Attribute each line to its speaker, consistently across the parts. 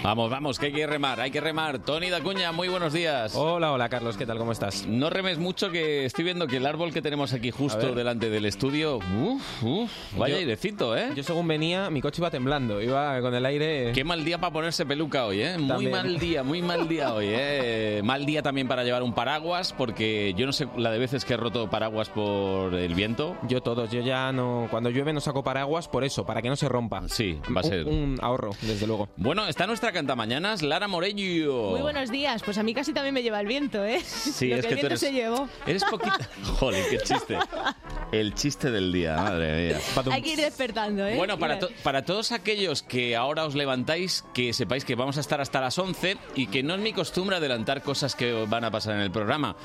Speaker 1: Vamos, vamos, que hay que remar, hay que remar. Tony Dacuña, muy buenos días.
Speaker 2: Hola, hola Carlos, ¿qué tal? ¿Cómo estás?
Speaker 1: No remes mucho que estoy viendo que el árbol que tenemos aquí justo delante del estudio, uff, uff, vaya
Speaker 2: Yo-
Speaker 1: airecito, ¿eh?
Speaker 2: Yo según venía, mi coche iba temblando, iba con el aire...
Speaker 1: Qué mal día para ponerse peluca hoy, ¿eh? Muy
Speaker 2: También.
Speaker 1: mal día, muy mal día hoy, ¿eh? Mal día también para llevar un paraguas, porque yo no sé la de veces que he roto paraguas por el viento.
Speaker 2: Yo todos, yo ya no... Cuando llueve no saco paraguas por eso, para que no se rompa.
Speaker 1: Sí, va a ser.
Speaker 2: Un, un ahorro, desde luego.
Speaker 1: Bueno, está nuestra cantamañanas, Lara Morello.
Speaker 3: Muy buenos días, pues a mí casi también me lleva el viento, ¿eh?
Speaker 1: Sí,
Speaker 3: Lo
Speaker 1: es
Speaker 3: que
Speaker 1: que
Speaker 3: el
Speaker 1: tú
Speaker 3: viento
Speaker 1: eres-
Speaker 3: se llevó.
Speaker 1: Eres poquita... Joder, qué chiste. El chiste del día, madre mía.
Speaker 3: Hay que ir despertando, ¿eh?
Speaker 1: Bueno, para,
Speaker 3: Mira,
Speaker 1: to- para todos aquellos que ahora os levantáis, que sepáis que vamos a estar hasta las 11 y que no es mi costumbre adelantar cosas que van a pasar en el programa.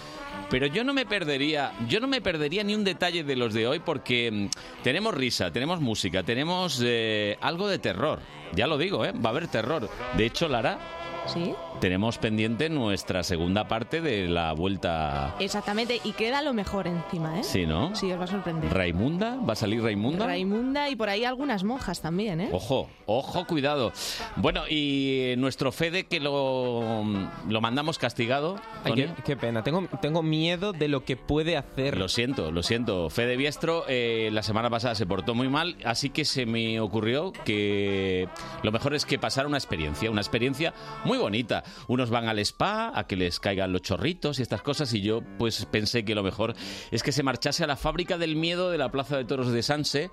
Speaker 1: Pero yo no me perdería, yo no me perdería ni un detalle de los de hoy porque mm, tenemos risa, tenemos música, tenemos eh, algo de terror. Ya lo digo, ¿eh? va a haber terror. De hecho, Lara,
Speaker 3: Sí,
Speaker 1: tenemos pendiente nuestra segunda parte de la vuelta.
Speaker 3: exactamente. Y queda lo mejor encima, ¿eh?
Speaker 1: Sí, ¿no?
Speaker 3: Sí, os va a sorprender.
Speaker 1: Raimunda, va a salir Raimunda. Oh.
Speaker 3: Raimunda y por ahí algunas monjas también, ¿eh?
Speaker 1: Ojo, ojo, cuidado. Bueno, y nuestro Fede que lo, lo mandamos castigado.
Speaker 2: Ay,
Speaker 1: Tony.
Speaker 2: qué, qué pena, tengo, tengo miedo de lo que puede hacer.
Speaker 1: Lo siento, lo siento. Fede Biestro eh, la semana pasada se portó muy mal, así que se me ocurrió que lo mejor es que pasara una experiencia, una experiencia muy bonita. Unos van al spa a que les caigan los chorritos y estas cosas y yo pues pensé que lo mejor es que se marchase a la fábrica del miedo de la Plaza de Toros de Sanse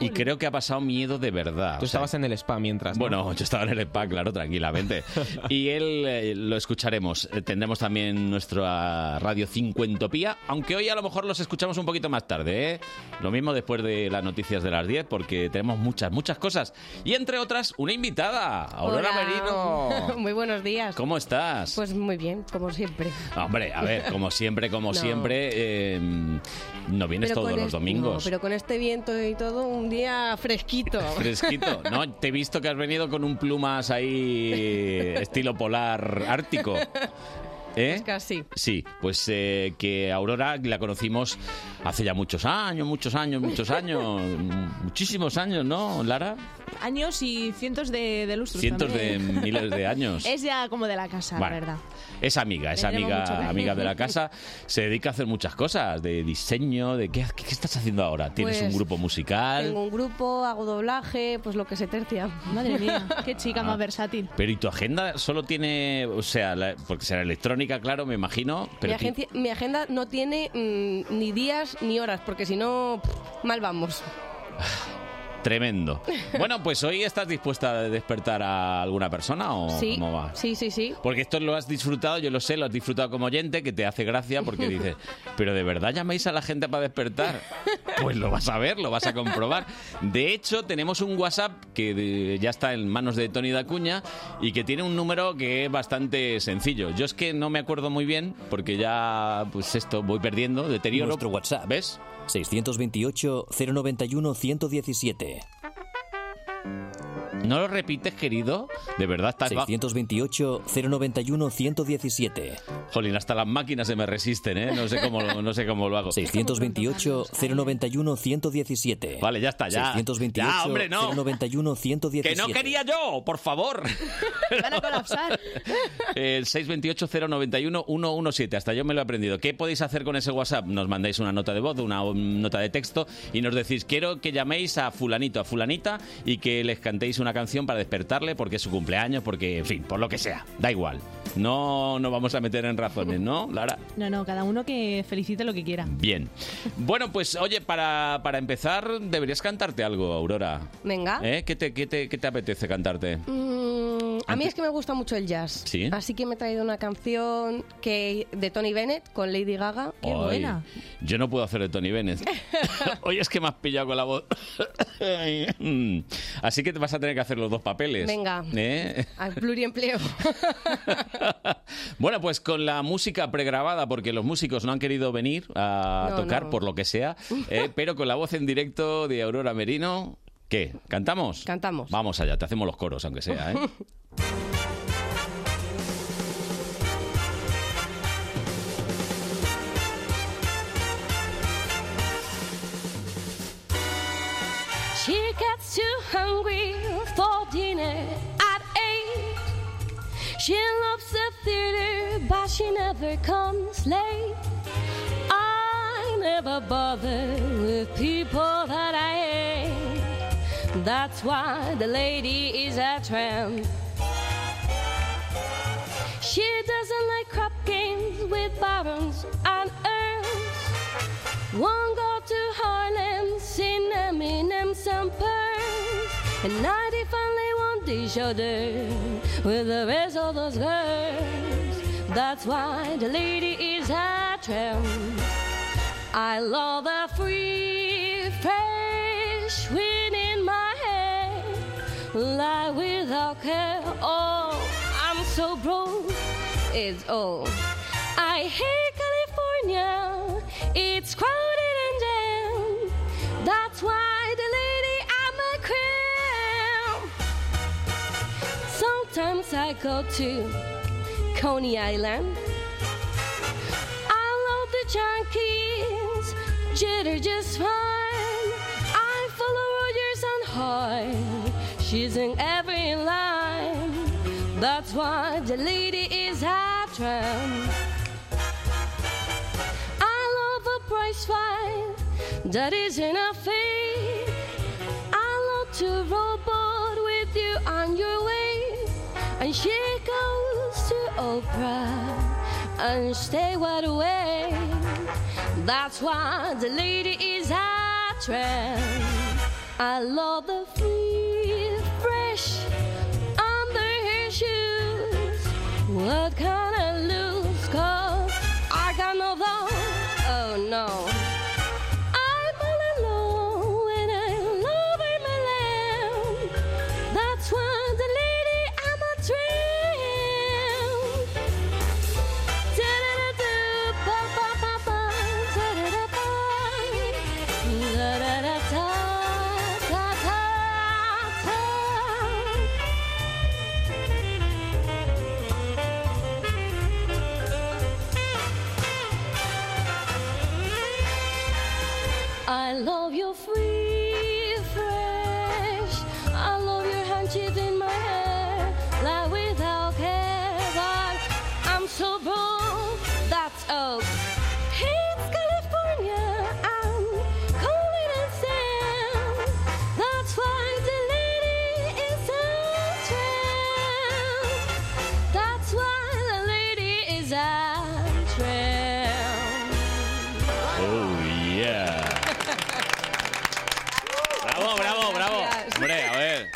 Speaker 1: y creo que ha pasado miedo de verdad.
Speaker 2: Tú
Speaker 1: O sea,
Speaker 2: estabas en el spa mientras. ¿no?
Speaker 1: bueno, yo estaba en el spa, claro, tranquilamente. Y él eh, lo escucharemos. Eh, Tendremos también nuestra radio Cincuentopía, aunque hoy a lo mejor los escuchamos un poquito más tarde. ¿eh? Lo mismo después de las noticias de las 10, porque tenemos muchas, muchas cosas. Y entre otras, una invitada, Aurora Merino.
Speaker 4: Muy buenos días.
Speaker 1: ¿Cómo estás?
Speaker 4: Pues muy bien, como siempre.
Speaker 1: Hombre, a ver, como siempre, como
Speaker 4: No.
Speaker 1: siempre, eh, no vienes
Speaker 4: Pero
Speaker 1: todos
Speaker 4: con
Speaker 1: los
Speaker 4: es-
Speaker 1: domingos.
Speaker 4: no, pero con este viento y todo, un día fresquito.
Speaker 1: Fresquito, ¿no? Te he visto que has venido con un plumas ahí estilo polar ártico. ¿Eh?
Speaker 4: Casi.
Speaker 1: Sí, pues eh, que Aurora la conocimos hace ya muchos años, muchos años, muchos años, muchísimos años, ¿no, Lara?
Speaker 3: Años y cientos de, de lustros
Speaker 1: Cientos de
Speaker 3: también.
Speaker 1: miles de años.
Speaker 3: Es ya como de la casa, la
Speaker 1: Bueno,
Speaker 3: verdad.
Speaker 1: Es amiga, es
Speaker 3: Le tenemos mucho
Speaker 1: amiga,
Speaker 3: cariño.
Speaker 1: amiga de la casa. Se dedica a hacer muchas cosas, de diseño, de qué, qué estás haciendo ahora. Tienes
Speaker 4: Pues,
Speaker 1: un grupo musical.
Speaker 4: Tengo un grupo, hago doblaje, pues lo que se tercia.
Speaker 3: Madre mía, qué chica
Speaker 1: Ah.
Speaker 3: más versátil.
Speaker 1: Pero ¿y tu agenda solo tiene, o sea, la- porque será electrónica, claro, me imagino, pero
Speaker 4: Mi,
Speaker 1: ti-
Speaker 4: agencia- mi agenda no tiene mm, ni días ni horas, porque si no, pff, mal vamos.
Speaker 1: tremendo. Bueno, pues hoy estás dispuesta a despertar a alguna persona o
Speaker 4: sí,
Speaker 1: cómo va?
Speaker 4: sí, sí, sí.
Speaker 1: Porque esto lo has disfrutado, yo lo sé, lo has disfrutado como oyente, que te hace gracia porque dices, pero ¿de verdad llamáis a la gente para despertar? Pues lo vas a ver, lo vas a comprobar. De hecho, tenemos un WhatsApp que de- ya está en manos de Tony Dacuña y que tiene un número que es bastante sencillo. Yo es que no me acuerdo muy bien porque ya, pues esto, voy perdiendo, deterioro.
Speaker 5: Nuestro WhatsApp
Speaker 1: ¿Ves?
Speaker 5: 628 091 117
Speaker 1: ¿No lo repites, querido? De verdad, estás... bajo.
Speaker 5: 628 091 117
Speaker 1: Jolín, hasta las máquinas se me resisten, ¿eh? No sé cómo, lo- no sé cómo lo hago.
Speaker 5: 628 091 117
Speaker 1: Vale, ya está, ya.
Speaker 5: 628
Speaker 1: Ya, hombre, no.
Speaker 5: 091 117
Speaker 1: Que no quería yo, por favor. Eh,
Speaker 3: Van a colapsar.
Speaker 1: El 628-091-117. Hasta yo me lo he aprendido. ¿Qué podéis hacer con ese WhatsApp? Nos mandáis una nota de voz, una um, nota de texto y nos decís, quiero que llaméis a fulanito, a fulanita y que les cantéis una canción para despertarle porque es su cumpleaños, porque, en fin, por lo que sea. Da igual. No nos vamos a meter en razones, ¿no, Lara?
Speaker 3: No, no, cada uno que felicite lo que quiera.
Speaker 1: Bien. Bueno, pues oye, para, para empezar, deberías cantarte algo, Aurora.
Speaker 3: ¿Ah?
Speaker 4: Venga.
Speaker 1: ¿Eh? ¿Qué, te, qué te- qué te apetece cantarte?
Speaker 4: Mm, a mí
Speaker 1: Antes-
Speaker 4: es que me gusta mucho el jazz.
Speaker 1: ¿Sí?
Speaker 4: Así que me he traído una canción que de Tony Bennett con Lady Gaga.
Speaker 3: Qué
Speaker 1: Ay,
Speaker 3: buena.
Speaker 1: Yo no puedo hacer de Tony Bennett. Hoy es que me has pillado con la voz. Así que te vas a tener que hacer los dos papeles.
Speaker 4: Venga.
Speaker 1: ¿Eh?
Speaker 4: Al pluriempleo.
Speaker 1: Bueno, pues con la música pregrabada, porque los músicos no han querido venir a
Speaker 4: No,
Speaker 1: tocar
Speaker 4: no.
Speaker 1: por lo que sea, eh, pero con la voz en directo de Aurora Merino, ¿qué? ¿Cantamos?
Speaker 4: Cantamos.
Speaker 1: Vamos allá, te hacemos los coros, aunque sea, ¿eh?
Speaker 6: why she never comes late. I never bother with people that I hate. That's why the lady is a tramp. She doesn't like crap games with barons and earls. One go to Harlem, sing Eminem some pearls. And now they finally want each other with the rest of those girls. That's why the lady is a tramp. I love the free, fresh wind in my hair. Lie without care. Oh, I'm so broke. It's all. I hate California. It's crowded and damn. That's why the lady I'm a cramp. Sometimes I go to Coney Island. I love the junkies, jitter just fine. I follow Rogers and Hart. She's in every line. That's why the lady is a tramp. I love a price fight that isn't a fake. I love to robot with you on your way. And she goes to Oprah and stay wide awake. That's why the lady is a tramp. I love the free, fresh, under her shoes. What kind of lose? Cause I got no love. Oh no. I fell in love when I love in my lamb. That's why the lady I'm a tramp. Da-da-da-do, ba-ba-ba-ba, da-da-da-ba. Da-da-da-ta, ta-ta-ta. I love your free fresh. I love your handkerchief in my hair. Lie without care, but I'm so broke. That's oak. It's California. I'm calling and Sam. That's why the lady is a tramp. That's why the lady is a tramp.
Speaker 1: Oh, yeah. Bravo, bravo, bravo.
Speaker 7: Gracias.
Speaker 1: Hombre, a ver.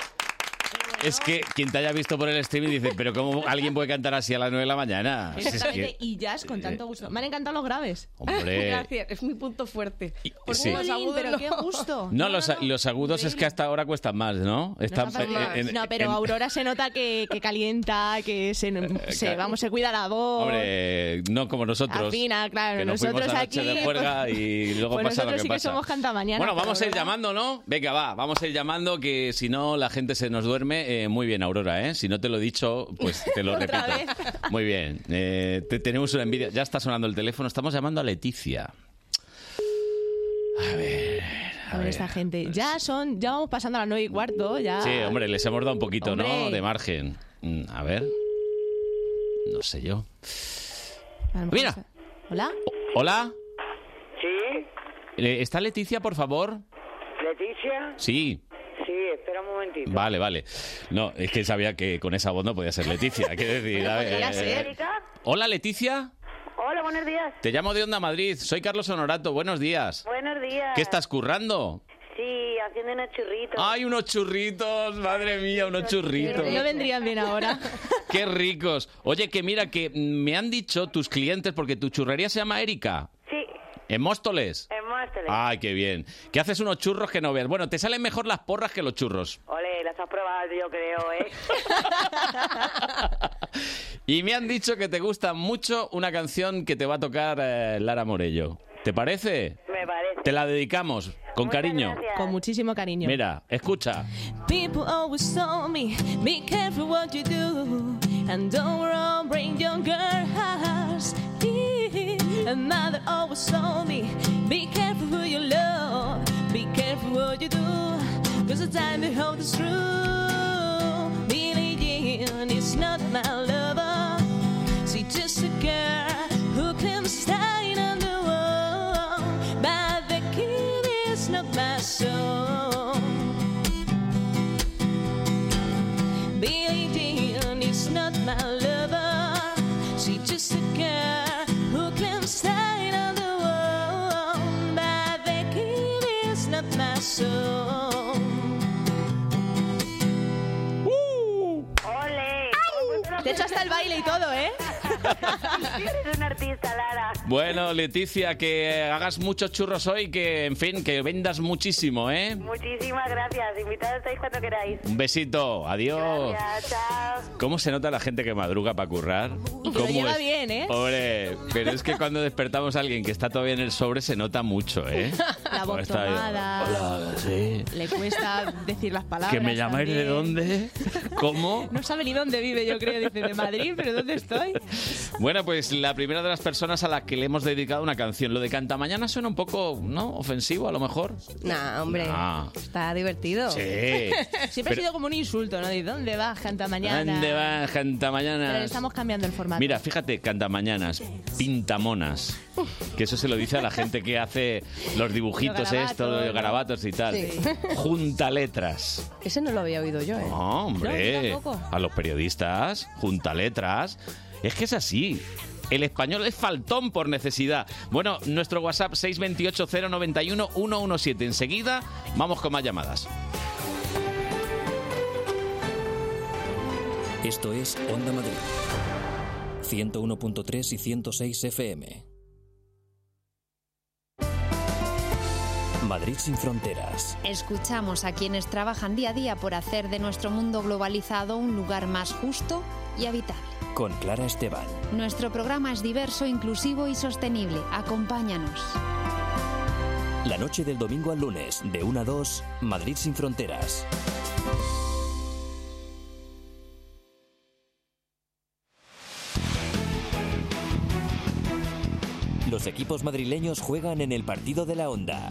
Speaker 1: Es que quien te haya visto por el streaming dice, pero ¿cómo alguien puede cantar así a las 9 de la mañana? Si es que-
Speaker 3: Exactamente, y jazz con tanto gusto. Me han encantado los graves.
Speaker 1: Eh, Hombre.
Speaker 7: Gracias, es mi punto fuerte.
Speaker 1: Y-
Speaker 7: Por
Speaker 1: sí.
Speaker 7: los
Speaker 3: Jolín,
Speaker 7: agudos
Speaker 3: pero
Speaker 7: no.
Speaker 3: qué gusto.
Speaker 1: No, los, los agudos es que hasta ahora cuestan más, ¿no? Están-
Speaker 3: Nos ha faltado-
Speaker 1: en- en-
Speaker 3: no, pero
Speaker 1: en-
Speaker 3: Aurora se nota que, que calienta, que se, se-
Speaker 1: Eh, claro.
Speaker 3: vamos, se cuida la voz.
Speaker 1: Hombre, no como nosotros.
Speaker 3: Al final, claro,
Speaker 1: que nos
Speaker 3: nosotros
Speaker 1: fuimos a
Speaker 3: aquí,
Speaker 1: noche de juerga
Speaker 3: pues-
Speaker 1: y luego
Speaker 3: pues
Speaker 1: pasa lo que
Speaker 3: nosotros sí que
Speaker 1: pasa.
Speaker 3: somos cantamañanas,
Speaker 1: Bueno, vamos a ir
Speaker 3: pero, ¿verdad?
Speaker 1: llamando, ¿no? Venga, va, vamos a ir llamando que si no la gente se nos duerme. Eh, muy bien, Aurora, ¿eh? Si no te lo he dicho, pues te lo repito.
Speaker 3: Otra vez.
Speaker 1: Muy bien. Eh, te- tenemos una envidia. Ya está sonando el teléfono. Estamos llamando a Leticia.
Speaker 3: A ver, esta gente. Ya son, ya vamos pasando a las nueve y cuarto, ya.
Speaker 1: Eh, Sí, hombre, les hemos dado un poquito, ¿no?
Speaker 3: Ah. Hombre.
Speaker 1: De margen. Mm, A ver. No sé yo.
Speaker 3: A lo mejor
Speaker 1: Mira.
Speaker 3: está- Hola.
Speaker 1: Hola.
Speaker 8: ¿Sí?
Speaker 1: Eh, ¿Está Leticia, por favor?
Speaker 8: ¿Leticia?
Speaker 1: Sí.
Speaker 8: Sí, espera un momentito.
Speaker 1: Vale, vale. No, es que sabía que con esa voz no podía ser Leticia. Quiero decir, a ver. eh,
Speaker 3: podría ser.
Speaker 8: ¿Erika?
Speaker 1: Hola, Leticia.
Speaker 8: Hola, buenos días.
Speaker 1: Te llamo de Onda Madrid. Soy Carlos Honorato. Buenos días.
Speaker 8: Buenos días.
Speaker 1: ¿Qué estás currando?
Speaker 8: Sí, haciendo unos churritos.
Speaker 1: ¡Ay, unos churritos! Madre mía, unos churritos.
Speaker 3: No vendrían bien ahora.
Speaker 1: ¡Qué ricos! Oye, que mira, que me han dicho tus clientes, porque tu churrería se llama Erika,
Speaker 8: Sí,
Speaker 1: en Móstoles.
Speaker 8: en Móstoles.
Speaker 1: ¡Ay, qué bien! Que haces unos churros que no veas. Bueno, te salen mejor las porras que los churros.
Speaker 8: Ole, las has probado yo creo, ¿eh?
Speaker 1: Y me han dicho que te gusta mucho una canción que te va a tocar eh, Lara Morello. ¿Te parece?
Speaker 8: Me parece.
Speaker 1: Te la dedicamos, con
Speaker 8: Muchas
Speaker 1: cariño.
Speaker 8: gracias.
Speaker 3: Con muchísimo cariño.
Speaker 1: Mira, escucha.
Speaker 3: People always told me, be careful what you do, and don't worry, bring your girls. And mother always told me, be careful who you love, be careful what you do, cause the time you hold is true. Billie Jean is not my lover, she's just a girl Te he hecho hasta el baile y todo, ¿eh?
Speaker 9: Eres un artista, Lara.
Speaker 1: Bueno, Leticia, que hagas muchos churros hoy, que en fin, que vendas muchísimo, ¿eh?
Speaker 9: Muchísimas gracias. Invitados estáis cuando queráis.
Speaker 1: Un besito, adiós.
Speaker 9: Gracias, chao.
Speaker 1: ¿Cómo se nota la gente que madruga para currar?
Speaker 3: Y que lo
Speaker 1: ¿Cómo
Speaker 3: lleva bien, ¿eh?
Speaker 1: Hombre, pero es que cuando despertamos a alguien que está todavía en el sobre se nota mucho, ¿eh?
Speaker 3: La voz
Speaker 1: Pues está bien.
Speaker 3: tomada.
Speaker 1: Hola, sí.
Speaker 3: Le cuesta decir las palabras.
Speaker 1: ¿Que me llamáis de
Speaker 3: también.
Speaker 1: dónde? ¿Cómo?
Speaker 3: No sabe ni dónde vive, yo creo. Dice, de Madrid, pero ¿dónde estoy?
Speaker 1: Bueno, pues la primera de las personas a la que le hemos dedicado una canción. Lo de Cantamañana suena un poco, ¿no? Ofensivo, a lo mejor. Ah.
Speaker 4: Nah, hombre.
Speaker 1: Nah.
Speaker 4: Está divertido.
Speaker 1: Sí.
Speaker 3: Siempre
Speaker 1: Pero-
Speaker 3: ha sido como un insulto, ¿no? De, ¿dónde vas, canta mañana?
Speaker 1: ¿Dónde vas, Cantamañana?
Speaker 3: Pero estamos cambiando el formato.
Speaker 1: Mira, fíjate, cantamañanas, pintamonas. Que eso se lo dice a la gente que hace los dibujitos
Speaker 3: Los garabatos,
Speaker 1: estos, los garabatos y tal.
Speaker 4: Sí.
Speaker 1: Junta letras.
Speaker 4: Ese no lo había oído yo, ¿eh?
Speaker 1: No, hombre.
Speaker 4: No, yo tampoco.
Speaker 1: a los periodistas, junta letras. Es que es así. El español es faltón por necesidad. Bueno, nuestro WhatsApp 628-091-117. Enseguida vamos con más llamadas.
Speaker 5: Esto es Onda Madrid. 101.3 y 106 FM. Madrid sin fronteras.
Speaker 10: Escuchamos a quienes trabajan día a día por hacer de nuestro mundo globalizado un lugar más justo y habitable.
Speaker 5: Con Clara Esteban.
Speaker 10: Nuestro programa es diverso, inclusivo y sostenible. Acompáñanos.
Speaker 5: La noche del domingo al lunes, de 1 a 2, Madrid sin fronteras. Los equipos madrileños juegan en el partido de la onda.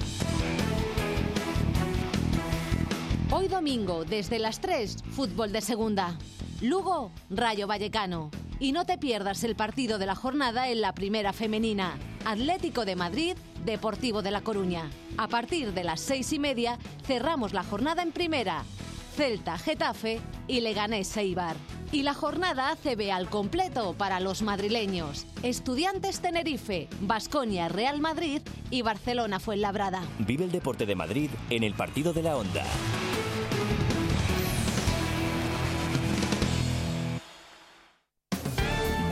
Speaker 11: Hoy domingo, desde las 3, fútbol de segunda. Lugo, Rayo Vallecano. Y no te pierdas el partido de la jornada en la primera femenina. Atlético de Madrid, Deportivo de La Coruña. A partir de las seis y media cerramos la jornada en primera. Celta, Getafe y Leganés Eibar. Y la jornada ACB al completo para los madrileños. Estudiantes Tenerife, Basconia, Real Madrid y Barcelona Fuenlabrada.
Speaker 5: Vive el deporte de Madrid en el partido de la onda.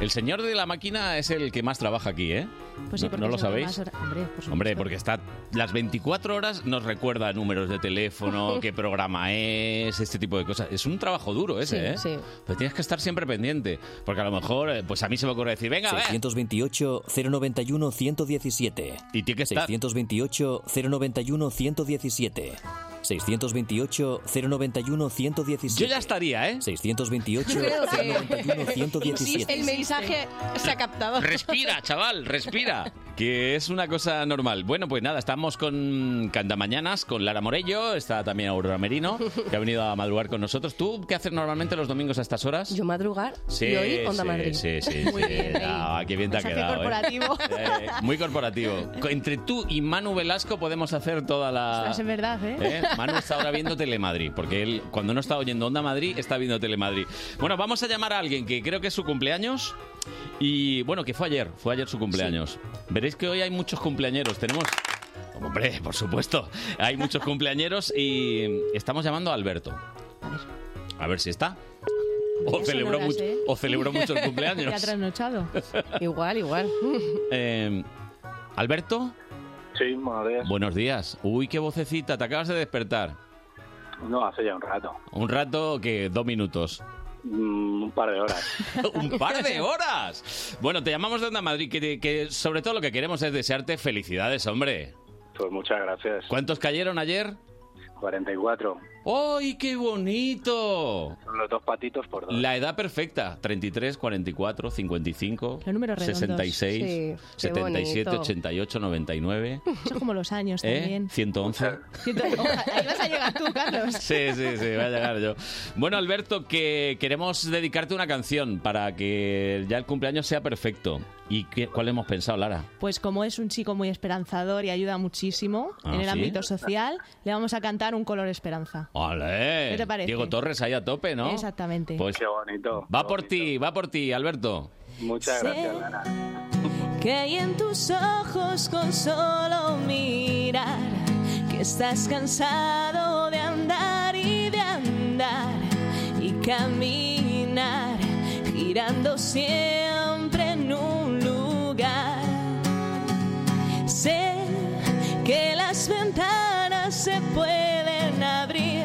Speaker 1: El señor de la máquina es el que más trabaja aquí, ¿eh?
Speaker 3: Pues sí,
Speaker 1: ¿No-
Speaker 3: porque
Speaker 1: ¿No lo
Speaker 3: es que
Speaker 1: sabéis?
Speaker 3: más hora- Hombre, por supuesto.
Speaker 1: Hombre, porque está las 24 horas, nos recuerda números de teléfono, qué programa es, este tipo de cosas. Es un trabajo duro ese,
Speaker 4: Sí,
Speaker 1: ¿eh?
Speaker 4: sí.
Speaker 1: Pero tienes que estar siempre pendiente, porque a lo mejor, eh, pues a mí se me ocurre decir, venga, ve".
Speaker 5: 628 091 117.
Speaker 1: Y tiene que estar.
Speaker 5: 628 091 117. 628 091 117.
Speaker 1: Yo ya estaría, ¿eh?
Speaker 5: 628
Speaker 4: Creo que-
Speaker 5: 091 117.
Speaker 4: El mensaje se ha captado.
Speaker 1: Respira, chaval, respira. Que es una cosa normal. Bueno, pues nada, estamos con Cantamañanas, con Lara Morello, está también Aurora Merino, que ha venido a madrugar con nosotros. ¿Tú qué haces normalmente los domingos a estas horas?
Speaker 4: Yo madrugar
Speaker 1: Sí,
Speaker 4: y hoy Onda
Speaker 1: sí,
Speaker 4: Madrid.
Speaker 1: sí, sí,
Speaker 4: Muy
Speaker 1: sí.
Speaker 4: bien, ahí.
Speaker 1: Ah, qué bien te ha
Speaker 3: Mensaje
Speaker 1: quedado. ¿eh?
Speaker 3: corporativo.
Speaker 1: Eh, muy corporativo. Co- Entre tú y Manu Velasco podemos hacer toda la.
Speaker 3: Es verdad, ¿eh?
Speaker 1: Ah, ¿Eh? Manu está ahora viendo Telemadrid, porque él cuando no está oyendo Onda Madrid está viendo Telemadrid. Bueno, vamos a llamar a alguien que creo que es su cumpleaños y bueno, que fue ayer, fue ayer su cumpleaños. Veréis que hoy hay muchos cumpleañeros, tenemos... Hombre, por supuesto, hay muchos cumpleañeros y estamos llamando a Alberto. A ver si está. O
Speaker 3: son
Speaker 1: celebró,
Speaker 3: horas,
Speaker 1: mucho,
Speaker 3: ¿eh?
Speaker 1: o celebró mucho el
Speaker 3: Te ha
Speaker 1: cumpleaños.
Speaker 3: trasnochado.
Speaker 4: Igual, igual.
Speaker 1: Eh, Alberto,
Speaker 12: Sí, buenos días.
Speaker 1: buenos días. Uy, qué vocecita, te acabas de despertar.
Speaker 12: No, hace ya un rato.
Speaker 1: Un rato que dos minutos.
Speaker 12: Mm, un par de horas.
Speaker 1: un par de horas. Bueno, te llamamos de Onda Madrid, que, que sobre todo lo que queremos es desearte felicidades, hombre.
Speaker 12: Pues muchas gracias.
Speaker 1: ¿Cuántos cayeron ayer?
Speaker 12: 44.
Speaker 1: ¡Ay, qué bonito!
Speaker 12: Son los dos patitos por dos.
Speaker 1: La edad perfecta, 33, 44, 55,
Speaker 3: Los números redondos.
Speaker 1: 66,
Speaker 4: Sí, qué
Speaker 1: 77,
Speaker 4: bonito.
Speaker 1: 88, 99,
Speaker 3: Eso es como los años
Speaker 1: ¿eh?
Speaker 3: también.
Speaker 1: 111.
Speaker 3: Ojalá- Ahí vas a llegar tú, Carlos.
Speaker 1: Sí, sí, sí, voy a llegar yo. Bueno, Alberto, que queremos dedicarte una canción para que ya el cumpleaños sea perfecto. ¿Y qué, cuál hemos pensado, Lara?
Speaker 3: Pues como es un chico muy esperanzador y ayuda muchísimo
Speaker 1: Ah,
Speaker 3: en el
Speaker 1: ¿sí?
Speaker 3: ámbito social, le vamos a cantar Un color esperanza.
Speaker 1: ¡Ole!
Speaker 3: ¿Qué te parece?
Speaker 1: Diego Torres ahí a tope, ¿no?
Speaker 3: Exactamente.
Speaker 1: Pues
Speaker 12: Qué bonito.
Speaker 1: va
Speaker 12: qué
Speaker 1: por
Speaker 12: bonito.
Speaker 1: ti, va por ti, Alberto.
Speaker 12: Muchas
Speaker 3: Sí.
Speaker 12: gracias, Lara.
Speaker 3: que hay en tus ojos con solo mirar, que estás cansado de andar y de andar y caminar, girando siempre en un lugar. Sé que las ventanas se pueden abrir,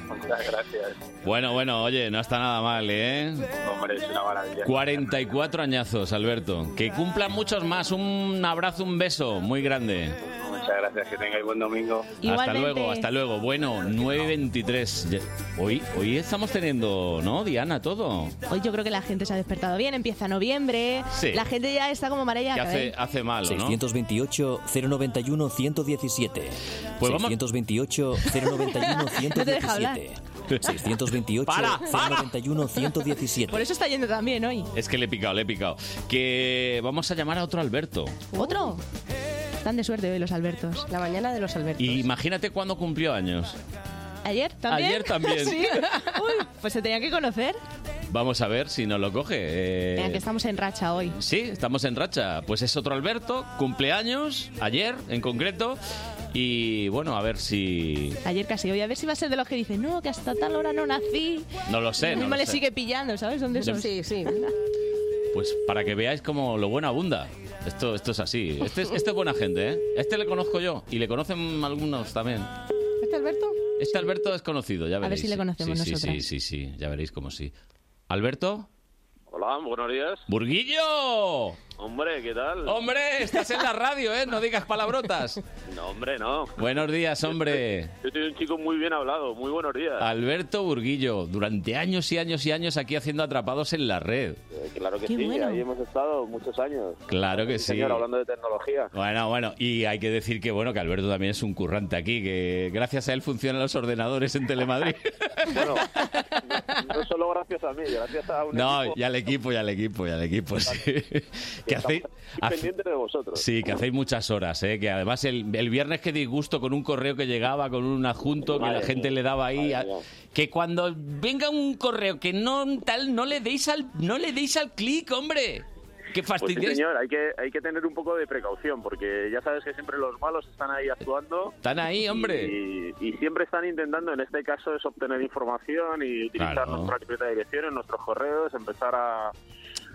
Speaker 12: Muchas gracias.
Speaker 1: Bueno, bueno, oye, no está nada mal, ¿eh?
Speaker 12: Hombre, es una maravilla.
Speaker 1: 44 añazos, Alberto. Que cumplan muchos más. Un abrazo, un beso muy grande.
Speaker 12: Muchas gracias, que tengáis buen domingo.
Speaker 1: Hasta luego, hasta luego. Bueno, 9.23. Ya- Hoy, hoy estamos teniendo, ¿no, Diana? Todo.
Speaker 3: Hoy yo creo que la gente se ha despertado bien, empieza noviembre,
Speaker 1: Sí.
Speaker 3: la gente ya está como Mariah Carey.
Speaker 1: hace mal,
Speaker 5: ¿no? 628-091-117.
Speaker 1: Pues vamos-
Speaker 5: 628-091-117.
Speaker 3: No te deja hablar.
Speaker 5: 628
Speaker 1: Para, para.
Speaker 5: 091 117.
Speaker 3: Por eso está yendo también hoy.
Speaker 1: Es que le he picado, le he picado. Que vamos a llamar a otro Alberto.
Speaker 3: ¿Otro? Están de suerte hoy los Albertos. La mañana de los Albertos.
Speaker 1: Y imagínate cuándo cumplió años.
Speaker 3: ¿Ayer también?
Speaker 1: Ayer también. Eh.
Speaker 3: Sí. Uy, pues se tenía que conocer.
Speaker 1: Vamos a ver si nos lo coge. eh.
Speaker 3: Venga, que estamos en racha hoy.
Speaker 1: Sí, estamos en racha. Pues es otro Alberto, cumpleaños, ayer en concreto. Y bueno, a ver si.
Speaker 3: Ayer casi hoy. A ver si va a ser de los que dicen, no, que hasta tal hora no nací.
Speaker 1: No lo sé.
Speaker 3: Lo
Speaker 1: no
Speaker 3: mismo
Speaker 1: lo
Speaker 3: le
Speaker 1: sé.
Speaker 3: sigue pillando, ¿sabes? ¿Dónde
Speaker 1: Yo-
Speaker 3: son? Sí, sí.
Speaker 1: Pues para que veáis como lo bueno abunda. Esto, esto es así. Este, es- este es buena gente, ¿eh? Este le conozco yo y le conocen algunos también.
Speaker 4: ¿Este Alberto?
Speaker 1: Este Alberto es conocido, ya
Speaker 3: ver
Speaker 1: veréis.
Speaker 3: si le conocemos
Speaker 1: sí, sí,
Speaker 3: nosotras.
Speaker 1: Sí, sí, sí, ya veréis como sí. Alberto,
Speaker 13: Hola, buenos días.
Speaker 1: Burguillo.
Speaker 13: Hombre, ¿qué tal?
Speaker 1: Hombre, estás en la radio, ¿eh? No digas palabrotas.
Speaker 13: No, hombre, no.
Speaker 1: Buenos días, hombre.
Speaker 13: Yo soy un chico muy bien hablado. Muy buenos días.
Speaker 1: Alberto Burguillo, durante años y años y años aquí haciendo atrapados en la red.
Speaker 13: Eh, claro que
Speaker 1: Qué
Speaker 13: sí,
Speaker 1: bueno.
Speaker 13: ahí hemos estado muchos años.
Speaker 1: Claro que sí.
Speaker 13: Señor, hablando de tecnología.
Speaker 1: Bueno, bueno, y hay que decir que bueno, que Alberto también es un currante aquí, que gracias a él funcionan los ordenadores en Telemadrid.
Speaker 13: No solo gracias a mí, gracias a un
Speaker 1: No,
Speaker 13: equipo
Speaker 1: y al equipo, y al equipo, y al equipo, sí. Que hacéis, hace-
Speaker 13: pendiente de vosotros.
Speaker 1: sí, que hacéis muchas horas, ¿eh? Que además el, el viernes que disgusto con un correo que llegaba, con un adjunto que la
Speaker 13: Madre
Speaker 1: gente
Speaker 13: mía,
Speaker 1: le daba ahí.
Speaker 13: madre
Speaker 1: a-
Speaker 13: mía.
Speaker 1: que cuando venga un correo que no tal, no le deis al, no le deis al clic, hombre. Que
Speaker 13: Pues sí,
Speaker 1: fastidies.
Speaker 13: señor, hay que, hay que tener un poco de precaución, porque ya sabes que siempre los malos están ahí actuando.
Speaker 1: Están ahí, hombre.
Speaker 13: Y, y siempre están intentando, en este caso, es obtener información y utilizar
Speaker 1: Claro.
Speaker 13: nuestra libreta de direcciones, nuestros correos, empezar a,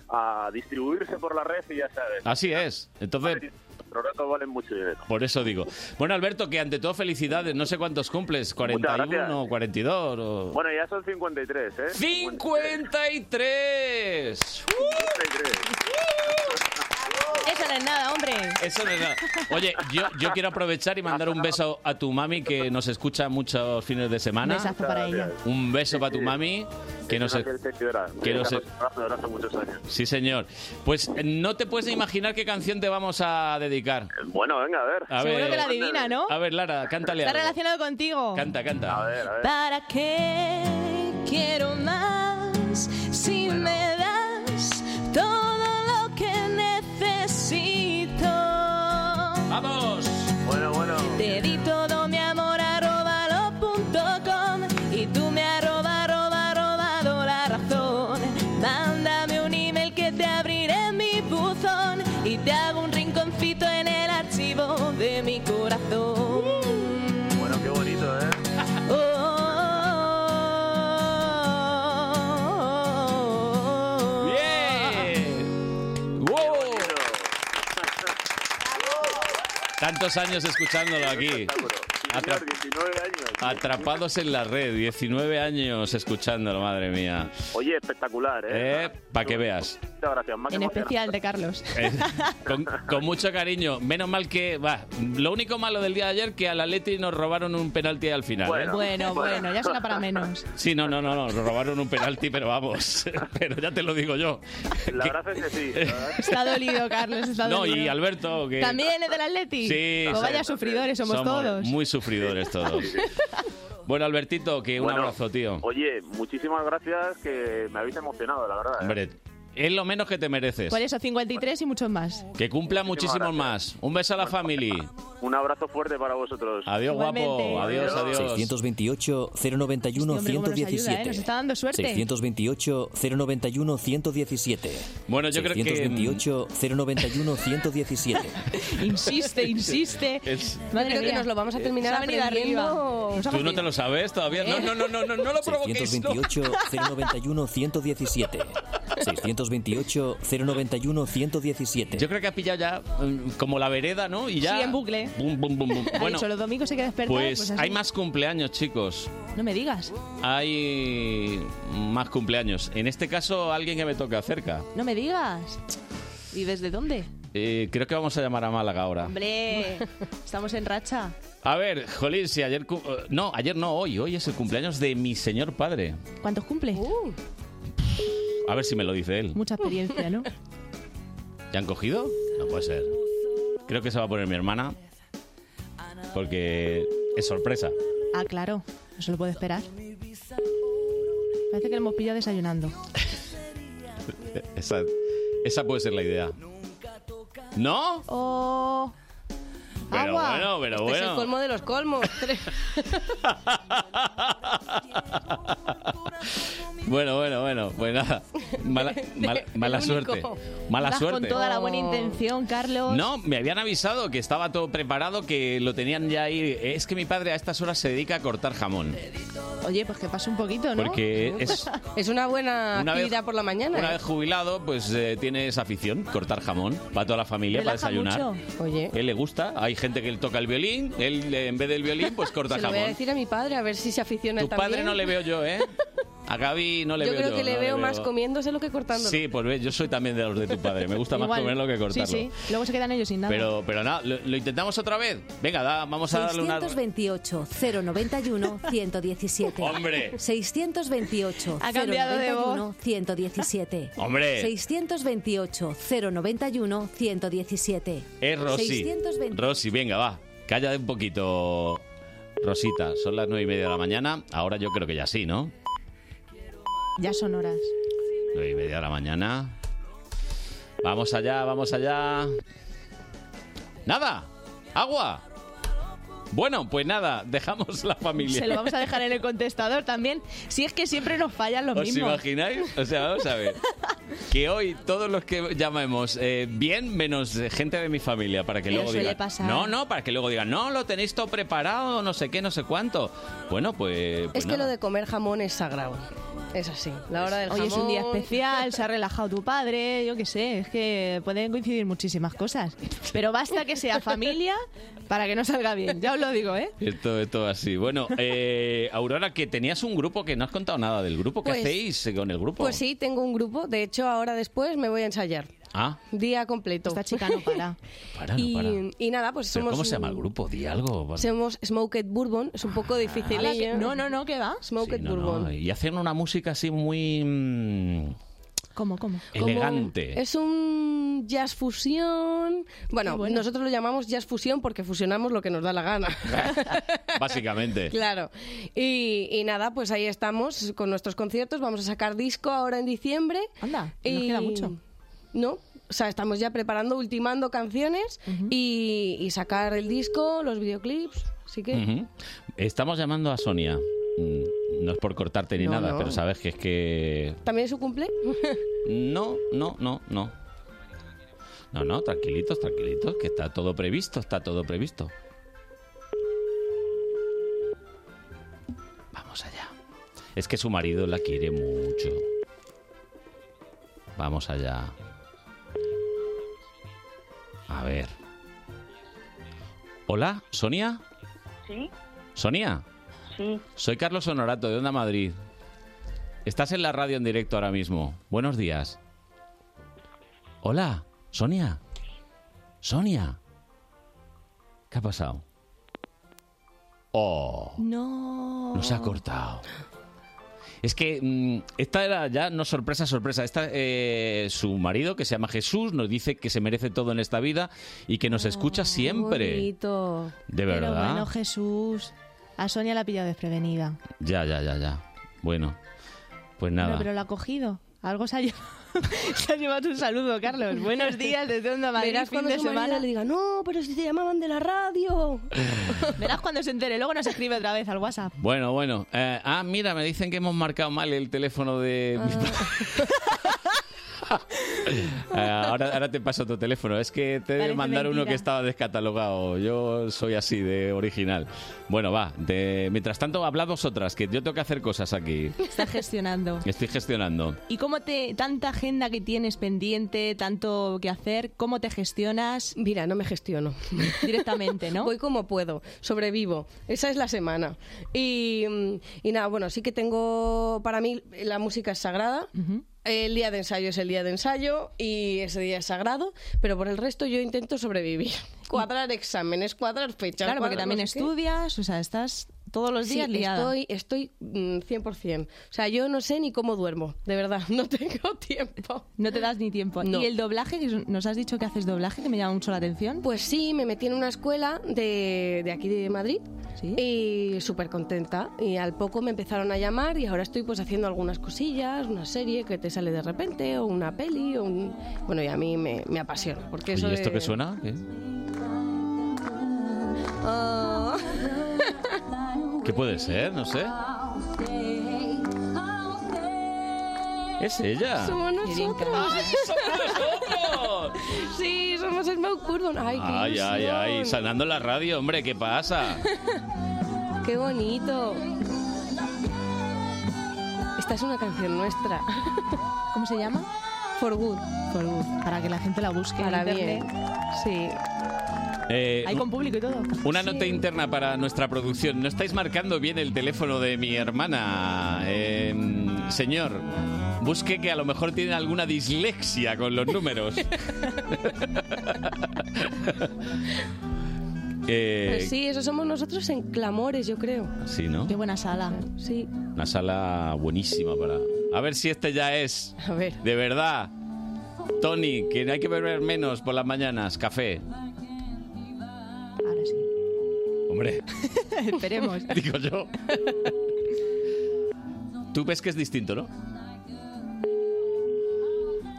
Speaker 13: a distribuirse por la red y ya sabes.
Speaker 1: Así es. Entonces,
Speaker 13: Los datos valen mucho dinero.
Speaker 1: por eso digo. Bueno, Alberto, que ante todo felicidades. No sé cuántos cumples, 41 o 42 o...
Speaker 13: Bueno, ya son 53, ¿eh?
Speaker 1: 53.
Speaker 13: 53.
Speaker 3: Eso no es nada, hombre.
Speaker 1: Eso no es nada. Oye, yo, yo quiero aprovechar y mandar un beso a tu mami que nos escucha muchos fines de semana.
Speaker 3: Un besazo para ella.
Speaker 1: Un beso para tu mami que nos
Speaker 13: Una fiel seguidora.
Speaker 1: que no
Speaker 13: Una
Speaker 1: se-
Speaker 13: persona de hace muchos años.
Speaker 1: Sí, señor. Pues eh, no te puedes imaginar qué canción te vamos a dedicar.
Speaker 13: Bueno, venga, a ver.
Speaker 1: A
Speaker 3: Seguro que la adivina, ¿no?
Speaker 1: A ver, Lara, cántale
Speaker 3: Está
Speaker 1: algo.
Speaker 3: relacionado contigo.
Speaker 1: Canta, canta. A ver, a
Speaker 3: ¿Para qué quiero más si me das todo lo que necesito?
Speaker 1: ¡Vamos!
Speaker 13: Bueno, bueno.
Speaker 3: Te di todo mi amor arroba lo punto com y tú me arroba arroba arroba do la razón. Mándame un email que te abriré mi buzón y te hago un rinconcito en el archivo de mi corazón.
Speaker 13: Bueno, qué bonito, ¿eh?
Speaker 1: Mm.
Speaker 3: Oh, oh, oh, oh, oh.
Speaker 1: ¡Bien! ¡Wow! Tantos años escuchándolo aquí. Atra-
Speaker 13: 19 años.
Speaker 1: Atrapados en la red, 19 años escuchándolo, madre mía.
Speaker 13: Oye, espectacular, ¿eh?
Speaker 1: Eh, para que veas.
Speaker 13: Muchas gracias. Más
Speaker 3: En
Speaker 13: emocionante.
Speaker 3: especial de Carlos.
Speaker 1: Eh, con, con mucho cariño. Menos mal que va. Lo único malo del día de ayer que al Atleti nos robaron un penalti al final. ¿eh?
Speaker 3: Bueno, bueno, ya suena para menos.
Speaker 1: Sí, no, no, no, no, nos robaron un penalti, pero vamos, pero ya te lo digo yo. La
Speaker 13: verdad es que sí.
Speaker 3: Está dolido, Carlos, está
Speaker 1: No,
Speaker 3: dolido.
Speaker 1: y Alberto, que
Speaker 3: ¿También es del Atleti?
Speaker 1: Sí,
Speaker 3: Pues
Speaker 1: sí.
Speaker 3: vaya sufridores somos, todos.
Speaker 1: muy sufridores todos. Bueno, Albertito, que un
Speaker 13: Bueno,
Speaker 1: abrazo, tío.
Speaker 13: Oye, muchísimas gracias que me habéis emocionado, la verdad. ¿eh?
Speaker 1: Hombre, es lo menos que te mereces.
Speaker 3: Por eso, 53 y muchos más.
Speaker 1: Que cumpla muchísimos más. Un beso a la familia.
Speaker 13: Un abrazo fuerte para vosotros.
Speaker 1: Adiós, guapo. Oh, Adiós, adiós.
Speaker 5: 628 091
Speaker 3: Hombre, cómo nos ayuda,
Speaker 5: 117.
Speaker 3: ¿eh? Nos está dando suerte.
Speaker 5: 628 091 117.
Speaker 1: Bueno, yo creo que-
Speaker 5: 628 091 117.
Speaker 3: Insiste, insiste.
Speaker 1: Es-
Speaker 4: Yo creo que nos lo vamos a terminar
Speaker 3: Nos ha venido
Speaker 4: aprendiendo.
Speaker 1: Tú no te lo sabes todavía. No, no, no, no, no, no lo provoquéis. no.
Speaker 5: 628 091 117. 628 091 117.
Speaker 1: Yo creo que ha pillado ya mm, como la vereda, ¿no? Y ya.
Speaker 3: Sí, en bucle.
Speaker 1: Bum, bum, bum, bum.
Speaker 3: Ha
Speaker 1: Bueno,
Speaker 3: dicho, los domingos se queda despertado.
Speaker 1: pues,
Speaker 3: así.
Speaker 1: hay más cumpleaños, chicos.
Speaker 3: No me digas,
Speaker 1: Hay más cumpleaños. En este caso, alguien que me toca cerca.
Speaker 3: no me digas. ¿Y desde dónde?
Speaker 1: Eh, creo que vamos a llamar a Málaga ahora.
Speaker 3: Hombre, estamos en racha.
Speaker 1: A ver, Jolín, si ayer... cu- eh, No, ayer no, hoy. Hoy es el cumpleaños de mi señor padre.
Speaker 3: ¿Cuántos cumple?
Speaker 1: A ver si me lo dice él.
Speaker 3: Mucha experiencia, ¿no?
Speaker 1: ¿Ya han cogido? No puede ser. Creo que se va a poner mi hermana. Porque es sorpresa.
Speaker 3: Ah, claro, no se lo puede esperar. Parece que lo hemos pillado desayunando.
Speaker 1: Esa, esa puede ser la idea. ¿No?
Speaker 3: Oh,
Speaker 1: Pero
Speaker 4: Agua.
Speaker 1: bueno, pero
Speaker 4: Este Es el
Speaker 1: bueno.
Speaker 4: colmo de los colmos.
Speaker 1: Bueno, bueno, bueno. Pues nada. Mala, mala- mala suerte. Mala
Speaker 3: Vas
Speaker 1: suerte.
Speaker 3: Con toda la buena intención, Carlos.
Speaker 1: No, me habían avisado que estaba todo preparado, que lo tenían ya ahí. Es que mi padre a estas horas se dedica a cortar jamón.
Speaker 3: Oye, pues que pase un poquito, ¿no?
Speaker 1: Porque es-
Speaker 4: Es una buena
Speaker 1: Una vez-
Speaker 4: actividad por la mañana.
Speaker 1: Una
Speaker 4: ¿eh?
Speaker 1: vez jubilado, pues eh, tiene esa afición, cortar jamón, para toda la familia,
Speaker 4: Relaja
Speaker 1: para desayunar.
Speaker 4: mucho. Oye.
Speaker 1: Él le gusta, hay gente que él toca el violín, él eh, en vez del violín, pues corta
Speaker 4: Se lo voy a
Speaker 1: jamón.
Speaker 4: decir a mi padre a ver si se aficiona
Speaker 1: Tu
Speaker 4: también.
Speaker 1: padre no le veo yo, ¿eh? A Gaby no le
Speaker 4: yo
Speaker 1: veo
Speaker 4: creo
Speaker 1: yo.
Speaker 4: que le
Speaker 1: no
Speaker 4: veo más comiéndoselo que cortándolo.
Speaker 1: Sí, pues ves, yo soy también de los de tu padre, me gusta más
Speaker 3: Igual.
Speaker 1: comerlo que cortarlo.
Speaker 3: Sí, sí. Luego se quedan ellos sin nada.
Speaker 1: Pero, pero nada, lo, lo intentamos otra vez. Venga, da- vamos a darle una...
Speaker 11: 628 091 117.
Speaker 1: Hombre.
Speaker 11: 628
Speaker 3: Ha cambiado de
Speaker 11: 091 117.
Speaker 1: Hombre.
Speaker 11: 628 091 117.
Speaker 1: Es Rosy.
Speaker 11: 620.
Speaker 1: Rosy, venga, va. Cállate un poquito, Rosita. Son las nueve y media de la mañana. Ahora yo creo que ya sí, ¿no?
Speaker 3: Ya son horas.
Speaker 1: Nueve y media de la mañana. Vamos allá, vamos allá. ¡Nada! ¡Agua! Bueno, pues nada, dejamos la familia.
Speaker 3: Se lo vamos a dejar en el contestador también. Si es que siempre nos fallan los
Speaker 1: ¿Os
Speaker 3: mismos.
Speaker 1: imagináis? O sea, vamos a ver. Que hoy todos los que llamemos eh, bien, menos eh, gente de mi familia, para que
Speaker 3: Pero
Speaker 1: luego
Speaker 3: suele
Speaker 1: digan.
Speaker 3: pasar.
Speaker 1: No, no, para que luego digan, no, lo tenéis todo preparado, no sé qué, no sé cuánto. Bueno, pues. pues
Speaker 4: es que
Speaker 1: nada.
Speaker 4: lo de comer jamón es sagrado. Es así. La hora del
Speaker 3: Hoy
Speaker 4: jamón.
Speaker 3: es un día especial, se ha relajado tu padre, yo qué sé, es que pueden coincidir muchísimas cosas. Pero basta que sea familia para que no salga bien, ya os lo digo, ¿eh?
Speaker 1: Esto es todo así. Bueno, eh, Aurora, que tenías un grupo que no has contado nada del grupo. ¿Qué
Speaker 4: Pues-
Speaker 1: hacéis eh, con el grupo?
Speaker 4: Pues sí, tengo un grupo. De hecho, ahora después me voy a ensayar.
Speaker 1: Ah,
Speaker 4: Día completo. Esta
Speaker 3: chica no para.
Speaker 1: para, no
Speaker 4: y,
Speaker 1: para.
Speaker 4: y nada, pues
Speaker 1: ¿Pero
Speaker 4: somos.
Speaker 1: ¿Cómo se
Speaker 4: un-
Speaker 1: llama el grupo? Di algo. por-
Speaker 4: Somos Smoked Bourbon. Es un poco difícil.
Speaker 3: Ala, que- Ah, no, no, no, ¿qué va?
Speaker 4: Smoked
Speaker 1: Sí, no, no,
Speaker 4: Bourbon.
Speaker 1: Y hacen una música así muy. mm,
Speaker 3: ¿Cómo, cómo?
Speaker 4: Como-
Speaker 1: elegante.
Speaker 4: Es un jazz fusión. Bueno,
Speaker 3: Qué bueno.
Speaker 4: nosotros lo llamamos jazz fusión porque fusionamos lo que nos da la gana.
Speaker 1: Básicamente.
Speaker 4: Claro. Y, y nada, pues ahí estamos con nuestros conciertos. Vamos a sacar disco ahora en diciembre.
Speaker 3: Anda,
Speaker 4: y...
Speaker 3: nos queda mucho.
Speaker 4: No. O sea, estamos ya preparando, ultimando canciones y, y sacar el disco, los videoclips. Así que.
Speaker 1: Ujú. Estamos llamando a Sonia. Mm, No es por cortarte ni
Speaker 4: No,
Speaker 1: nada,
Speaker 4: no.
Speaker 1: pero sabes que es que.
Speaker 4: ¿También es su cumple?
Speaker 1: No, no, no, no. No, no, tranquilitos, tranquilitos, que está todo previsto, está todo previsto. Vamos allá. Es que su marido la quiere mucho. Vamos allá. A ver. Hola, Sonia.
Speaker 9: ¿Sí?
Speaker 1: Sonia.
Speaker 9: Sí.
Speaker 1: Soy Carlos Honorato de Onda Madrid. Estás en la radio en directo ahora mismo. Buenos días. Hola, Sonia. Sonia. ¿Qué ha pasado? Oh.
Speaker 3: No.
Speaker 1: Nos ha cortado. Es que mm, esta era ya no sorpresa, sorpresa. Esta, eh, su marido, que se llama Jesús, nos dice que se merece todo en esta vida y que nos escucha siempre.
Speaker 7: Ah, Bonito.
Speaker 1: De
Speaker 7: Pero
Speaker 1: verdad.
Speaker 7: bueno, Jesús. A Sonia la ha pillado desprevenida.
Speaker 1: Ya, ya, ya, ya. Bueno, pues nada.
Speaker 7: No, pero la ha cogido. Algo se ha llevado. se ha llevado un saludo, Carlos. Buenos días desde Onda Madrid.
Speaker 4: Verás
Speaker 7: fin
Speaker 4: cuando
Speaker 7: de
Speaker 4: su marido
Speaker 7: semana.
Speaker 4: le diga, no, pero si te llamaban de la radio.
Speaker 7: Verás cuando se entere. Luego nos escribe otra vez al WhatsApp.
Speaker 1: Bueno, bueno. Eh, ah, mira, me dicen que hemos marcado mal el teléfono de... mi pa- Eh, ahora, ahora te paso tu teléfono. Es que te
Speaker 7: Parece
Speaker 1: debe mandar uno
Speaker 7: mentira.
Speaker 1: que estaba descatalogado. Yo soy así de original. Bueno, va. de- Mientras tanto, hablad vosotras, que yo tengo que hacer cosas aquí.
Speaker 7: Está gestionando.
Speaker 1: Estoy gestionando.
Speaker 7: ¿Y cómo te, tanta agenda que tienes pendiente, tanto que hacer, cómo te gestionas?
Speaker 4: Mira, no me gestiono.
Speaker 7: Directamente, ¿no?
Speaker 4: Voy como puedo, sobrevivo. Esa es la semana. Y, mm, y nada, bueno, sí que tengo, para mí la música es sagrada. El día de ensayo es el día de ensayo y ese día es sagrado, pero por el resto yo intento sobrevivir. Cuadrar exámenes, cuadrar fechas.
Speaker 7: Claro, porque
Speaker 4: cuadrar
Speaker 7: también
Speaker 4: no sé qué.
Speaker 7: estudias, o sea, estás todos los
Speaker 4: Sí,
Speaker 7: días liada.
Speaker 4: Estoy, estoy mm, 100%. O sea, yo no sé ni cómo duermo, de verdad, no tengo tiempo.
Speaker 7: No te das ni tiempo.
Speaker 4: No.
Speaker 7: ¿Y el doblaje? que ¿Nos has dicho que haces doblaje? Que me llama mucho la atención.
Speaker 4: Pues sí, me metí en una escuela de, de aquí de Madrid y súper contenta. Y al poco me empezaron a llamar y ahora estoy pues haciendo algunas cosillas, una serie que te sale de repente o una peli. O un... Bueno, y a mí me, me apasiona. Porque eso
Speaker 1: ¿Y esto
Speaker 4: de-
Speaker 1: qué suena? ¿Qué,
Speaker 4: Ah.
Speaker 1: qué puede ser? No sé. Es ella.
Speaker 4: Somos nosotros.
Speaker 1: ¡Ay, somos nosotros!
Speaker 4: sí, somos el Mount Curdon. Ay, qué
Speaker 1: Ay, ay,
Speaker 4: ilusión.
Speaker 1: ay. Sanando la radio, hombre, ¿qué pasa?
Speaker 4: Qué bonito. Esta es una canción nuestra.
Speaker 7: ¿Cómo se llama?
Speaker 4: For Good.
Speaker 7: For Good. Para que la gente la busque. en
Speaker 4: Para
Speaker 7: internet.
Speaker 4: bien. Sí.
Speaker 1: Eh,
Speaker 7: Ahí con público y todo.
Speaker 1: Una nota interna para nuestra producción. No estáis marcando bien el teléfono de mi hermana. Eh, señor, busque que a lo mejor tiene alguna dislexia con los números. Eh,
Speaker 4: Pues sí, eso somos nosotros en clamores, yo creo.
Speaker 1: sí, ¿no?
Speaker 7: Qué buena sala.
Speaker 4: Sí.
Speaker 1: Una sala buenísima para... A ver si este ya es.
Speaker 4: A ver.
Speaker 1: De verdad. Tony, que hay que beber menos por las mañanas. Café.
Speaker 7: Ahora sí.
Speaker 1: Hombre,
Speaker 7: Esperemos.
Speaker 1: digo yo. Tú ves que es distinto, ¿no?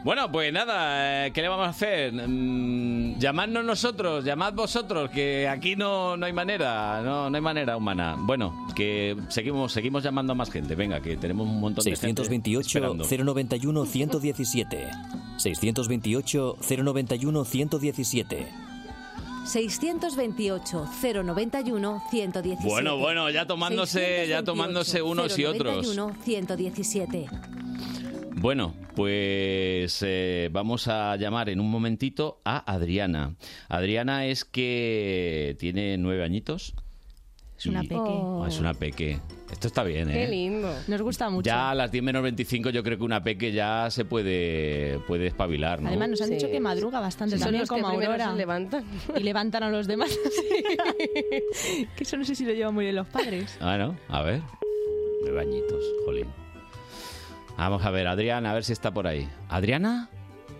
Speaker 1: Bueno, pues nada, eh, ¿qué le vamos a hacer? Mm, llamadnos nosotros, llamad vosotros, que aquí no, no hay manera, no, no hay manera humana. Bueno, que seguimos, seguimos llamando a más gente, venga, que tenemos un montón de gente
Speaker 5: 628
Speaker 1: esperando.
Speaker 5: 091 117. 628 091 117.
Speaker 11: 628 091 117.
Speaker 1: Bueno, bueno, ya tomándose, ya tomándose unos y otros.
Speaker 11: 091 117.
Speaker 1: Bueno, pues eh, vamos a llamar en un momentito a Adriana. Adriana es que tiene nueve añitos.
Speaker 7: Es una
Speaker 1: y-
Speaker 7: peque.
Speaker 1: Ah, es una peque. Esto está bien, ¿eh?
Speaker 4: lindo.
Speaker 7: Nos gusta mucho.
Speaker 1: Ya a las 10 menos 25 yo creo que una peque ya se puede, puede espabilar, ¿no?
Speaker 7: Además, nos han
Speaker 4: Sí.
Speaker 7: dicho que madruga bastante
Speaker 4: Sí, son
Speaker 7: también,
Speaker 4: los que
Speaker 7: como
Speaker 4: primero
Speaker 7: Aurora.
Speaker 4: se levantan.
Speaker 7: Y levantan a los demás. que eso no sé si lo llevan muy bien los padres.
Speaker 1: Ah, ¿no? A ver. Nueve añitos, jolín. Vamos a ver, Adriana, a ver si está por ahí. ¿Adriana?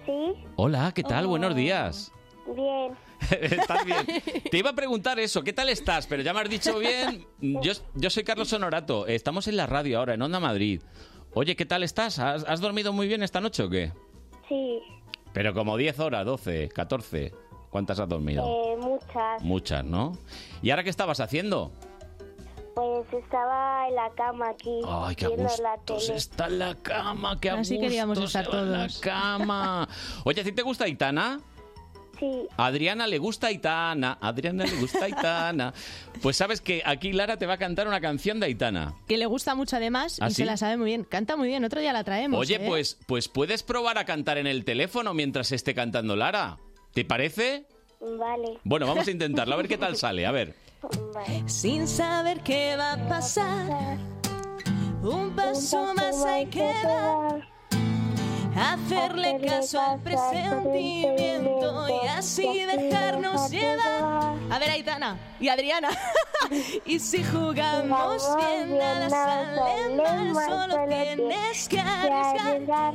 Speaker 14: Sí,
Speaker 1: Hola, ¿qué tal? Buenos días.
Speaker 14: bien.
Speaker 1: ¿Estás bien? Te iba a preguntar eso, ¿qué tal estás? Pero ya me has dicho bien. Yo, yo soy Carlos Honorato, estamos en la radio ahora, en Onda Madrid. Oye, ¿qué tal estás? ¿Has, has dormido muy bien esta noche o qué?
Speaker 14: Sí,
Speaker 1: Pero como 10 horas, 12, 14. ¿Cuántas has dormido?
Speaker 14: eh, muchas.
Speaker 1: Muchas, ¿no? ¿Y ahora qué estabas haciendo?
Speaker 14: Pues estaba en la cama aquí.
Speaker 1: Ay, qué a
Speaker 14: viendo la
Speaker 1: gusto se
Speaker 14: tele.
Speaker 1: está en la cama, qué a
Speaker 14: Así queríamos
Speaker 1: gusto se
Speaker 14: estar
Speaker 1: va en
Speaker 14: todos.
Speaker 1: la cama. Oye, ¿a ti te gusta Aitana?
Speaker 14: Sí,
Speaker 1: Adriana le gusta Aitana, Adriana le gusta Aitana. Pues sabes que aquí Lara te va a cantar una canción de Aitana.
Speaker 7: Que le gusta mucho además
Speaker 1: ¿Ah,
Speaker 7: y
Speaker 1: sí?
Speaker 7: se la sabe muy bien. Canta muy bien, otro día la traemos.
Speaker 1: Oye,
Speaker 7: ¿eh?
Speaker 1: pues, pues puedes probar a cantar en el teléfono mientras esté cantando Lara. ¿Te parece?
Speaker 14: vale.
Speaker 1: Bueno, vamos a intentarlo, a ver qué tal sale, a ver.
Speaker 3: Sin saber qué va a pasar, un paso más hay que dar. hacerle caso al presentimiento y así dejarnos llevar. A ver, Aitana y Adriana. y si jugamos bien, nada sale mal, solo tienes que arriesgar.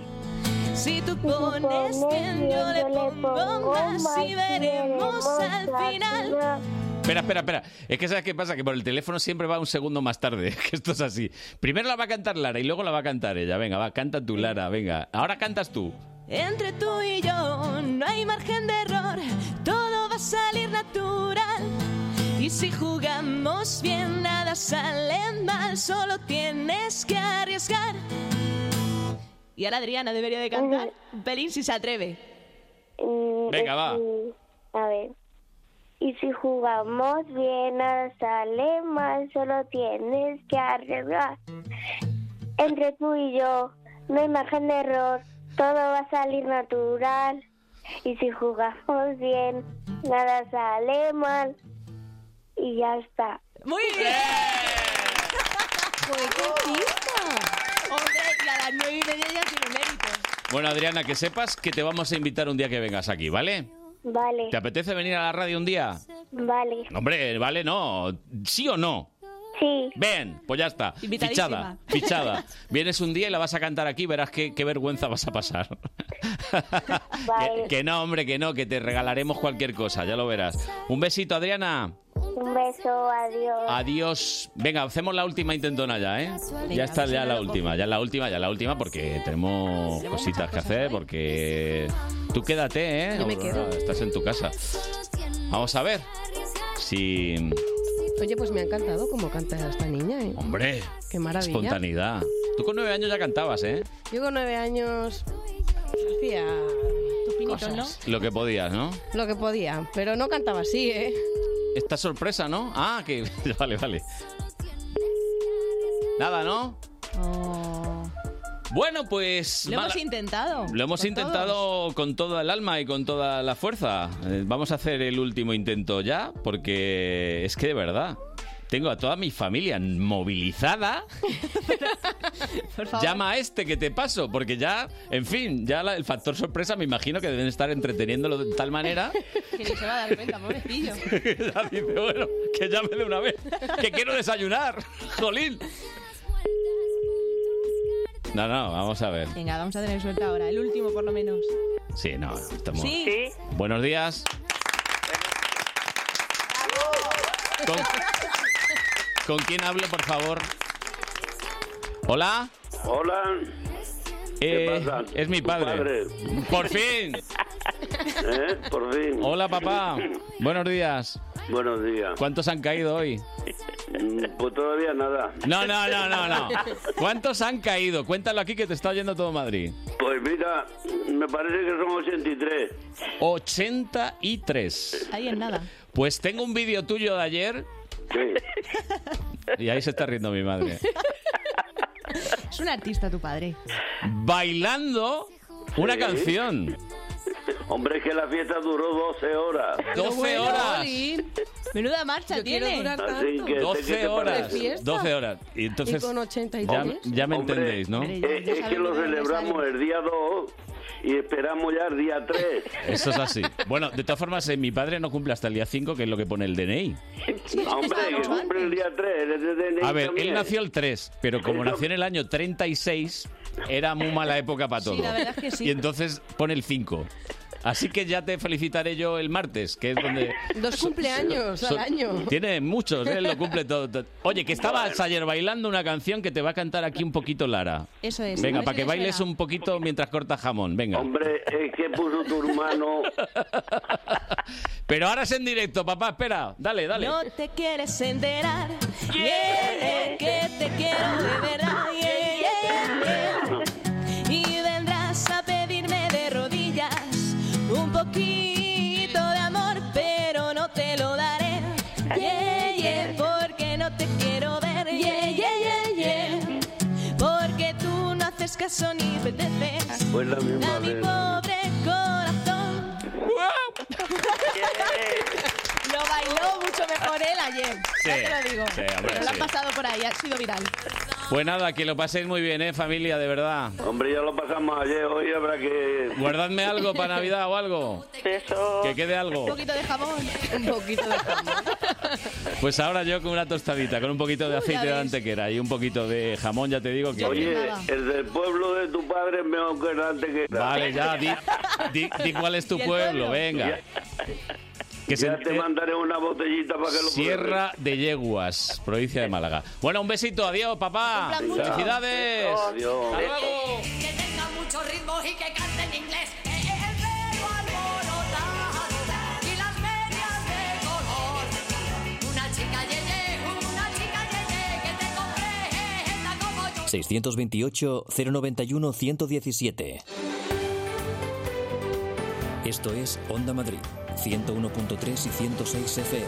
Speaker 3: Si tú pones bien, yo le pongo más y veremos al final.
Speaker 1: Espera, espera, espera. Es que sabes qué pasa, que por el teléfono siempre va un segundo más tarde. Que esto es así. Primero la va a cantar Lara y luego la va a cantar ella. Venga, va, canta tú, Lara, venga. Ahora cantas tú.
Speaker 3: Entre tú y yo no hay margen de error, todo va a salir natural. Y si jugamos bien, nada sale mal, solo tienes que arriesgar. Y ahora Adriana debería de cantar un pelín si se atreve.
Speaker 1: Venga, va.
Speaker 14: Mm, A ver. Y si jugamos bien, nada sale mal, solo tienes que arriesgar. Entre tú y yo, no hay margen de error, todo va a salir natural. Y si jugamos bien, nada sale mal. Y ya está.
Speaker 3: ¡Muy bien! ¡Pues qué Hombre, y a las nueve y media ya tiene mérito.
Speaker 1: Bueno, Adriana, que sepas que te vamos a invitar un día que vengas aquí, ¿vale?
Speaker 14: Vale,
Speaker 1: ¿Te apetece venir a la radio un día?
Speaker 14: vale.
Speaker 1: Hombre, vale, no. ¿Sí o no?
Speaker 14: Sí.
Speaker 1: Ven, pues ya está.
Speaker 14: Invitadísima.
Speaker 1: Fichada, fichada. Vienes un día y la vas a cantar aquí, verás qué, qué vergüenza vas a pasar. que, que no, hombre, que no, que te regalaremos cualquier cosa, ya lo verás. Un besito, Adriana.
Speaker 14: Un beso, adiós.
Speaker 1: Adiós. Venga, hacemos la última intentona ya, ¿eh? Ya está ya la última, ya la última, ya la última, porque tenemos cositas que hacer, porque tú quédate, ¿eh?
Speaker 4: Yo me quedo.
Speaker 1: Estás en tu casa. Vamos a ver si...
Speaker 4: Oye, pues me ha encantado cómo canta esta niña, ¿eh?
Speaker 1: Hombre,
Speaker 4: Qué maravilla.
Speaker 1: espontaneidad. Tú con nueve años ya cantabas, ¿eh?
Speaker 4: Yo con nueve años hacía cosas.
Speaker 1: Lo que podías, ¿no?
Speaker 4: Lo que podía, pero no cantaba así, ¿eh?
Speaker 1: Esta sorpresa, ¿no? Ah, que... Vale, vale. Nada, ¿no?
Speaker 4: Oh.
Speaker 1: Bueno, pues...
Speaker 7: Lo hemos
Speaker 1: mala-
Speaker 7: intentado.
Speaker 1: Lo hemos
Speaker 7: Con
Speaker 1: intentado con toda el alma y con toda la fuerza. Eh, Vamos a hacer el último intento ya, porque es que de verdad tengo a toda mi familia movilizada. Llama a este que te paso, porque ya, en fin, ya la- el factor sorpresa me imagino que deben estar entreteniéndolo de tal manera
Speaker 7: Que ni se va a dar cuenta, pobrecillo.
Speaker 1: que ya dice, bueno, que llame de una vez, que quiero desayunar, jolín. No, no, vamos a ver.
Speaker 7: Venga, vamos a tener suerte ahora. El último, por lo menos.
Speaker 1: Sí, no, no, estamos...
Speaker 7: Sí.
Speaker 1: Buenos días. ¿Con, con quién hablo, por favor? Hola.
Speaker 12: Hola.
Speaker 1: Eh, Es mi padre. Por fin.
Speaker 12: ¿Eh? Por fin.
Speaker 1: Hola, papá. Buenos días.
Speaker 12: Buenos días.
Speaker 1: ¿Cuántos han caído hoy?
Speaker 12: Mm, Pues todavía nada.
Speaker 1: No, no, no, no, no. ¿Cuántos han caído? Cuéntalo aquí que te está oyendo todo Madrid.
Speaker 12: Pues mira, me parece que son 83.
Speaker 1: 83.
Speaker 7: Ahí en nada.
Speaker 1: Pues tengo un vídeo tuyo de ayer. Y ahí se está riendo mi madre.
Speaker 7: Es un artista tu padre.
Speaker 1: Bailando una
Speaker 12: Sí.
Speaker 1: canción.
Speaker 12: Hombre, es que la fiesta duró 12 horas.
Speaker 1: 12 horas.
Speaker 7: Menuda marcha
Speaker 4: quiero
Speaker 7: tiene.
Speaker 4: durar tanto.
Speaker 12: Así que
Speaker 1: 12 horas.
Speaker 4: ¿De fiesta?
Speaker 1: 12 horas. Y entonces.
Speaker 4: ¿Y con
Speaker 1: ya,
Speaker 4: 83?
Speaker 1: ya me entendéis, ¿no?
Speaker 12: Eh, es que lo celebramos el día 2 y esperamos ya el día 3.
Speaker 1: Eso es así. Bueno, de todas formas, eh, mi padre no cumple hasta el día 5, que es lo que pone el DNI.
Speaker 12: Hombre, que cumple el día 3.
Speaker 1: A ver, él nació el 3, pero como nació en el año 36, era muy mala época para
Speaker 12: Sí,
Speaker 1: todo.
Speaker 12: la verdad es que sí.
Speaker 1: Y entonces pone el 5. Así que ya te felicitaré yo el martes, que es donde...
Speaker 4: Dos cumpleaños al
Speaker 1: son-
Speaker 4: año.
Speaker 1: Tiene muchos, él lo cumple todo, todo. Oye, que estabas ayer bailando una canción que te va a cantar aquí un poquito Lara.
Speaker 7: Eso es.
Speaker 1: Venga,
Speaker 7: A ver
Speaker 1: para
Speaker 7: si
Speaker 1: que
Speaker 7: le
Speaker 1: bailes
Speaker 7: suena.
Speaker 1: un poquito mientras corta jamón, venga.
Speaker 12: Hombre, es que puso tu hermano.
Speaker 1: Pero ahora es en directo, papá, espera, dale, dale.
Speaker 3: No te quieres enterar. Yeah, que te quiero de verdad. Yeah, yeah, yeah. Y vendrás a pedirme de rodillas un poquito de amor, pero no te lo daré. Yeah, yeah, porque no te quiero ver. Yeah, yeah, yeah, yeah. Porque tú no haces caso ni perteneces
Speaker 12: Pues la misma vez.
Speaker 3: pobre corazón.
Speaker 1: Lo
Speaker 3: bailó mucho
Speaker 7: mucho mejor él ayer.
Speaker 1: Sí,
Speaker 7: ya te lo digo.
Speaker 1: sí, hombre,
Speaker 7: Pero lo han
Speaker 1: sí.
Speaker 7: pasado por ahí, ha sido viral.
Speaker 1: Pues nada, que lo paséis muy bien, ¿eh, familia? De verdad.
Speaker 12: Hombre, ya lo pasamos ayer, hoy habrá que...
Speaker 1: Guardadme algo para Navidad o algo. Que quede algo.
Speaker 7: poquito de jamón.
Speaker 3: Un poquito de jamón.
Speaker 1: Pues ahora yo con una tostadita, con un poquito de
Speaker 12: ya
Speaker 1: aceite de
Speaker 12: ves.
Speaker 1: antequera y un poquito de jamón, ya te digo que...
Speaker 12: Oye, el del pueblo de tu padre es mejor que el antes que...
Speaker 1: Vale, ya, di, di- di cuál es tu
Speaker 12: ¿Y el
Speaker 1: pueblo,
Speaker 12: pueblo?
Speaker 1: venga.
Speaker 12: Ya. Ya te mandaré una botellita para que lo
Speaker 1: Sierra de Yeguas, provincia de Málaga. Bueno, un besito, adiós, papá.
Speaker 12: Cumplan mucho.
Speaker 1: Felicidades.
Speaker 12: Adiós.
Speaker 1: Hasta luego.
Speaker 8: Que tenga mucho ritmo y que cante en inglés. Eh, eh, El verbo alborotado y las medias de color. Una chica yeye, una chica yeye que te compré.
Speaker 15: 628-091-117. Esto es Onda Madrid, 101.3 y 106 FM.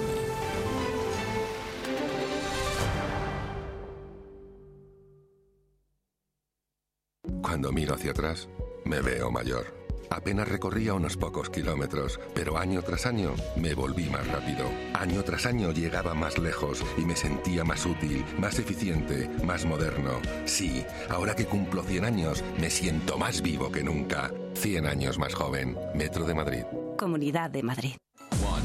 Speaker 16: Cuando miro hacia atrás, me veo mayor. Apenas recorría unos pocos kilómetros, pero año tras año me volví más rápido. Año tras año llegaba más lejos y me sentía más útil, más eficiente, más moderno. Sí, ahora que cumplo 100 años, me siento más vivo que nunca. 100 años más joven, Metro de Madrid.
Speaker 17: Comunidad de Madrid.
Speaker 5: One,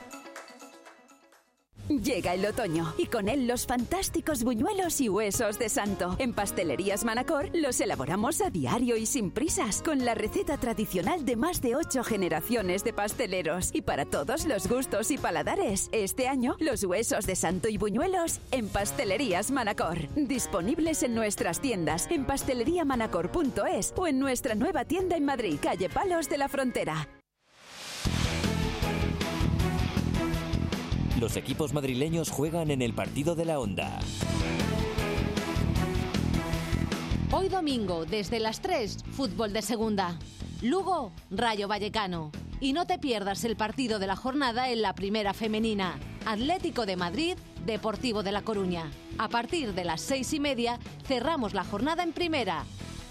Speaker 2: Llega el otoño y con él los fantásticos buñuelos y huesos de santo. En Pastelerías Manacor los elaboramos a diario y sin prisas, con la receta tradicional de más de ocho generaciones de pasteleros y para todos los gustos y paladares. Este año, los huesos de santo y buñuelos en Pastelerías Manacor. Disponibles en nuestras tiendas en pasteleriamanacor.es o en nuestra nueva tienda en Madrid, calle Palos de la Frontera.
Speaker 15: Los equipos madrileños juegan en el partido de la Onda.
Speaker 11: Hoy domingo, desde las 3, fútbol de segunda. Lugo, Rayo Vallecano. Y no te pierdas el partido de la jornada en la primera femenina. Atlético de Madrid, Deportivo de La Coruña. A partir de las seis y media, cerramos la jornada en primera.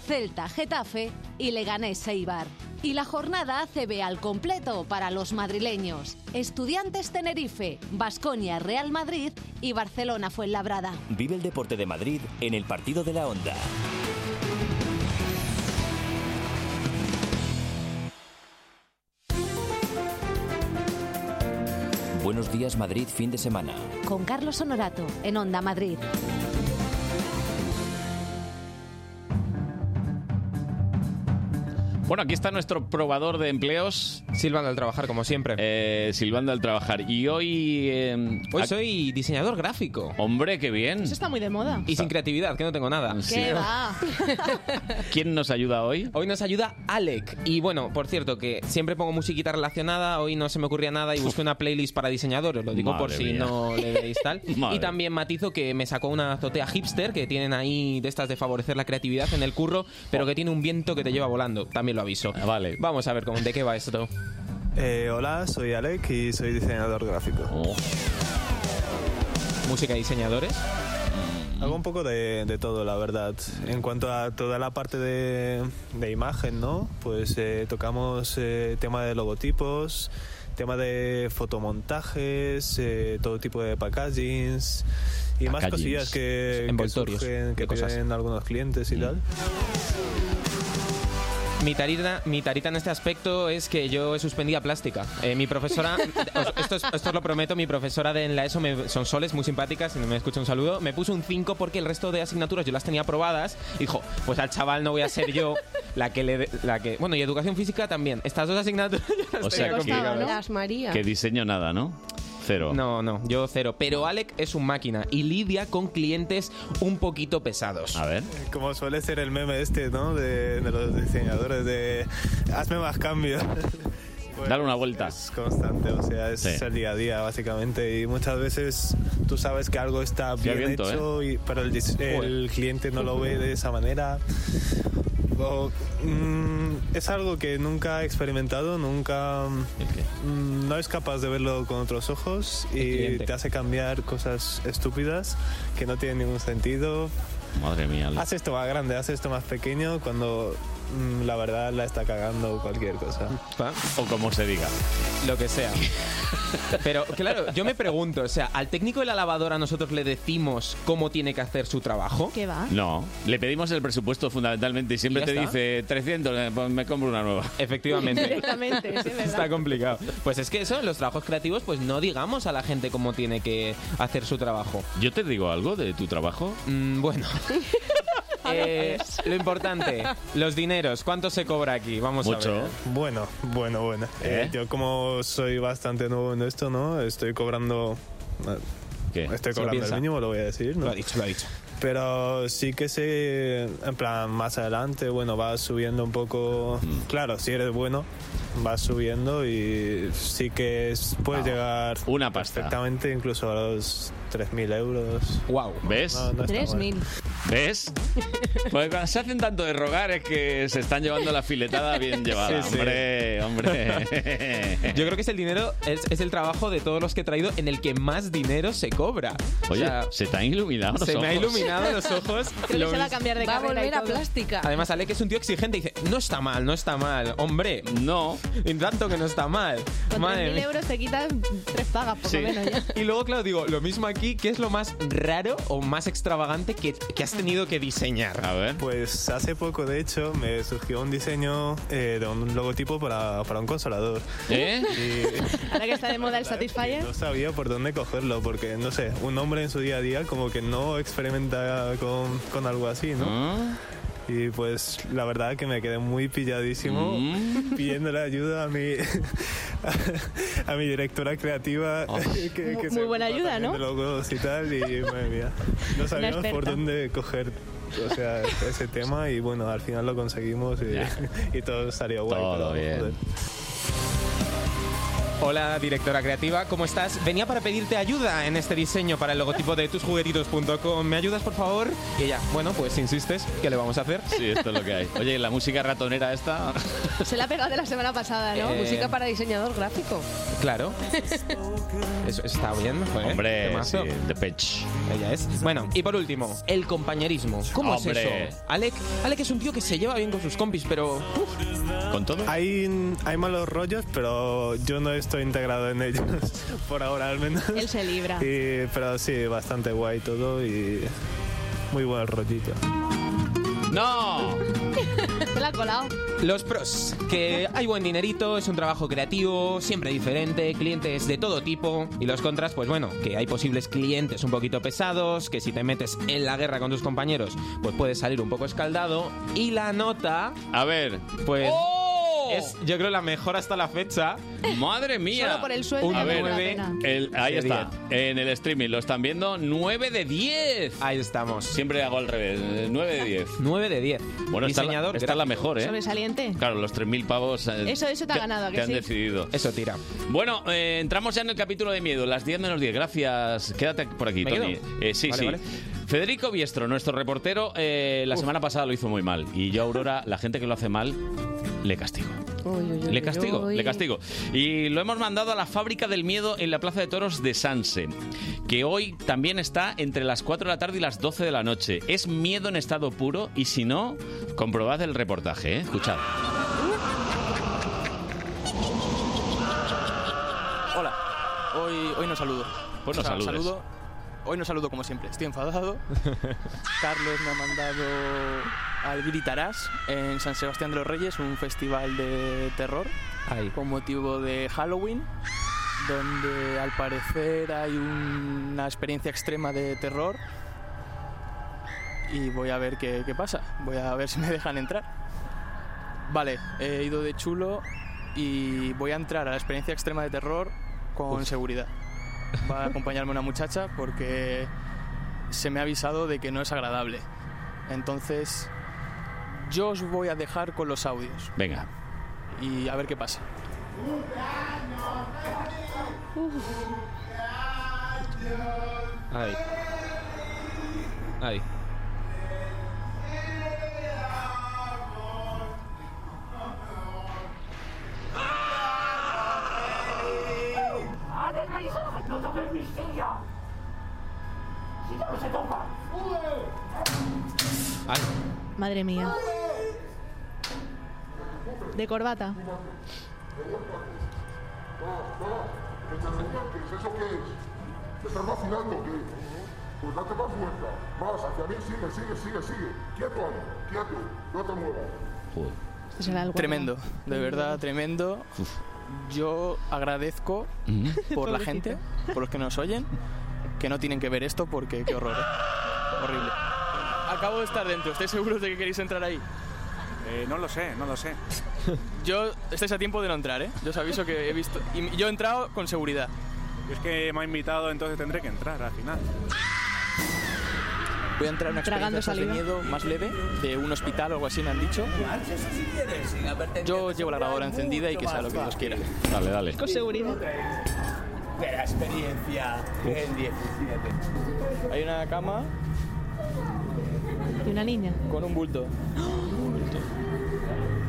Speaker 11: Celta, Getafe y Leganés Seibar. Y la jornada ACB al completo para los madrileños. Estudiantes Tenerife, Basconia, Real Madrid y Barcelona Fuenlabrada.
Speaker 15: Vive el deporte de Madrid en el partido de la Onda. Buenos días Madrid, fin de semana.
Speaker 11: Con Carlos Honorato, en Onda Madrid.
Speaker 1: Bueno, aquí está nuestro probador de empleos. Silvando al trabajar, como siempre. silvando al trabajar. Y hoy... hoy soy diseñador gráfico. Hombre, qué bien.
Speaker 7: Eso está muy de moda.
Speaker 1: Mm. sin creatividad, que no tengo nada.
Speaker 7: ¿Qué va?
Speaker 1: ¿Quién nos ayuda hoy?
Speaker 10: Hoy nos ayuda Alec. Y bueno, por cierto, que siempre pongo musiquita relacionada, hoy no se me ocurría nada y busqué una playlist para diseñadores, lo digo por
Speaker 1: Madre
Speaker 10: si
Speaker 1: mía.
Speaker 10: no le veis tal.
Speaker 1: Madre.
Speaker 10: y también matizo que me sacó una azotea hipster que tienen ahí de estas de favorecer la creatividad en el curro,
Speaker 1: Oh.
Speaker 10: pero que tiene un viento que te lleva volando, también lo aviso.
Speaker 1: Ah,
Speaker 10: Vale. Vamos a ver cómo, de qué va esto.
Speaker 18: Eh, hola, soy Alec y soy diseñador gráfico.
Speaker 10: ¿Música y diseñadores?
Speaker 18: Hago un poco de, de todo, la verdad. En cuanto a toda la parte de, de imagen, ¿no? Pues eh, tocamos eh, tema de logotipos, tema de fotomontajes, eh, todo tipo de packagings y más
Speaker 10: Packagings.
Speaker 18: cosillas que, que
Speaker 10: Envoltorios
Speaker 18: surgen, que
Speaker 10: de cosas. Mm.
Speaker 18: tienen algunos clientes y tal.
Speaker 10: Mi tarita, mi tarita en este aspecto es que yo he suspendido plástica. Eh, mi profesora, os- esto, es- esto os lo prometo, mi profesora de en la ESO me- son soles, muy simpáticas, si no me escucha un saludo, me puso un 5 porque el resto de asignaturas yo las tenía aprobadas. y Dijo, pues al chaval no voy a ser yo la que le... dé- La que, bueno, y educación física también. Estas dos asignaturas yo las
Speaker 1: O sea
Speaker 10: tenía
Speaker 1: que-
Speaker 10: complicadas.
Speaker 3: Las María.
Speaker 1: Que diseño nada, ¿no? Cero.
Speaker 10: No, no, yo cero. Pero Alec es un máquina y lidia con clientes un poquito pesados.
Speaker 1: A ver.
Speaker 18: Como suele ser el meme este, ¿no? De, de los diseñadores de hazme más cambios.
Speaker 1: Dale una vuelta.
Speaker 18: Es constante, o sea, es
Speaker 1: Sí.
Speaker 18: el día a día, básicamente. Y muchas veces tú sabes que algo está
Speaker 1: Sí, ¿eh? hay
Speaker 18: bien
Speaker 1: viento,
Speaker 18: hecho, y, pero el, dis- el cliente no lo ve de esa manera. O, mm, es algo que nunca he experimentado, nunca. mm, no es capaz de verlo con otros ojos y
Speaker 1: cliente.
Speaker 18: te hace cambiar cosas estúpidas que no tienen ningún sentido.
Speaker 1: Madre mía.
Speaker 10: ¿Ah,
Speaker 1: Alex.
Speaker 18: Haz esto más grande, haz esto más pequeño cuando mm, la verdad la está cagando cualquier cosa.
Speaker 1: O como se diga.
Speaker 10: Lo que sea. Pero claro, yo me pregunto, o sea, ¿al técnico de la lavadora nosotros le decimos cómo tiene que hacer su trabajo?
Speaker 7: ¿Qué va?
Speaker 1: No, le pedimos el presupuesto fundamentalmente y siempre
Speaker 10: ¿Y
Speaker 1: te
Speaker 10: ya está?
Speaker 1: dice 300, eh, pues me compro una nueva.
Speaker 10: Efectivamente.
Speaker 7: Directamente, sí, ¿verdad?
Speaker 10: Está complicado. Pues es que eso, en los trabajos creativos, pues no digamos a la gente cómo tiene que hacer su trabajo. Mm,
Speaker 1: ¿Yo te digo algo de tu trabajo?
Speaker 10: bueno. Eh, lo importante, los dineros. ¿Cuánto se cobra aquí? Vamos a ver.
Speaker 18: Bueno, bueno, bueno.
Speaker 10: ¿Eh?
Speaker 18: Eh, yo como soy bastante nuevo en esto, ¿no? Estoy cobrando... eh,
Speaker 1: ¿Qué?
Speaker 18: Estoy
Speaker 10: Se lo
Speaker 18: cobrando el
Speaker 10: piensa.
Speaker 18: mínimo, lo voy a decir. ¿no?
Speaker 10: Lo ha dicho, lo ha dicho.
Speaker 18: Pero sí que sé, en plan, más adelante, bueno, vas subiendo un poco...
Speaker 1: Mm.
Speaker 18: Claro, si eres bueno, vas subiendo y sí que es- puedes llegar...
Speaker 1: Una pasta.
Speaker 18: Perfectamente, incluso a los 3.000 euros.
Speaker 10: Wow.
Speaker 1: ¿Ves?
Speaker 18: No, no está mal.
Speaker 7: 3.000.
Speaker 1: ¿Ves? Pues cuando se hacen tanto de rogar es que se están llevando la filetada bien llevada.
Speaker 10: Sí, sí.
Speaker 1: Hombre, hombre.
Speaker 10: Yo creo que es el dinero, es, es el trabajo de todos los que he traído en el que más dinero se cobra. O
Speaker 1: Oye,
Speaker 10: sea,
Speaker 1: se te han iluminado los
Speaker 10: se me ha
Speaker 1: ojos.
Speaker 10: iluminado los ojos.
Speaker 7: Creo
Speaker 10: Lo
Speaker 7: que se va a
Speaker 10: mismo.
Speaker 7: cambiar de
Speaker 4: Va a
Speaker 7: carrera y
Speaker 4: volver a
Speaker 7: todo.
Speaker 4: plástica.
Speaker 10: Además, Ale, que es un tío exigente, dice, no está mal, no está mal, hombre.
Speaker 1: No.
Speaker 10: Y tanto que no está mal.
Speaker 7: Con
Speaker 10: Madre
Speaker 7: 3.000
Speaker 10: mía.
Speaker 7: euros te quitas tres pagas, por
Speaker 10: Sí.
Speaker 7: lo menos. Ya.
Speaker 10: Y luego, claro, digo, lo mismo aquí, ¿qué es lo más raro o más extravagante que, que has tenido que diseñar?
Speaker 1: A ver.
Speaker 18: Pues hace poco, de hecho, me surgió un diseño eh, de un logotipo para, para un consolador.
Speaker 1: ¿Eh?
Speaker 18: Y
Speaker 7: Ahora que está de moda el Satisfyer.
Speaker 18: no sabía por dónde cogerlo, porque, no sé, un hombre en su día a día como que no experimenta con, con algo así, ¿no?
Speaker 1: Ah.
Speaker 18: Y pues la verdad que me quedé muy pilladísimo
Speaker 1: Mm.
Speaker 18: pidiéndole ayuda a mi, a, mi directora creativa.
Speaker 1: Ah.
Speaker 18: que- que
Speaker 7: Muy-
Speaker 18: se
Speaker 7: muy buena
Speaker 18: ocupa
Speaker 7: ayuda,
Speaker 18: también
Speaker 7: ¿no?
Speaker 18: de logos y tal, y madre mía, no sabíamos por
Speaker 7: experta.
Speaker 18: dónde coger. O sea, ese tema y bueno, al final lo conseguimos y, y todo salió guay.
Speaker 1: Todo
Speaker 18: pero, joder.
Speaker 1: bien.
Speaker 10: Hola, directora creativa, ¿cómo estás? Venía para pedirte ayuda en este diseño para el logotipo de tusjuguetitos.com. ¿Me ayudas, por favor? Y ella, bueno, pues insistes, ¿qué le vamos a hacer?
Speaker 1: Sí, esto es lo que hay. Oye, ¿y la música ratonera esta.
Speaker 7: Se la ha pegado de la semana pasada, ¿no?
Speaker 10: Eh,
Speaker 4: Música para diseñador gráfico.
Speaker 10: Claro. Eso está bien, joder.
Speaker 1: Hombre, sí,
Speaker 10: Temazo.
Speaker 1: The Pitch.
Speaker 10: Ella es. Bueno, y por último, el compañerismo. ¿Cómo
Speaker 1: Hombre.
Speaker 10: es eso? Alec, Alec es un tío que se lleva bien con sus compis, pero. uf,
Speaker 1: ¿Con todo?
Speaker 18: Hay, hay malos rollos, pero yo no estoy integrado en ellos, por ahora al menos.
Speaker 7: Él se libra.
Speaker 18: Y- pero sí, bastante guay todo y muy buen rollito.
Speaker 1: ¡No!
Speaker 7: Te la ha colado.
Speaker 10: Los pros, que hay buen dinerito, es un trabajo creativo, siempre diferente, clientes de todo tipo. Y los contras, pues bueno, que hay posibles clientes un poquito pesados, que si te metes en la guerra con tus compañeros, pues puedes salir un poco escaldado. Y la nota,
Speaker 1: A ver. ¡Oh!
Speaker 10: pues... Es, yo creo, la mejor hasta la fecha.
Speaker 1: ¡Madre mía!
Speaker 7: Solo por el sueldo
Speaker 10: Un
Speaker 7: ya merece la
Speaker 10: nueve.
Speaker 7: pena.
Speaker 1: El- ahí
Speaker 10: De
Speaker 1: está, en el streaming, lo están viendo, 9 de 10.
Speaker 10: Ahí estamos.
Speaker 1: Siempre hago al revés, 9 de 10.
Speaker 10: 9 de 10.
Speaker 1: Bueno, esta,
Speaker 10: Diseñador
Speaker 1: la- esta es la mejor, ¿eh?
Speaker 7: Sobresaliente.
Speaker 1: Claro, los 3.000 pavos. eh,
Speaker 7: Eso- eso te ha ganado, ¿a que
Speaker 1: han
Speaker 7: sí?
Speaker 1: decidido.
Speaker 10: Eso tira.
Speaker 1: Bueno, eh, entramos ya en el capítulo de miedo, las 10 menos 10. Gracias. Quédate por aquí,
Speaker 10: ¿Me
Speaker 1: Tony.
Speaker 10: quedo?
Speaker 1: Eh, sí,
Speaker 10: Vale,
Speaker 1: sí.
Speaker 10: vale.
Speaker 1: Federico Biestro, nuestro reportero, eh, la semana pasada lo hizo muy mal. Y yo, Aurora, la gente que lo hace mal, le castigo. Le castigo, le castigo. Y lo hemos mandado a la fábrica del miedo en la Plaza de Toros de Sanse, que hoy también está entre las 4 de la tarde y las 12 de la noche. Es miedo en estado puro y si no, comprobad el reportaje, ¿eh? escuchad.
Speaker 19: Hola, hoy, hoy no saludo.
Speaker 1: Pues no saludes.
Speaker 19: saludo. Hoy no saludo como siempre, estoy enfadado. Carlos me ha mandado al Gritarás en San Sebastián de los Reyes, un festival de terror con motivo de Halloween, donde al parecer hay un- una experiencia extrema de terror. Y voy a ver qué, qué pasa, voy a ver si me dejan entrar. Vale, he ido de chulo y voy a entrar a la experiencia extrema de terror con
Speaker 10: Uf.
Speaker 19: seguridad. Va a acompañarme una muchacha porque se me ha avisado de que no es agradable. Entonces, yo os voy a dejar con los audios
Speaker 1: Venga.
Speaker 19: y a ver qué pasa.
Speaker 20: Ahí. Ahí. Ay.
Speaker 7: Madre mía. De corbata.
Speaker 8: ¿Qué es eso qué es? ¿Te estás vacilando o qué? Pues date más vuelta. Vas hacia mí, sigue, sigue, sigue, sigue. Quieto, ahí, quieto. No te muevas.
Speaker 7: Este será el guarda.
Speaker 19: Tremendo, de verdad, tremendo. Yo agradezco por la
Speaker 7: Pobrecito.
Speaker 19: gente, por los que nos oyen, que no tienen que ver esto porque qué horror. ¿eh? Horrible. Acabo de estar dentro, ¿estáis seguros de que queréis entrar ahí? Eh, no lo sé, no lo sé. Yo estáis a tiempo de no entrar, ¿eh? Yo os aviso que he visto... Y yo he entrado con seguridad. Es que me ha invitado, entonces tendré que entrar al final. Voy a entrar en una experiencia
Speaker 7: Tragando
Speaker 19: estas de
Speaker 7: saliva.
Speaker 19: miedo más leve, de un hospital o algo así, me han dicho. Yo llevo la grabadora encendida y que sea lo que Dios quiera.
Speaker 1: Dale, dale.
Speaker 7: Con seguridad.
Speaker 19: De la experiencia en 17. Hay una cama
Speaker 7: Y una niña.
Speaker 19: con un bulto.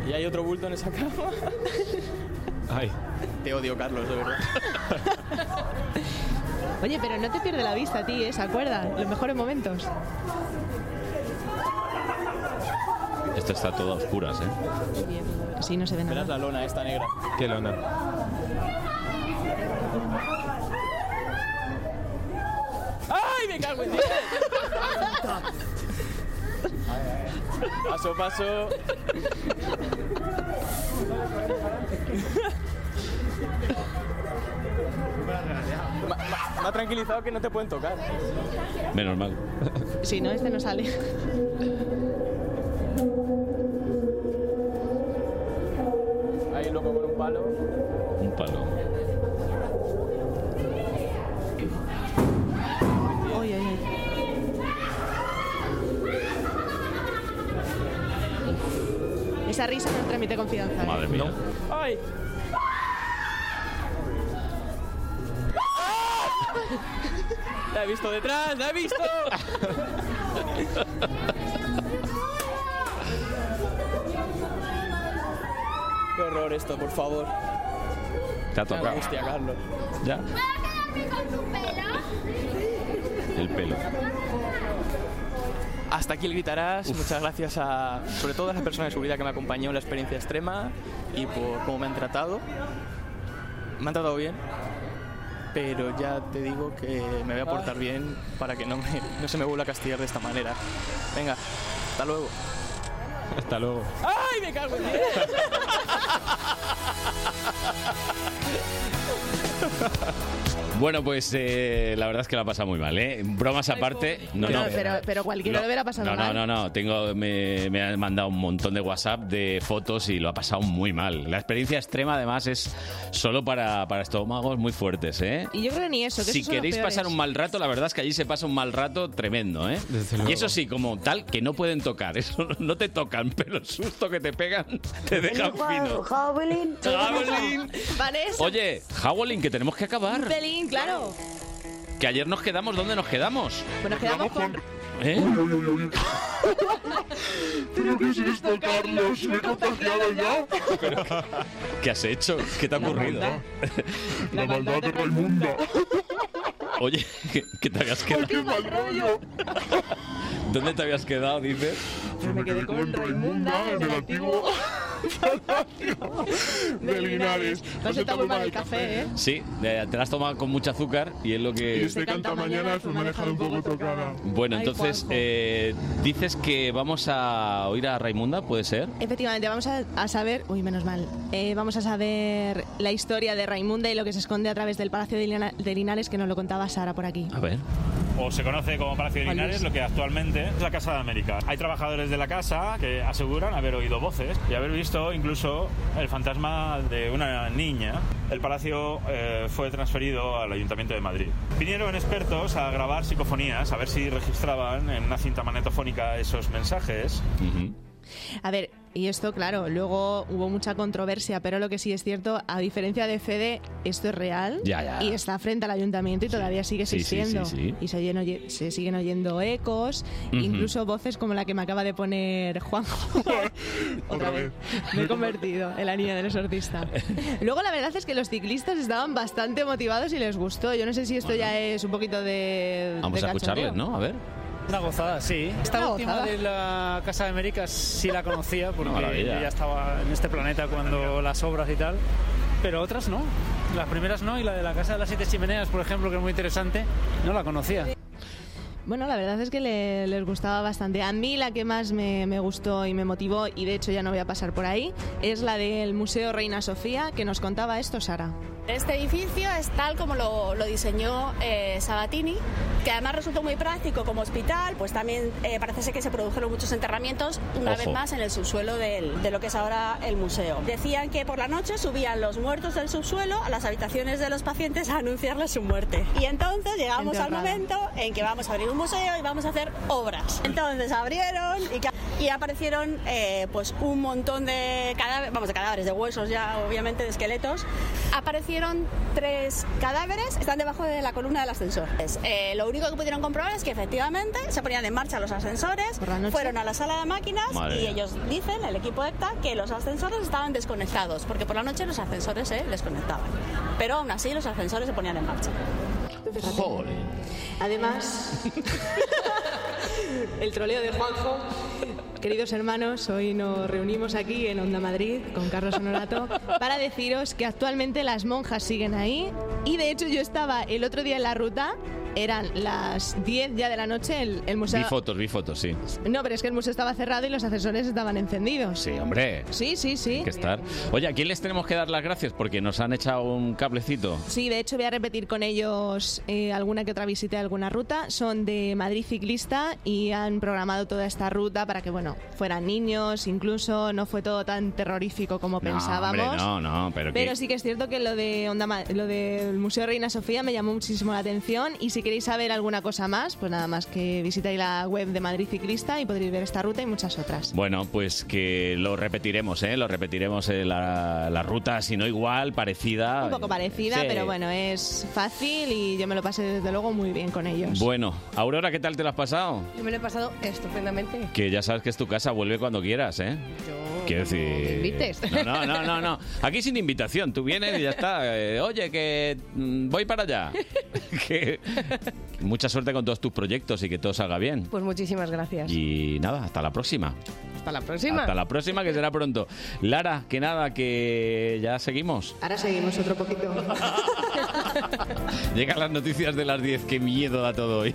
Speaker 19: Y hay otro bulto en esa cama.
Speaker 20: Ay.
Speaker 19: Te odio, Carlos, de verdad.
Speaker 7: Oye, pero no te pierde la vista a ti, ¿eh? ¿Se acuerda? Los mejores momentos.
Speaker 1: Esto está todo a oscuras, ¿eh?
Speaker 7: Así no se ve nada.
Speaker 19: la lona esta negra.
Speaker 20: Qué lona.
Speaker 19: ¡Ay, me cago en Dios! Paso a paso. Ma- ma- Me ha tranquilizado que no te pueden tocar.
Speaker 1: Menos mal.
Speaker 7: Si no, este no sale.
Speaker 19: Ahí loco con un palo.
Speaker 1: Un palo.
Speaker 7: Oye, oye. Esa risa no transmite confianza. ¿eh?
Speaker 1: Madre mía.
Speaker 19: ¡Ay! ¡La he visto detrás! ¡La he visto! ¡Qué horror esto, por favor!
Speaker 1: Te ha
Speaker 19: ¡Qué
Speaker 1: tocado.
Speaker 19: angustia, Carlos!
Speaker 1: Ya. El pelo.
Speaker 19: Hasta aquí el Gritarás. Muchas gracias a, sobre todo a las personas de seguridad que me acompañó en la experiencia extrema y por cómo me han tratado. Me han tratado bien, pero ya te digo que me voy a portar bien para que no, me- no se me vuelva a castigar de esta manera. Venga, hasta luego.
Speaker 20: Hasta luego.
Speaker 19: ¡Ay, me cago en
Speaker 1: Bueno, pues eh, la verdad es que la pasa muy mal, ¿eh? Bromas aparte. No, no.
Speaker 7: No, pero, pero cualquiera lo hubiera pasado
Speaker 1: No, no,
Speaker 7: mal.
Speaker 1: no, no. Tengo, me, me han mandado un montón de WhatsApp de fotos y lo ha pasado muy mal. La experiencia extrema, además, es solo para, para estómagos muy fuertes, ¿eh?
Speaker 7: Y yo creo que ni eso. Que
Speaker 1: Si
Speaker 7: esos son los
Speaker 1: queréis
Speaker 7: peores.
Speaker 1: pasar un mal rato, la verdad es que allí se pasa un mal rato tremendo, ¿eh? Y eso sí, como tal, que no pueden tocar. Eso no te tocan, pero el susto que te pegan te deja fino.
Speaker 7: Javelin.
Speaker 1: Javelin.
Speaker 7: Vanessa.
Speaker 1: Oye, Howling, que tenemos que
Speaker 7: Un
Speaker 1: acabar.
Speaker 7: pelín, claro.
Speaker 1: Que ayer nos quedamos, ¿dónde nos quedamos?
Speaker 7: Pues nos quedamos con.
Speaker 1: ¿Eh?
Speaker 8: ¿Pero qué es esto, Carlos? ¿Me he contagiado ya?
Speaker 1: ¿Qué has hecho? ¿Qué te ha ocurrido?
Speaker 8: La maldad de Raimunda.
Speaker 1: Oye, que- que te habías quedado.
Speaker 8: ¡Qué mal rollo!
Speaker 1: ¿Dónde te habías quedado? Dices.
Speaker 8: Yo me quedé con Raimunda en el antiguo palacio de Linares.
Speaker 7: Vas a estar muy mal el café, ¿eh?
Speaker 1: Sí, eh, te la has tomado con mucho azúcar y es lo que.
Speaker 8: canta mañana me ha dejado un poco tocada.
Speaker 1: Bueno,
Speaker 7: Ay,
Speaker 1: entonces, eh, dices que vamos a oír a Raimunda, ¿puede ser?
Speaker 7: Efectivamente, vamos a, a saber, uy, menos mal, Eh, vamos a saber la historia de Raimunda y lo que se esconde a través del Palacio de, Lina- de Linares que nos lo contaba Sara por aquí.
Speaker 1: A ver.
Speaker 13: o se conoce como Palacio de Linares, lo que actualmente es la Casa de América. Hay trabajadores de la casa que aseguran haber oído voces y haber visto incluso el fantasma de una niña. El palacio eh, fue transferido al Ayuntamiento de Madrid. Vinieron expertos a grabar psicofonías, a ver si registraban en una cinta magnetofónica esos mensajes.
Speaker 7: A ver, Y esto, claro, luego hubo mucha controversia, pero lo que sí es cierto, a diferencia de Fede, esto es real
Speaker 1: Ya, ya.
Speaker 7: y está frente al ayuntamiento y todavía sigue
Speaker 1: Sí, sí,
Speaker 7: existiendo.
Speaker 1: sí, sí.
Speaker 7: Y se, oyen oye- se siguen oyendo ecos,
Speaker 1: Ujú.
Speaker 7: incluso voces como la que me acaba de poner Juanjo.
Speaker 21: Otra vez.
Speaker 7: Me he convertido en la niña del exorcista. Luego la verdad es que los ciclistas estaban bastante motivados y les gustó. Yo no sé si esto ya es un poquito de...
Speaker 1: Vamos
Speaker 7: de
Speaker 1: a escucharles,
Speaker 7: cachondeo.
Speaker 1: ¿no? A ver.
Speaker 22: Una gozada, sí. Esta
Speaker 7: Una
Speaker 22: última
Speaker 7: gozada.
Speaker 22: de la Casa de América sí la conocía porque
Speaker 1: Una maravilla.
Speaker 22: yo ya estaba en este planeta cuando las obras y tal, pero otras no. Las primeras no y la de la Casa de las Siete Chimeneas, por ejemplo, que es muy interesante, no la conocía.
Speaker 7: Bueno, la verdad es que le- les gustaba bastante. A mí la que más me, me gustó y me motivó, y de hecho ya no voy a pasar por ahí, es la del Museo Reina Sofía, que nos contaba esto Sara.
Speaker 8: Este edificio es tal como lo, lo diseñó eh, Sabatini, que además resultó muy práctico como hospital, pues también eh, parece ser que se produjeron muchos enterramientos, una
Speaker 23: Ojo.
Speaker 8: vez más en el subsuelo del- de lo que es ahora el museo. Decían que por la noche subían los muertos del subsuelo a las habitaciones de los pacientes a anunciarles su muerte. Y entonces llegamos al
Speaker 23: Enterrada.
Speaker 8: momento en que vamos a abrir un museo y vamos a hacer obras. Entonces abrieron y, ca- y aparecieron eh, pues un montón de cadáveres, vamos, de cadáveres, de huesos ya, obviamente, de esqueletos. Aparecieron tres cadáveres, están debajo de la columna del ascensor. Es, eh, lo único que pudieron comprobar es que efectivamente se ponían en marcha los ascensores, fueron a la sala de máquinas
Speaker 23: Madre
Speaker 8: y
Speaker 23: mía.
Speaker 8: ellos dicen, el equipo ECTA, que los ascensores estaban desconectados, porque por la noche los ascensores se desconectaban. Pero aún así los ascensores se ponían en marcha.
Speaker 7: Además, el troleo de Juanjo. Queridos hermanos, hoy nos reunimos aquí en Onda Madrid con Carlos Honorato para deciros que actualmente las monjas siguen ahí y de hecho yo estaba el otro día en la ruta, eran las 10 ya de la noche, el, el museo...
Speaker 1: Vi fotos, vi fotos, sí.
Speaker 7: No, pero es que el museo estaba cerrado y los ascensores estaban encendidos.
Speaker 1: Sí, hombre.
Speaker 7: Sí, sí, sí.
Speaker 1: Hay que estar. Oye, ¿a quién les tenemos que dar las gracias? Porque nos han echado un cablecito.
Speaker 7: Sí, de hecho voy a repetir con ellos eh, alguna que otra visita de alguna ruta. Son de Madrid Ciclista y han programado toda esta ruta para que, bueno, fueran niños, incluso no fue todo tan terrorífico como pensábamos.
Speaker 1: No, hombre, no, no, pero,
Speaker 7: Pero
Speaker 1: que-
Speaker 7: sí que es cierto que lo de Onda Ma- lo del Museo Reina Sofía me llamó muchísimo la atención y si queréis saber alguna cosa más, pues nada más que visitáis la web de Madrid Ciclista y podréis ver esta ruta y muchas otras.
Speaker 1: Bueno, pues que lo repetiremos, ¿eh? Lo repetiremos eh, la, la ruta, si no igual, parecida.
Speaker 7: Un poco parecida,
Speaker 1: Sí.
Speaker 7: pero bueno, es fácil y yo me lo pasé desde luego muy bien con ellos.
Speaker 1: Bueno, Aurora, ¿qué tal te lo has pasado?
Speaker 4: Yo me lo he pasado estupendamente.
Speaker 1: Que ya sabes que es tu casa, vuelve cuando quieras, ¿eh? Quiero decir...
Speaker 4: me invites.
Speaker 1: No, no, no, no, no. Aquí sin invitación, tú vienes y ya está. Eh, oye, que mm, voy para allá. Que- Mucha suerte con todos tus proyectos y que todo salga bien.
Speaker 4: Pues muchísimas gracias.
Speaker 1: Y nada, hasta la próxima.
Speaker 4: Hasta la próxima.
Speaker 1: Hasta la próxima, que será pronto. Lara, que nada, que ya seguimos.
Speaker 7: Ahora seguimos otro poquito.
Speaker 1: Llegan las noticias de las 10, qué miedo da todo hoy.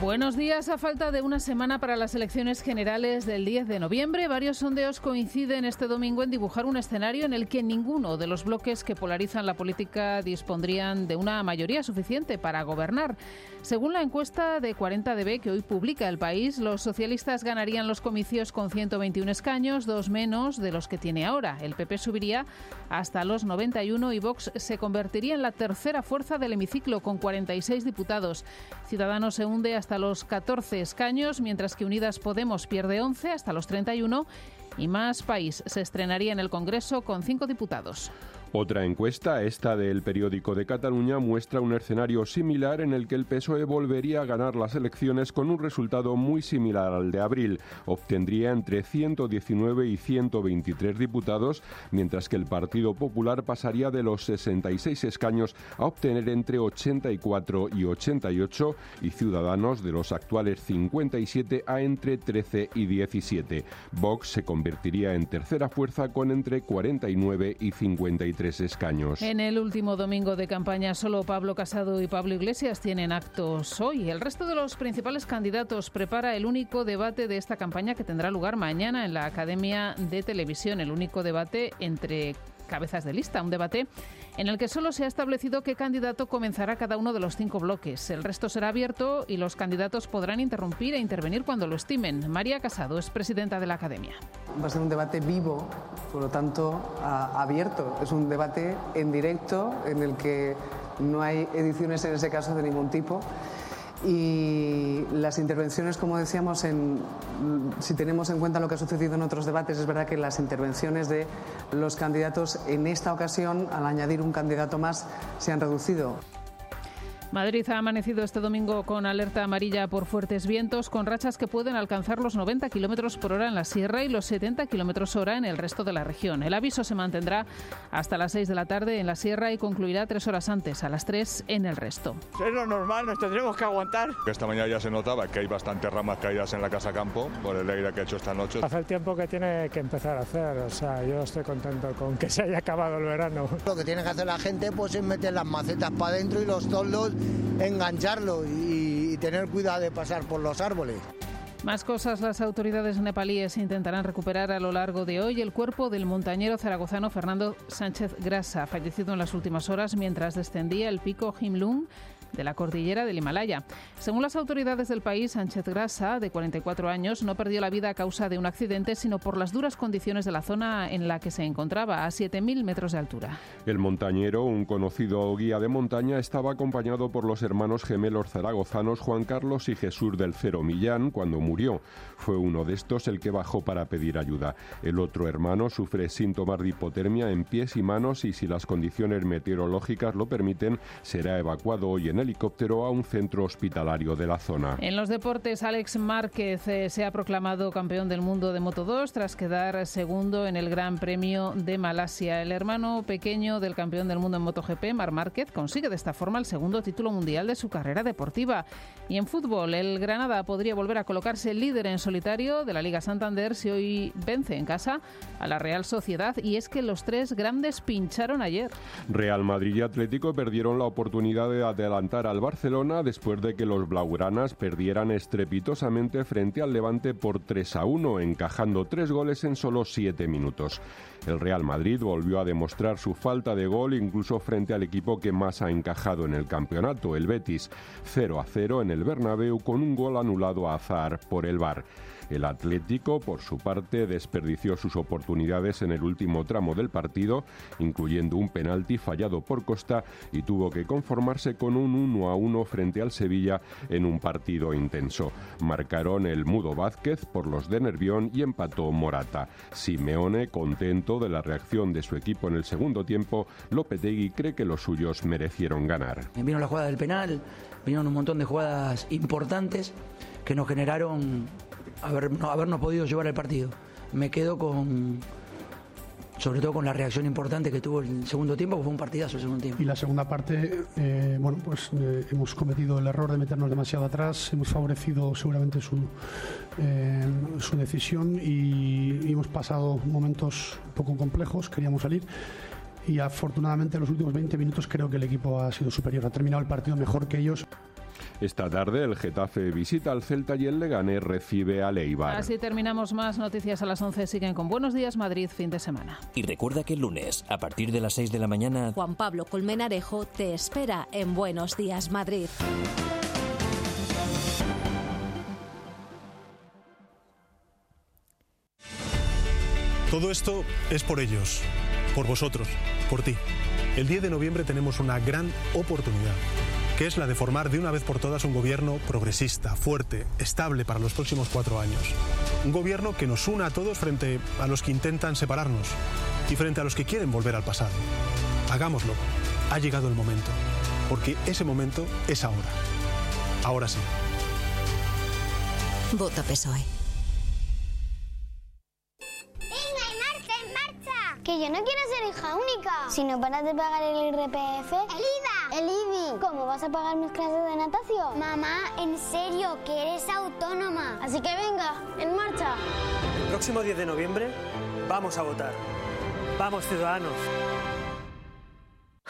Speaker 24: Buenos días. A falta de una semana para las elecciones generales del 10 de noviembre, varios sondeos coinciden este domingo en dibujar un escenario en el que ninguno de los bloques que polarizan la política dispondrían de una mayoría suficiente para gobernar. Según la encuesta de 40DB que hoy publica el país, los socialistas ganarían los comicios con 121 escaños, dos menos de los que tiene ahora. El PP subiría hasta los 91 y Vox se convertiría en la tercera fuerza del hemiciclo con 46 diputados. Ciudadanos se hunde hasta los 14 escaños, mientras que Unidas Podemos pierde 11 hasta los 31 y Más País se estrenaría en el Congreso con cinco diputados.
Speaker 25: Otra encuesta, esta del periódico de Cataluña, muestra un escenario similar en el que el PSOE E volvería a ganar las elecciones con un resultado muy similar al de abril. Obtendría entre 119 y 123 diputados, mientras que el Partido Popular pasaría de los 66 escaños a obtener entre 84 y 88 y Ciudadanos de los actuales 57 a entre 13 y 17. Vox se convertiría en tercera fuerza con entre 49 y 53 escaños.
Speaker 24: En el último domingo de campaña, solo Pablo Casado y Pablo Iglesias tienen actos hoy. El resto de los principales candidatos prepara el único debate de esta campaña que tendrá lugar mañana en la Academia de Televisión, el único debate entre cabezas de lista, un debate en el que solo se ha establecido qué candidato comenzará cada uno de los cinco bloques. El resto será abierto y los candidatos podrán interrumpir e intervenir cuando lo estimen. María Casado es presidenta de la Academia.
Speaker 9: Va a ser un debate vivo, por lo tanto a- abierto. Es un debate en directo en el que no hay ediciones en ese caso de ningún tipo. Y las intervenciones, como decíamos, en- si tenemos en cuenta lo que ha sucedido en otros debates, es verdad que las intervenciones de los candidatos en esta ocasión, al añadir un candidato más, se han reducido.
Speaker 24: Madrid ha amanecido este domingo con alerta amarilla por fuertes vientos, con rachas que pueden alcanzar los 90 kilómetros por hora en la sierra y los 70 kilómetros hora en el resto de la región. El aviso se mantendrá hasta las 6 de la tarde en la sierra y concluirá tres horas antes, a las 3 en el resto.
Speaker 10: Es lo normal, nos tendremos que aguantar.
Speaker 13: Esta mañana ya se notaba que hay bastantes ramas caídas en la casa campo por el aire que ha hecho esta noche.
Speaker 14: Hace el tiempo que tiene que empezar a hacer, o sea, yo estoy contento con que se haya acabado el verano.
Speaker 23: Lo que tiene que hacer la gente pues es meter las macetas para adentro y los toldos engancharlos y, y tener cuidado de pasar por los árboles.
Speaker 24: Más cosas, las autoridades nepalíes intentarán recuperar a lo largo de hoy el cuerpo del montañero zaragozano Fernando Sánchez Grasa, fallecido en las últimas horas mientras descendía el pico Himlung de la cordillera del Himalaya. Según las autoridades del país, Sánchez Grasa, de 44 años, no perdió la vida a causa de un accidente, sino por las duras condiciones de la zona en la que se encontraba, a 7.000 metros de altura.
Speaker 25: El montañero, un conocido guía de montaña, estaba acompañado por los hermanos gemelos zaragozanos Juan Carlos y Jesús del Cero Millán cuando murió. Fue uno de estos el que bajó para pedir ayuda. El otro hermano sufre síntomas de hipotermia en pies y manos y si las condiciones meteorológicas lo permiten, será evacuado hoy en helicóptero a un centro hospitalario de la zona.
Speaker 24: En los deportes, Alex Márquez eh, se ha proclamado campeón del mundo de Moto 2 tras quedar segundo en el Gran Premio de Malasia. El hermano pequeño del campeón del mundo en MotoGP, Mar Márquez, consigue de esta forma el segundo título mundial de su carrera deportiva. Y en fútbol, el Granada podría volver a colocarse líder en solitario de la Liga Santander si hoy vence en casa a la Real Sociedad. Y es que los tres grandes pincharon ayer.
Speaker 25: Real Madrid y Atlético perdieron la oportunidad de adelantar al Barcelona después de que los blaugranas perdieran estrepitosamente frente al Levante por 3 a 1, encajando tres goles en solo siete minutos. El Real Madrid volvió a demostrar su falta de gol incluso frente al equipo que más ha encajado en el campeonato, el Betis, 0 a 0 en el Bernabéu con un gol anulado a azar por el VAR. El Atlético, por su parte, desperdició sus oportunidades en el último tramo del partido, incluyendo un penalti fallado por Costa y tuvo que conformarse con un 1 a 1 frente al Sevilla en un partido intenso. Marcaron el Mudo Vázquez por los de Nervión y empató Morata. Simeone, contento de la reacción de su equipo en el segundo tiempo, Lopetegui cree que los suyos merecieron ganar.
Speaker 26: Vieron Eh, la jugada del penal, vinieron un montón de jugadas importantes que nos generaron haber- no, habernos podido llevar el partido. Me quedo con, sobre todo con la reacción importante que tuvo el segundo tiempo, que fue un partidazo el segundo tiempo.
Speaker 27: Y la segunda parte, eh, bueno, pues eh, hemos cometido el error de meternos demasiado atrás, hemos favorecido seguramente su, eh, su decisión y, y hemos pasado momentos un poco complejos, queríamos salir. Y afortunadamente en los últimos 20 minutos creo que el equipo ha sido superior, ha terminado el partido mejor que ellos.
Speaker 25: Esta tarde el Getafe visita al Celta y el Leganés recibe al Eibar.
Speaker 24: Así terminamos más noticias a las 11. Siguen con Buenos Días Madrid, fin de semana.
Speaker 5: Y recuerda que el lunes, a partir de las 6 de la mañana,
Speaker 11: Juan Pablo Colmenarejo te espera en Buenos Días Madrid.
Speaker 28: Todo esto es por ellos, por vosotros, por ti. El 10 de noviembre tenemos una gran oportunidad, que es la de formar de una vez por todas un gobierno progresista, fuerte, estable para los próximos cuatro años. Un gobierno que nos una a todos frente a los que intentan separarnos y frente a los que quieren volver al pasado. Hagámoslo. Ha llegado el momento, porque ese momento es ahora. Ahora sí.
Speaker 11: Vota PSOE.
Speaker 29: ¡Venga, en marcha, en marcha! Que yo no quiero ser hija única. Si no paras de pagar el IRPF... ¡El IVA! ¡El IBI! ¿Cómo vas a pagar mis clases de natación? Mamá, en serio, que eres autónoma. Así que venga, en marcha.
Speaker 30: El próximo 10 de noviembre vamos a votar. Vamos, ciudadanos.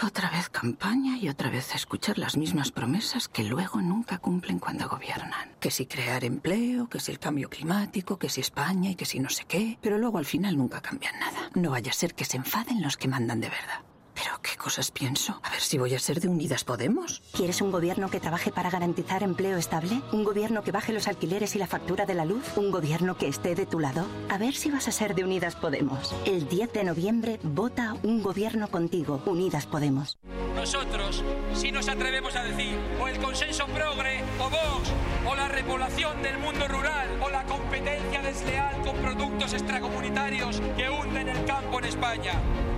Speaker 2: Otra vez campaña y otra vez escuchar las mismas promesas que luego nunca cumplen cuando gobiernan. Que si crear empleo, que si el cambio climático, que si España y que si no sé qué, pero luego al final nunca cambian nada. No vaya a ser que se enfaden los que mandan de verdad. Pero qué cosas pienso. A ver si voy a ser de Unidas Podemos.
Speaker 17: ¿Quieres un gobierno que trabaje para garantizar empleo estable? ¿Un gobierno que baje los alquileres y la factura de la luz? ¿Un gobierno que esté de tu lado? A ver si vas a ser de Unidas Podemos. El 10 de noviembre vota un gobierno contigo, Unidas Podemos.
Speaker 8: Nosotros si nos atrevemos a decir o el consenso progre o Vox o la repoblación del mundo rural o la competencia desleal con productos extracomunitarios que hunden el campo en España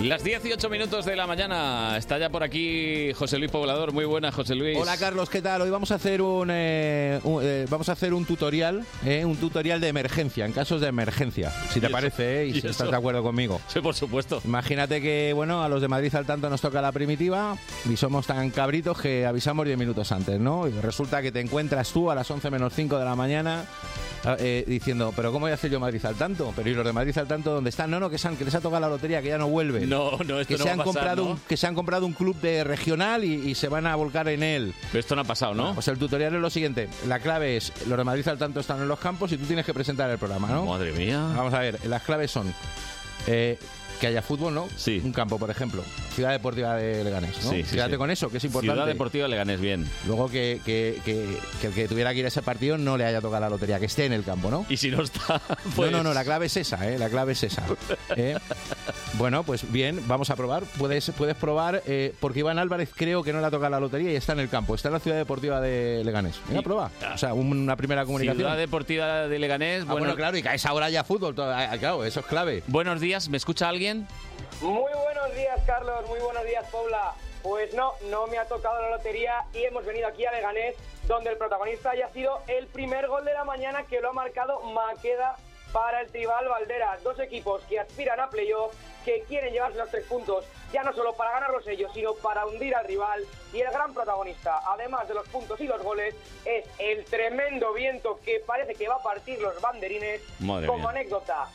Speaker 1: Las 18 minutos de la mañana. Está ya por aquí José Luis Poblador. Muy buenas, José Luis.
Speaker 31: Hola Carlos, ¿qué tal? Hoy vamos a hacer un, eh, un, eh, vamos a hacer un tutorial, eh, un tutorial de emergencia, en casos de emergencia, si te
Speaker 1: ¿Y eso?
Speaker 31: parece eh, y,
Speaker 1: ¿Y
Speaker 31: si
Speaker 1: eso?
Speaker 31: estás de acuerdo conmigo.
Speaker 1: Sí, por supuesto.
Speaker 31: Imagínate que bueno, a los de Madrid al tanto nos toca la primitiva y somos tan cabritos que avisamos 10 minutos antes, ¿no? Y resulta que te encuentras tú a las 11 menos 5 de la mañana ah, eh, diciendo, pero ¿cómo voy a hacer yo Madrid al tanto? Pero ¿y los de Madrid al tanto dónde están? No, no, que, se han- que les ha tocado la lotería, que ya no vuelven.
Speaker 1: No, no,
Speaker 31: que
Speaker 1: esto no
Speaker 31: se
Speaker 1: va
Speaker 31: han
Speaker 1: a pasar,
Speaker 31: comprado
Speaker 1: ¿no?
Speaker 31: un- que se han comprado un club de regional y, y se van a volcar en él.
Speaker 1: Pero esto no ha pasado, ¿no?
Speaker 31: O sea, el tutorial es lo siguiente. La clave es, los de Madrid al tanto están en los campos y tú tienes que presentar el programa, ¿no?
Speaker 1: Madre mía.
Speaker 31: Vamos a ver, las claves son eh, que haya fútbol, ¿no?
Speaker 1: Sí.
Speaker 31: Un campo, por ejemplo. Ciudad Deportiva de Leganés, ¿no?
Speaker 1: Sí, sí,
Speaker 31: Quédate
Speaker 1: sí.
Speaker 31: con eso, que es importante.
Speaker 1: Ciudad Deportiva Leganés, bien.
Speaker 31: Luego que, que- que- que el que tuviera que ir a ese partido no le haya tocado la lotería, que esté en el campo, ¿no?
Speaker 1: Y si no está, pues...
Speaker 31: No, no, no, la clave es esa, ¿eh? La clave es esa. ¿eh? Bueno, pues bien, vamos a probar. Puedes, puedes probar, eh, porque Iván Álvarez creo que no le ha tocado la lotería y está en el campo. Está en la ciudad deportiva de Leganés. Venga,
Speaker 1: Y-
Speaker 31: prueba. O sea, un- una primera comunicación.
Speaker 1: Ciudad Deportiva de Leganés.
Speaker 31: Ah, bueno, claro, y que a esa hora ya fútbol. todo- ah, claro, eso es clave.
Speaker 1: Buenos días, ¿me escucha alguien?
Speaker 32: Muy buenos días, Carlos. Muy buenos días, Pobla. Pues no, no me ha tocado la lotería y hemos venido aquí a Leganés, donde el protagonista haya sido el primer gol de la mañana que lo ha marcado Maqueda para el Tribal Valdera. Dos equipos que aspiran a playoff, que quieren llevarse los tres puntos, ya no solo para ganarlos ellos, sino para hundir al rival. Y el gran protagonista, además de los puntos y los goles, es el tremendo viento que parece que va a partir los banderines.
Speaker 1: Madre
Speaker 32: como
Speaker 1: mía.
Speaker 32: anécdota,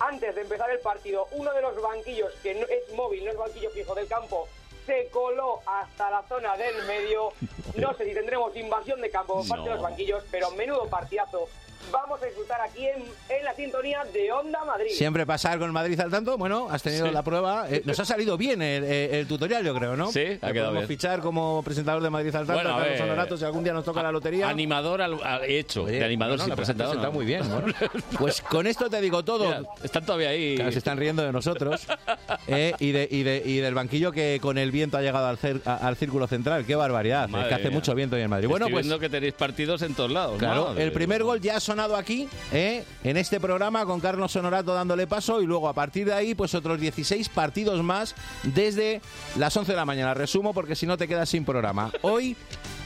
Speaker 32: antes de empezar el partido, uno de los banquillos, que no es móvil, no es banquillo fijo del campo, se coló hasta la zona del medio. No sé si tendremos invasión de campo por parte de los
Speaker 1: No.
Speaker 32: banquillos, pero menudo partidazo. Vamos a disfrutar aquí en, en la sintonía de Onda Madrid.
Speaker 31: Siempre pasa algo en Madrid al tanto. Bueno, has tenido
Speaker 1: Sí.
Speaker 31: la prueba. Eh, nos ha salido bien el, el- el tutorial, yo creo, ¿no?
Speaker 1: Sí, ha
Speaker 31: Le
Speaker 1: quedado
Speaker 31: podemos
Speaker 1: bien.
Speaker 31: fichar como presentador de Madrid al tanto.
Speaker 1: Bueno, a
Speaker 31: Carlos
Speaker 1: ver.
Speaker 31: Honorato, si algún día nos toca la lotería.
Speaker 1: Animador al, al- hecho, de animador
Speaker 31: no,
Speaker 1: sin
Speaker 31: la
Speaker 1: presentador.
Speaker 31: presentación
Speaker 1: no.
Speaker 31: está muy bien, Pues con esto te digo todo.
Speaker 1: Mira, están todavía ahí.
Speaker 31: Claro, se están riendo de nosotros. Eh, y, de- y de- y del banquillo que con el viento ha llegado al, cer- a- al círculo central. Qué barbaridad.
Speaker 1: Madre
Speaker 31: es que hace
Speaker 1: mía.
Speaker 31: mucho viento hoy en Madrid. Bueno,
Speaker 1: Estoy
Speaker 31: pues
Speaker 1: viendo que tenéis partidos en todos lados.
Speaker 31: Claro,
Speaker 1: Madre
Speaker 31: el primer gol ya ha sonado aquí, ¿eh? en este programa, con Carlos Sonorato dándole paso y luego a partir de ahí, pues otros 16 partidos más desde las 11 de la mañana. Resumo porque si no te quedas sin programa. Hoy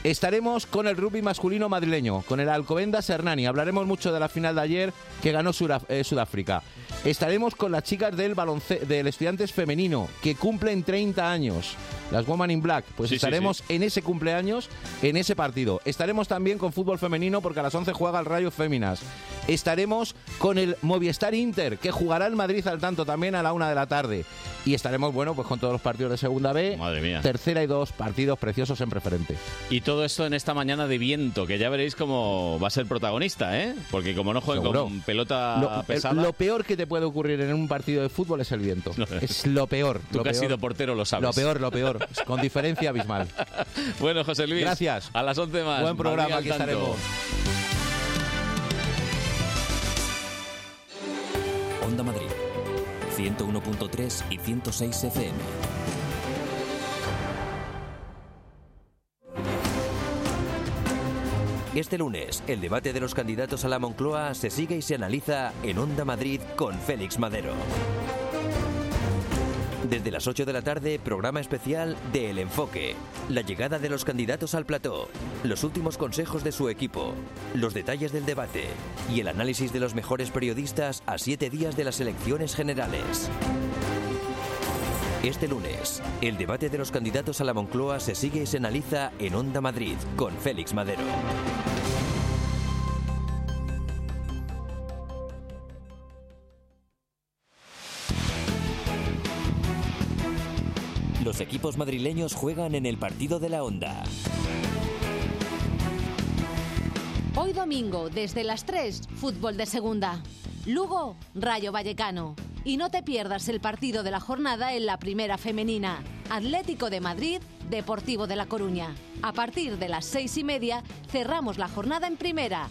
Speaker 31: estaremos con el rugby masculino madrileño, con el Alcobendas Hernani. Hablaremos mucho de la final de ayer que ganó Sudaf- eh, Sudáfrica. Estaremos con las chicas del balonce del Estudiantes Femenino, que cumplen 30 años. Las Woman in Black, pues
Speaker 1: Sí, sí,
Speaker 31: estaremos
Speaker 1: sí.
Speaker 31: en ese cumpleaños, en ese partido. Estaremos también con fútbol femenino porque a las 11 juega el Rayo Féminas. estaremos con el Movistar Inter, que jugará el Madrid al tanto también a la una de la tarde. Y estaremos, bueno, pues con todos los partidos de Segunda B,
Speaker 1: Madre mía.
Speaker 31: tercera y dos partidos preciosos en preferente.
Speaker 1: Y todo esto en esta mañana de viento, que ya veréis cómo va a ser protagonista, ¿eh? Porque como no jueguen
Speaker 31: Seguro.
Speaker 1: con pelota
Speaker 31: Lo,
Speaker 1: Ah, pesada...
Speaker 31: lo peor que te puede ocurrir en un partido de fútbol es el viento. Es lo peor.
Speaker 1: Tú
Speaker 31: lo
Speaker 1: que has
Speaker 31: peor.
Speaker 1: sido portero lo sabes.
Speaker 31: Lo peor, lo peor. Con diferencia abismal.
Speaker 1: Bueno, José Luis.
Speaker 31: Gracias.
Speaker 1: A las 11 más.
Speaker 31: Buen programa, aquí
Speaker 1: Madrid al tanto.
Speaker 31: estaremos.
Speaker 5: Onda Madrid, 101.3 y 106 FM. Este lunes, el debate de los candidatos a la Moncloa se sigue y se analiza en Onda Madrid con Félix Madero. Desde las 8 de la tarde, programa especial de El Enfoque. La llegada de los candidatos al plató, los últimos consejos de su equipo, los detalles del debate y el análisis de los mejores periodistas a siete días de las elecciones generales. Este lunes, el debate de los candidatos a la Moncloa se sigue y se analiza en Onda Madrid con Félix Madero. Los equipos madrileños juegan en el partido de la Onda.
Speaker 11: Hoy domingo, desde las 3, fútbol de segunda. Lugo, Rayo Vallecano. Y no te pierdas el partido de la jornada en la primera femenina. Atlético de Madrid, Deportivo de La Coruña. A partir de las seis y media cerramos la jornada en primera.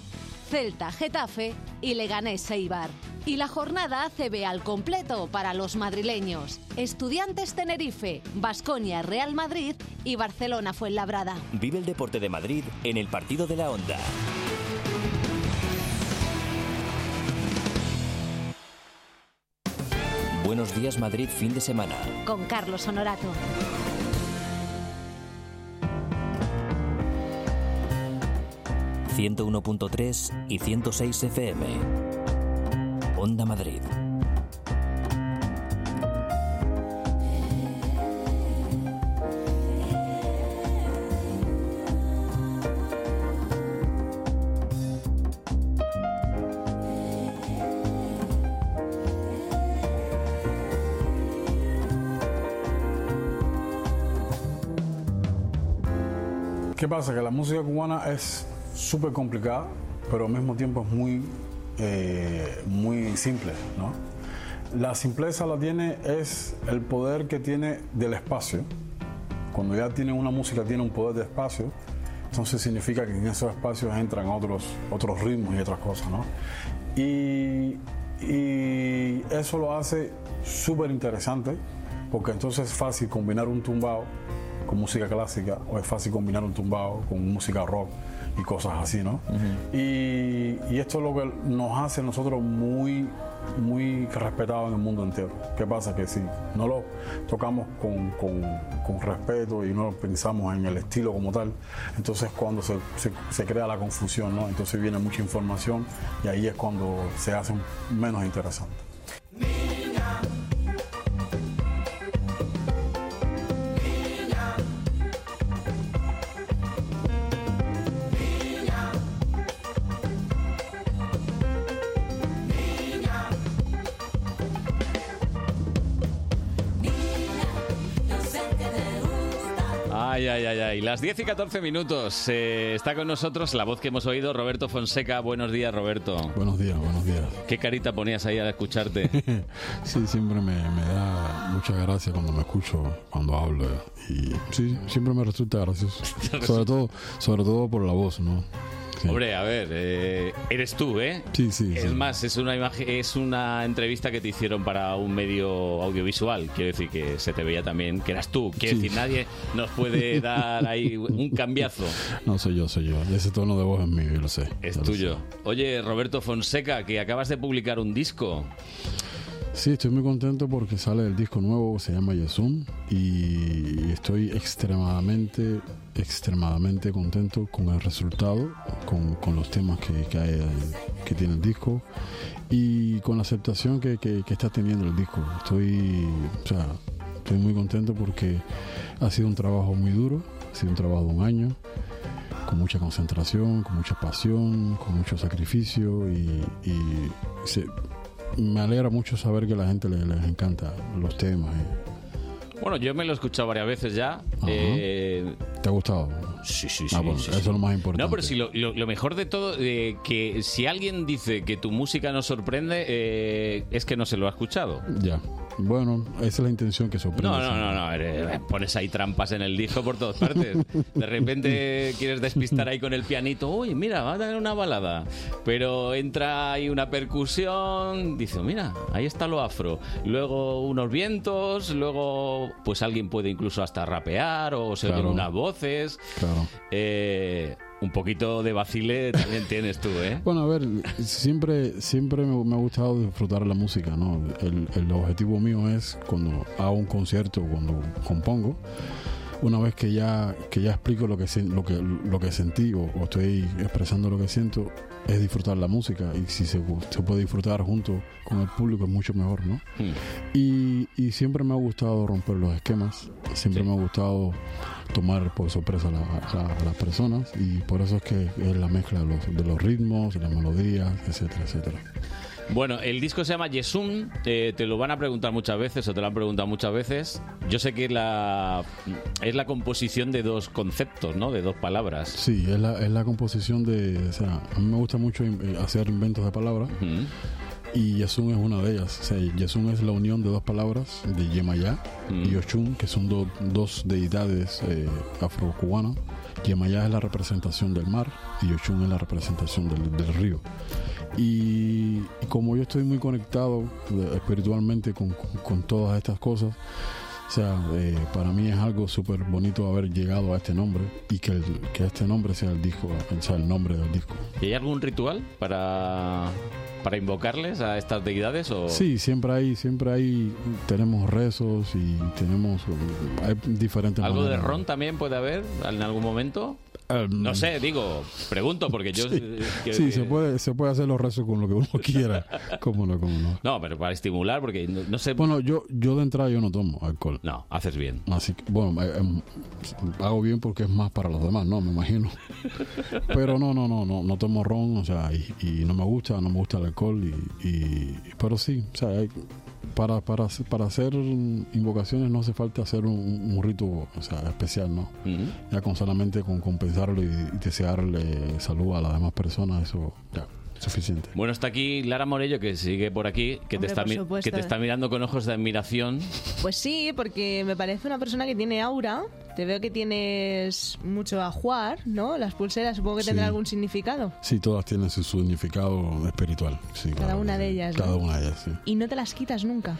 Speaker 11: Celta, Getafe y Leganés Seibar. Y la jornada ACB al completo para los madrileños. Estudiantes Tenerife, Basconia, Real Madrid y Barcelona Fuenlabrada.
Speaker 5: Vive el deporte de Madrid en el partido de la Onda. Buenos días Madrid fin de semana.
Speaker 11: Con Carlos Honorato.
Speaker 5: ...101.3 y 106 FM. Onda Madrid.
Speaker 4: ¿Qué pasa? Que la música cubana es súper complicada, pero al mismo tiempo es muy, eh, muy simple, ¿no? La simpleza la tiene es el poder que tiene del espacio. Cuando ya tiene una música, tiene un poder de espacio, entonces significa que en esos espacios entran otros, otros ritmos y otras cosas, ¿no? Y, y eso lo hace súper interesante, porque entonces es fácil combinar un tumbao con música clásica o es fácil combinar un tumbao con música rock y cosas así, ¿no? y, y esto es lo que nos hace a nosotros muy, muy respetados en el mundo entero. ¿Qué pasa? Que si no lo tocamos con, con- con respeto y no pensamos en el estilo como tal, entonces cuando se, se- se crea la confusión, ¿no? Entonces viene mucha información y ahí es cuando se hace menos interesante.
Speaker 1: Ay, ay, ay, ay. Las 10 y 14 minutos. Eh, está con nosotros la voz que hemos oído, Roberto Fonseca. Buenos días, Roberto.
Speaker 22: Buenos días, buenos días.
Speaker 1: ¿Qué carita ponías ahí al escucharte?
Speaker 22: Sí, siempre me, me da mucha gracia cuando me escucho, cuando hablo. Y sí, siempre me resulta gracioso. Sobre todo, sobre todo por la voz, ¿no?
Speaker 1: Hombre, a ver, eh, eres tú, ¿eh?
Speaker 22: Sí, sí,
Speaker 1: Es
Speaker 22: sí.
Speaker 1: más, es una imagen, es una entrevista que te hicieron para un medio audiovisual. Quiero decir que se te veía también que eras tú. Quiero
Speaker 22: Sí.
Speaker 1: decir, nadie nos puede dar ahí un cambiazo.
Speaker 22: No soy yo, soy yo. Ese tono de voz es mío, yo lo sé.
Speaker 1: Es tuyo. Oye, Roberto Fonseca, que acabas de publicar un disco.
Speaker 22: Sí, estoy muy contento porque sale el disco nuevo, se llama Yesum, y estoy extremadamente, extremadamente contento con el resultado, con, con los temas que, que hay, que tiene el disco y con la aceptación que, que- que está teniendo el disco. Estoy, o sea, estoy muy contento porque ha sido un trabajo muy duro, ha sido un trabajo de un año, con mucha concentración, con mucha pasión, con mucho sacrificio y, y se- me alegra mucho saber que a la gente le- les encanta los temas. eh. y-
Speaker 1: Bueno, yo me lo he escuchado varias veces ya. eh,
Speaker 22: ¿Te ha gustado?
Speaker 1: Sí, sí,
Speaker 22: Ah,
Speaker 1: sí,
Speaker 22: bueno,
Speaker 1: sí,
Speaker 22: eso
Speaker 1: sí.
Speaker 22: es lo más importante.
Speaker 1: No, pero si lo, lo- lo mejor de todo, eh, que si alguien dice que tu música no sorprende, eh, es que no se lo ha escuchado.
Speaker 22: Ya. Bueno, esa es la intención que sorprende.
Speaker 1: No, no, no, no. eh, pones ahí trampas en el disco por todas partes. De repente quieres despistar ahí con el pianito. Uy, mira, va a tener una balada. Pero entra ahí una percusión. Dice, mira, ahí está lo afro. Luego unos vientos. Luego, pues alguien puede incluso hasta rapear o se oyen
Speaker 22: Claro.
Speaker 1: unas voces.
Speaker 22: Claro.
Speaker 1: Eh, un poquito de vacile también tienes tú, ¿eh?
Speaker 22: Bueno, a ver, siempre, siempre me, me ha gustado disfrutar la música, ¿no? El, el objetivo mío es cuando hago un concierto, cuando compongo, una vez que ya, que ya explico lo que, sen- lo que, lo que sentí o, o estoy expresando lo que siento, es disfrutar la música y si se, se puede disfrutar junto con el público es mucho mejor, ¿no?
Speaker 1: Hmm.
Speaker 22: Y, y siempre me ha gustado romper los esquemas, siempre me ha gustado tomar por sorpresa a, la- a- a las personas y por eso es que es la mezcla de los, de los ritmos, de las melodías, etcétera, etcétera.
Speaker 1: Bueno, el disco se llama Yesun. eh, te lo van a preguntar muchas veces o te lo han preguntado muchas veces. Yo sé que es la, es la composición de dos conceptos, ¿no? De dos palabras.
Speaker 22: Sí, es la, es la composición de... O sea, a mí me gusta mucho in- eh, hacer inventos de palabras y Yesun es una de ellas. O sea, Yesun es la unión de dos palabras, de Yemayá y Oshun, que son do- dos deidades eh, afrocubanas. Yemayá es la representación del mar y Oshun es la representación del, del río. Y, y como yo estoy muy conectado eh, espiritualmente con- con- con todas estas cosas, o sea, eh, para mí es algo súper bonito haber llegado a este nombre y que, el- que este nombre sea el disco, o sea, el nombre del disco.
Speaker 1: ¿Y hay algún ritual para, para invocarles a estas deidades? O...
Speaker 22: Sí, siempre hay, siempre hay, tenemos rezos y tenemos, eh, hay diferentes
Speaker 1: ¿Algo de
Speaker 22: maneras.
Speaker 1: ron también puede haber en algún momento? no sé, digo, pregunto porque yo... eh, quiero
Speaker 22: Em, Sí,
Speaker 1: decir-
Speaker 22: se puede, se puede hacer los rezos con lo que uno quiera, cómo no, cómo no.
Speaker 1: No, pero para estimular porque no, no sé...
Speaker 22: Bueno, yo, yo de entrada yo no tomo alcohol.
Speaker 1: No, haces bien.
Speaker 22: Así que, bueno, eh, em, hago bien porque es más para los demás, ¿no? Me imagino. Pero no, no, no, no, no tomo ron, o sea, y, y no me gusta, no me gusta el alcohol, y, y- pero sí, o sea, hay- para, para, hacer- para hacer invocaciones no hace falta hacer un, un rito o sea, especial, ¿no? Ya con solamente con compensarlo y, y desearle salud a las demás personas, eso ya, es suficiente.
Speaker 1: Bueno, está aquí Lara Morello, que sigue por aquí, que, te,
Speaker 9: Hombre,
Speaker 1: está
Speaker 9: por
Speaker 1: mi-
Speaker 9: supuesto.
Speaker 1: que te está mirando con ojos de admiración.
Speaker 9: Pues sí, porque me parece una persona que tiene aura. Te veo que tienes mucho ajuar, ¿no? Las pulseras supongo que
Speaker 22: Sí.
Speaker 9: tendrán algún significado.
Speaker 22: Sí, todas tienen su significado espiritual. Sí,
Speaker 9: Cada
Speaker 22: claro que
Speaker 9: una
Speaker 22: sí.
Speaker 9: de ellas, ¿no?
Speaker 22: Cada una de ellas, sí.
Speaker 9: Y no te las quitas nunca.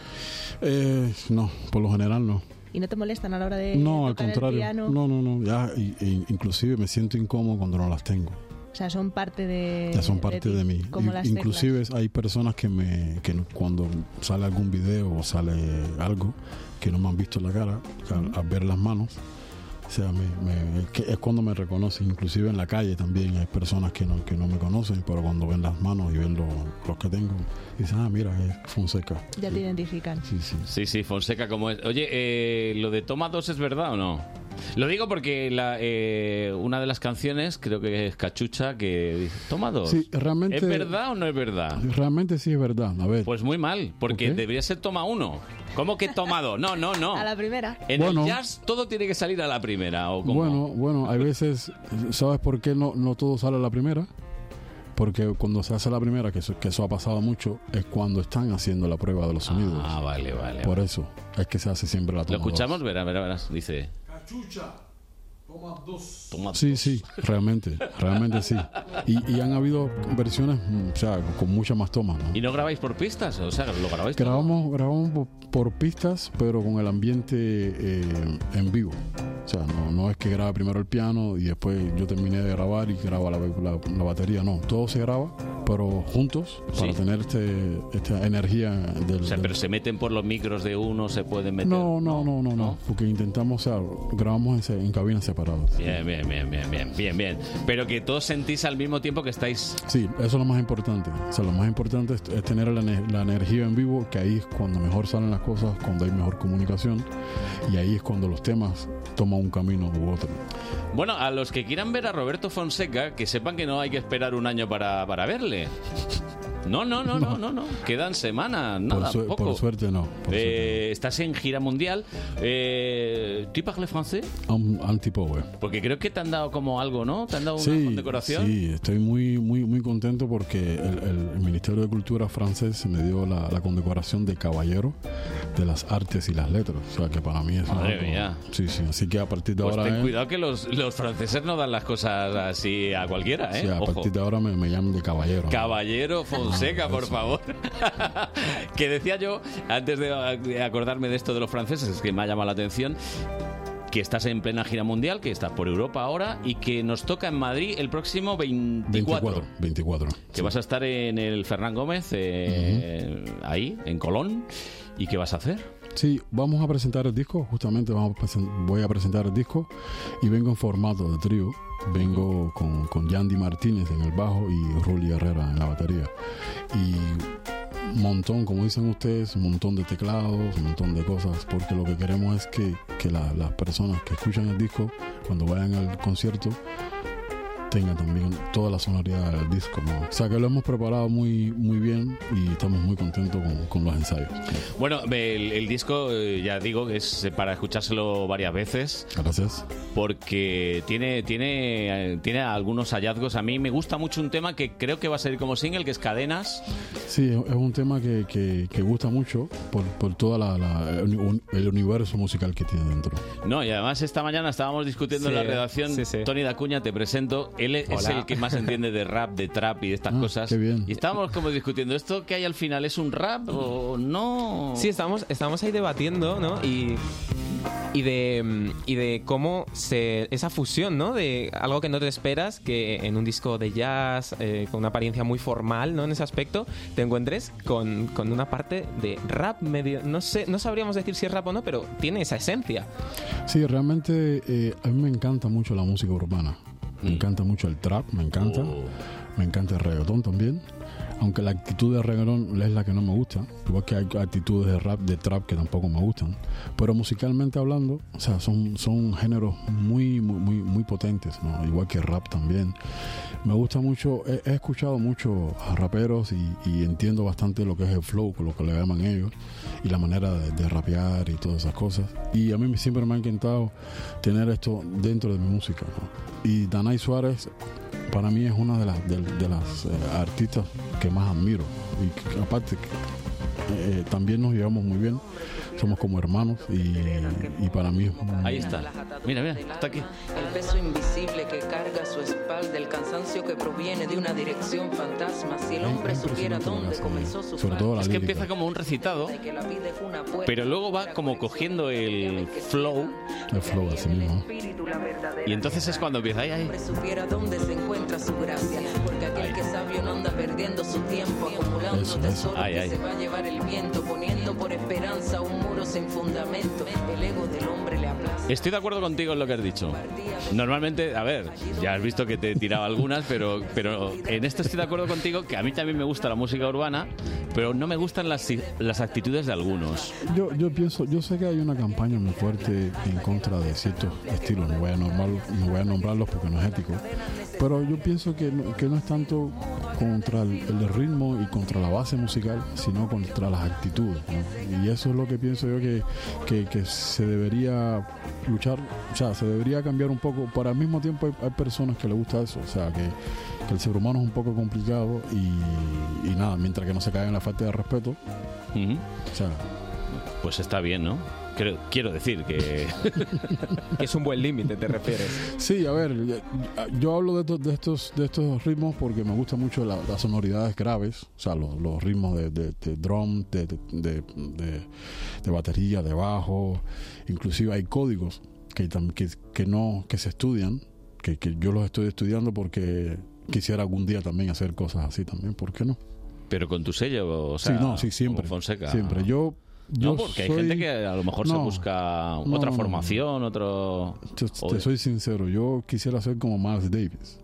Speaker 22: Eh, no, por lo general no.
Speaker 9: Y no te molestan a la hora de
Speaker 22: No, al
Speaker 9: eh, tocar el
Speaker 22: contrario.
Speaker 9: piano.
Speaker 22: No, no, no. Ya, y- y inclusive me siento incómodo cuando no las tengo.
Speaker 9: O sea, son parte de
Speaker 22: Ya son parte
Speaker 9: ti,
Speaker 22: de, mí.
Speaker 9: Como
Speaker 22: In-
Speaker 9: Eh, las
Speaker 22: inclusive hay personas que me que no- cuando sale algún video o sale algo que no me han visto la cara, o sea, al, al ver las manos, o sea, me- me- que es cuando me reconocen. Inclusive en la calle también hay personas que no, que no me conocen, pero cuando ven las manos y ven lo- los que tengo, dicen, ah, mira, es Fonseca.
Speaker 9: teclas. Ya te identifican.
Speaker 22: Sí, sí.
Speaker 1: Sí, sí, Fonseca como es. Oye, eh, ¿lo de Toma 2 es verdad o no? Lo digo porque la, eh, una de las canciones, creo que es Cachucha, que dice, Toma 2.
Speaker 22: Sí, realmente-
Speaker 1: ¿Es verdad o no es verdad?
Speaker 22: Realmente sí es verdad. A ver.
Speaker 1: Pues muy mal, porque
Speaker 22: ¿Por qué?
Speaker 1: debería ser Toma 1. ¿Cómo que Toma 2? No, no, no.
Speaker 9: A la primera.
Speaker 1: En
Speaker 22: Bueno.
Speaker 1: el jazz todo tiene que salir a la primera. ¿o cómo?
Speaker 22: Bueno, bueno, hay veces, ¿sabes por qué no, no todo sale a la primera? Porque cuando se hace la primera, que eso, que eso ha pasado mucho, es cuando están haciendo la prueba de los sonidos. Ah,
Speaker 1: vale, vale.
Speaker 22: Por eso es que se hace siempre la
Speaker 1: ¿Lo
Speaker 22: toma
Speaker 1: escuchamos? Verá, verá, verás. Dice,
Speaker 4: Cachucha, toma dos.
Speaker 1: Toma
Speaker 22: Sí, sí, realmente, realmente sí. Y, y han habido versiones, mm, o sea, con muchas más tomas, ¿no?
Speaker 1: ¿y no grabáis por pistas? O sea, ¿lo grabáis? todo?
Speaker 22: Grabamos, grabamos por, por pistas, pero con el ambiente eh, en vivo. O sea, no, no es que grabe primero el piano y después yo terminé de grabar y graba la, la- la batería. No, todo se graba, pero juntos para
Speaker 1: Sí.
Speaker 22: tener este, esta energía del...
Speaker 1: O sea,
Speaker 22: del-
Speaker 1: pero se meten por los micros de uno, se pueden meter.
Speaker 22: no, no, no, no, no, porque intentamos, o sea, grabamos en, se- en cabinas separadas.
Speaker 1: Bien, bien, bien, bien, bien, bien, bien. Pero que todos sentís al mismo tiempo que estáis.
Speaker 22: Sí, eso es lo más importante. O sea, lo más importante es, es tener la, ener- la energía en vivo, que ahí es cuando mejor salen las cosas, cuando hay mejor comunicación y ahí es cuando los temas toman un camino u otro.
Speaker 1: Bueno, a los que quieran ver a Roberto Fonseca Fonseca que sepan que no hay que esperar un año para, para verle. No, no, no, no, no, no. Quedan semanas,
Speaker 22: Por,
Speaker 1: nada,
Speaker 22: su-
Speaker 1: poco.
Speaker 22: por suerte no.
Speaker 1: Eh, estás en gira mundial. Eh, ¿Tu parles français?
Speaker 22: Am- Antipower.
Speaker 1: Porque creo que te han dado como algo, ¿no? ¿Te han dado una condecoración?
Speaker 22: Sí, estoy muy, muy, muy contento porque el, el Ministerio de Cultura francés me dio la, la condecoración de caballero de las artes y las letras. O sea que para mí es
Speaker 1: Madre
Speaker 22: algo-
Speaker 1: mía.
Speaker 22: Sí, sí. Así que a partir de
Speaker 1: Pues
Speaker 22: ahora. ¿eh?
Speaker 1: ten
Speaker 22: es-
Speaker 1: cuidado que los, los franceses no dan las cosas así a cualquiera, ¿eh?
Speaker 22: sí, a
Speaker 1: Ojo.
Speaker 22: partir de ahora me, me llaman de caballero.
Speaker 1: Caballero Fonseca, por favor. que decía yo, antes de de acordarme de esto de los franceses, que me ha llamado la atención, que estás en plena gira mundial, que estás por Europa ahora y que nos toca en Madrid el próximo 24.
Speaker 22: 24. 24.
Speaker 1: Que vas a estar en el Fernán Gómez, eh, ahí, en Colón. ¿Y qué vas a hacer?
Speaker 22: Sí, vamos a presentar el disco, justamente vamos a presen- voy a presentar el disco y vengo en formato de trío. Vengo con, con Yandy Martínez en el bajo y Rulli Herrera en la batería. Y un montón, como dicen ustedes, un montón de teclados, un montón de cosas, porque lo que queremos es que, que la- las personas que escuchan el disco, cuando vayan al concierto, tengan también toda la sonoridad del disco. ¿no? O sea que lo hemos preparado muy, muy bien y estamos muy contentos con, con los ensayos.
Speaker 1: Bueno, el, el disco, eh, ya digo, que es eh, para escuchárselo varias veces.
Speaker 22: Gracias.
Speaker 1: Porque tiene, tiene, eh, tiene algunos hallazgos. A mí me gusta mucho un tema que creo que va a salir como single, que es Cadenas.
Speaker 22: Sí, es es un tema que, que- que gusta mucho por, por todo el universo musical que tiene dentro.
Speaker 1: No, y además esta mañana estábamos discutiendo
Speaker 22: Sí,
Speaker 1: en la redacción. Tony Dacuña, te presento. Él es
Speaker 22: Hola.
Speaker 1: el que más entiende de rap, de trap y de estas cosas.
Speaker 22: Ah, qué bien.
Speaker 1: Y estábamos como discutiendo, ¿esto que hay al final es un rap o no?
Speaker 10: Sí, estamos, estamos ahí debatiendo, ¿no? Y, y, de, mm, y de cómo se, esa fusión, ¿no? De algo que no te esperas, que en un disco de jazz, eh, con una apariencia muy formal, ¿no? En ese aspecto, te encuentres con, con una parte de rap medio... No sé, no sabríamos decir si es rap o no, pero tiene esa esencia.
Speaker 22: Sí, realmente eh, a mí me encanta mucho la música urbana. Me encanta mucho el trap, me encanta. Me encanta el reggaetón también. Aunque la actitud de reggaetón es la que no me gusta. Igual que hay actitudes de rap, de trap que tampoco me gustan. Pero musicalmente hablando, o sea, son, son géneros muy, muy, muy, muy potentes, ¿no? Igual que rap también. Me gusta mucho, he, he escuchado mucho a raperos y, y entiendo bastante lo que es el flow, lo que le llaman ellos, y la manera de, de rapear y todas esas cosas. Y a mí me- siempre me ha encantado tener esto dentro de mi música. ¿no? Y Danay Suárez para mí es una de las, de, de las eh, artistas que más admiro. Y que- que aparte, eh, también nos llevamos muy bien, somos como hermanos y, y para mí es... muy-
Speaker 1: Ahí está. Mira, mira, está aquí.
Speaker 13: El peso invisible que carga su espalda, el cansancio que proviene de una dirección fantasma. Si el hombre supiera dónde comenzó su
Speaker 22: Sobre todo la
Speaker 1: Es que
Speaker 22: lírica.
Speaker 1: empieza como un recitado,
Speaker 13: de que la vida es una puerta.
Speaker 1: pero luego va como cogiendo el flow
Speaker 22: El flow así mismo.
Speaker 13: espíritu, la verdadera.
Speaker 1: y entonces es cuando empieza ahí,
Speaker 13: El
Speaker 1: ahí.
Speaker 13: hombre supiera dónde se encuentra su gracia, porque aquel que sabio no anda perdiendo su tiempo acumulando
Speaker 1: Eso, eso.
Speaker 13: tesoros
Speaker 1: Ay,
Speaker 13: que
Speaker 1: ay.
Speaker 13: se va a llevar el viento, poniendo por esperanza un muro sin fundamento. El ego del hombre le aplaza.
Speaker 1: Estoy de acuerdo contigo en lo que has dicho. Normalmente, a ver, ya has visto que te he tirado algunas, pero, pero en esto estoy de acuerdo contigo que a mí también me gusta la música urbana, pero no me gustan las, las actitudes de algunos.
Speaker 22: Yo, yo pienso, yo sé que hay una campaña muy fuerte en contra de ciertos estilos, no voy a, nombrarlo- no voy a nombrarlos porque no es ético, pero yo pienso que no, que no es tanto contra el, el ritmo y contra la base musical, sino contra las actitudes. ¿no? Y eso es lo que pienso yo que, que- que se debería luchar, o sea, se debería cambiar un poco, pero al mismo tiempo hay, hay personas que le gusta eso, o sea, que, que el ser humano es un poco complicado y, y nada, mientras que no se caiga en la falta de respeto,
Speaker 1: Ujú.
Speaker 22: o sea...
Speaker 1: Pues está bien, ¿no? Creo- quiero decir que...
Speaker 10: es un buen límite, te refieres.
Speaker 22: Sí, a ver, eh, yo hablo de, estos- de estos de estos ritmos porque me gusta mucho la- las sonoridades graves, o sea, los, los ritmos de, de- de drum, de, de- de- de- de batería, de bajo, inclusive hay códigos que, tam- que, que no que se estudian, que, que yo los estoy estudiando porque quisiera algún día también hacer cosas así también, ¿por qué no?
Speaker 1: Pero con tu sello, o sea,
Speaker 22: sí, no, sí, siempre,
Speaker 1: como Fonseca.
Speaker 22: siempre. Yo, yo
Speaker 1: no, porque hay
Speaker 22: soy-
Speaker 1: gente que a lo mejor se
Speaker 22: No,
Speaker 1: busca
Speaker 22: no,
Speaker 1: otra
Speaker 22: no, no.
Speaker 1: formación, otro...
Speaker 22: Yo
Speaker 1: Oye.
Speaker 22: te soy sincero, yo quisiera ser como Miles Davis.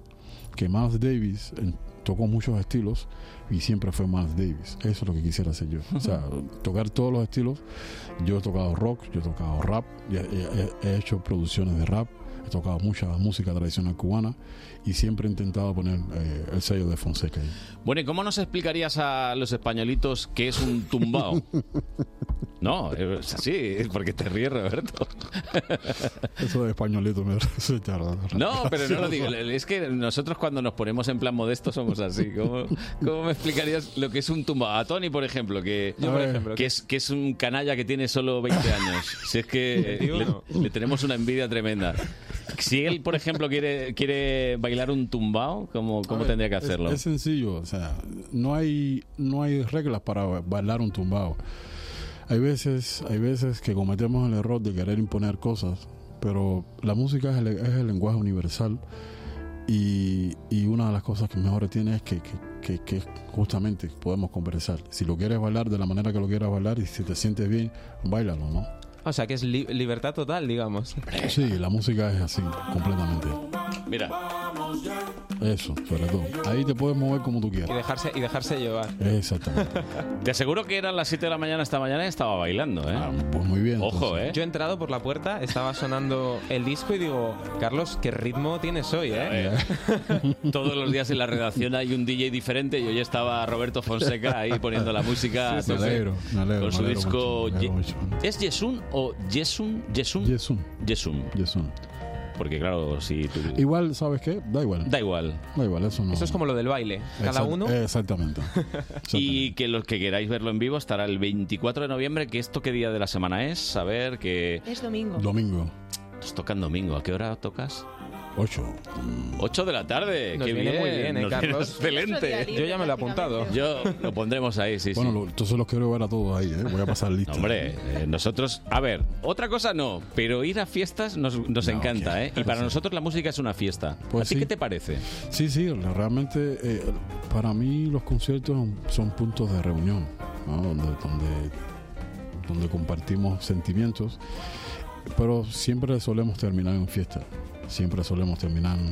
Speaker 22: Que Miles Davis eh, tocó muchos estilos y siempre fue Miles Davis. Eso es lo que quisiera hacer yo. O sea, tocar todos los estilos. Yo he tocado rock, yo he tocado rap, y he, he- he hecho producciones de rap, He tocado mucha música tradicional cubana y siempre he intentado poner eh, el sello de Fonseca. ahí.
Speaker 1: Bueno, ¿y cómo nos explicarías a los españolitos qué es un tumbao? No, es así, es porque te ríes, Roberto.
Speaker 22: Eso de españolito me resulta raro.
Speaker 1: No, pero no lo digo. Es que nosotros cuando nos ponemos en plan modesto somos así. ¿Cómo, cómo me explicarías lo que es un tumbao? A Tony, por ejemplo, que,
Speaker 10: Yo, por ejemplo,
Speaker 1: que, es, que es un canalla que tiene solo 20 años. Si es que le,
Speaker 10: 21.
Speaker 1: le tenemos una envidia tremenda. Si él, por ejemplo, quiere, quiere bailar un tumbao, ¿cómo, cómo
Speaker 22: A ver,
Speaker 1: tendría que
Speaker 22: Ah, es-
Speaker 1: hacerlo?
Speaker 22: Es, sencillo, o sea, no hay, no hay reglas para ba- bailar un tumbao. Hay veces, hay veces que cometemos el error de querer imponer cosas, pero la música es el, es el lenguaje universal y, y una de las cosas que mejor tiene es que, que- que- que justamente podemos conversar. Si lo quieres bailar de la manera que lo quieras bailar y si te sientes bien, bailalo, ¿no?
Speaker 10: O sea, que es li- libertad total, digamos.
Speaker 22: Sí, la música es así, completamente.
Speaker 1: Mira.
Speaker 22: Eso, sobre todo. Ahí te puedes mover como tú
Speaker 10: Y
Speaker 22: quieras.
Speaker 10: dejarse, y dejarse llevar.
Speaker 22: Exactamente.
Speaker 1: Te aseguro que eran las 7 de la mañana esta mañana y estaba bailando, ¿eh?
Speaker 22: Ah, pues muy bien.
Speaker 1: Ojo, ¿eh?
Speaker 10: Yo he entrado por la puerta, estaba sonando el disco y digo, Carlos, ¿qué ritmo tienes hoy, eh?
Speaker 1: Todos los días en la redacción hay un DJ diferente y hoy estaba Roberto Fonseca ahí poniendo la música. a
Speaker 22: Sí, sí,
Speaker 1: tope.
Speaker 22: me alegro, me alegro,
Speaker 1: Con su
Speaker 22: me alegro
Speaker 1: disco...
Speaker 22: mucho, me alegro
Speaker 1: Ye- ¿Es Yesun o Yesun? Yesun.
Speaker 22: Yesun.
Speaker 1: Yesun.
Speaker 22: Yesun.
Speaker 1: Porque claro, si tú...
Speaker 22: Igual, ¿sabes qué? Da igual.
Speaker 1: Da igual. ¿eh?
Speaker 22: Da igual, eso no.
Speaker 1: Eso es como lo del baile.
Speaker 22: Exact- Exactamente.
Speaker 1: Y que los que queráis verlo en vivo estará el 24 de noviembre, que esto qué día de la semana es, saber que...
Speaker 9: Es domingo.
Speaker 22: Domingo.
Speaker 1: Nos tocan domingo, ¿a qué hora tocas?
Speaker 22: 8.
Speaker 1: 8 de la tarde,
Speaker 10: Nos
Speaker 1: qué
Speaker 10: viene
Speaker 1: bien,
Speaker 10: muy bien,
Speaker 1: nos
Speaker 10: ¿eh,
Speaker 1: viene
Speaker 10: Carlos? Nuestro día
Speaker 1: excelente.
Speaker 10: libre, Yo ya me lo he
Speaker 1: apuntado. Yo lo pondremos ahí, sí,
Speaker 22: bueno,
Speaker 1: sí.
Speaker 22: lo- entonces los quiero ver a todos ahí, ¿eh? Voy a pasar listo.
Speaker 1: Hombre, eh, nosotros, a ver, otra cosa no, pero ir a fiestas nos, nos encanta, ¿eh? Y para nosotros la música es una fiesta.
Speaker 22: Pues
Speaker 1: ¿A ti
Speaker 22: sí.
Speaker 1: qué te parece?
Speaker 22: Sí, sí, realmente eh, para mí los conciertos son puntos de reunión, ¿no? donde, donde, donde compartimos sentimientos, pero siempre solemos terminar en fiesta, siempre solemos terminar en-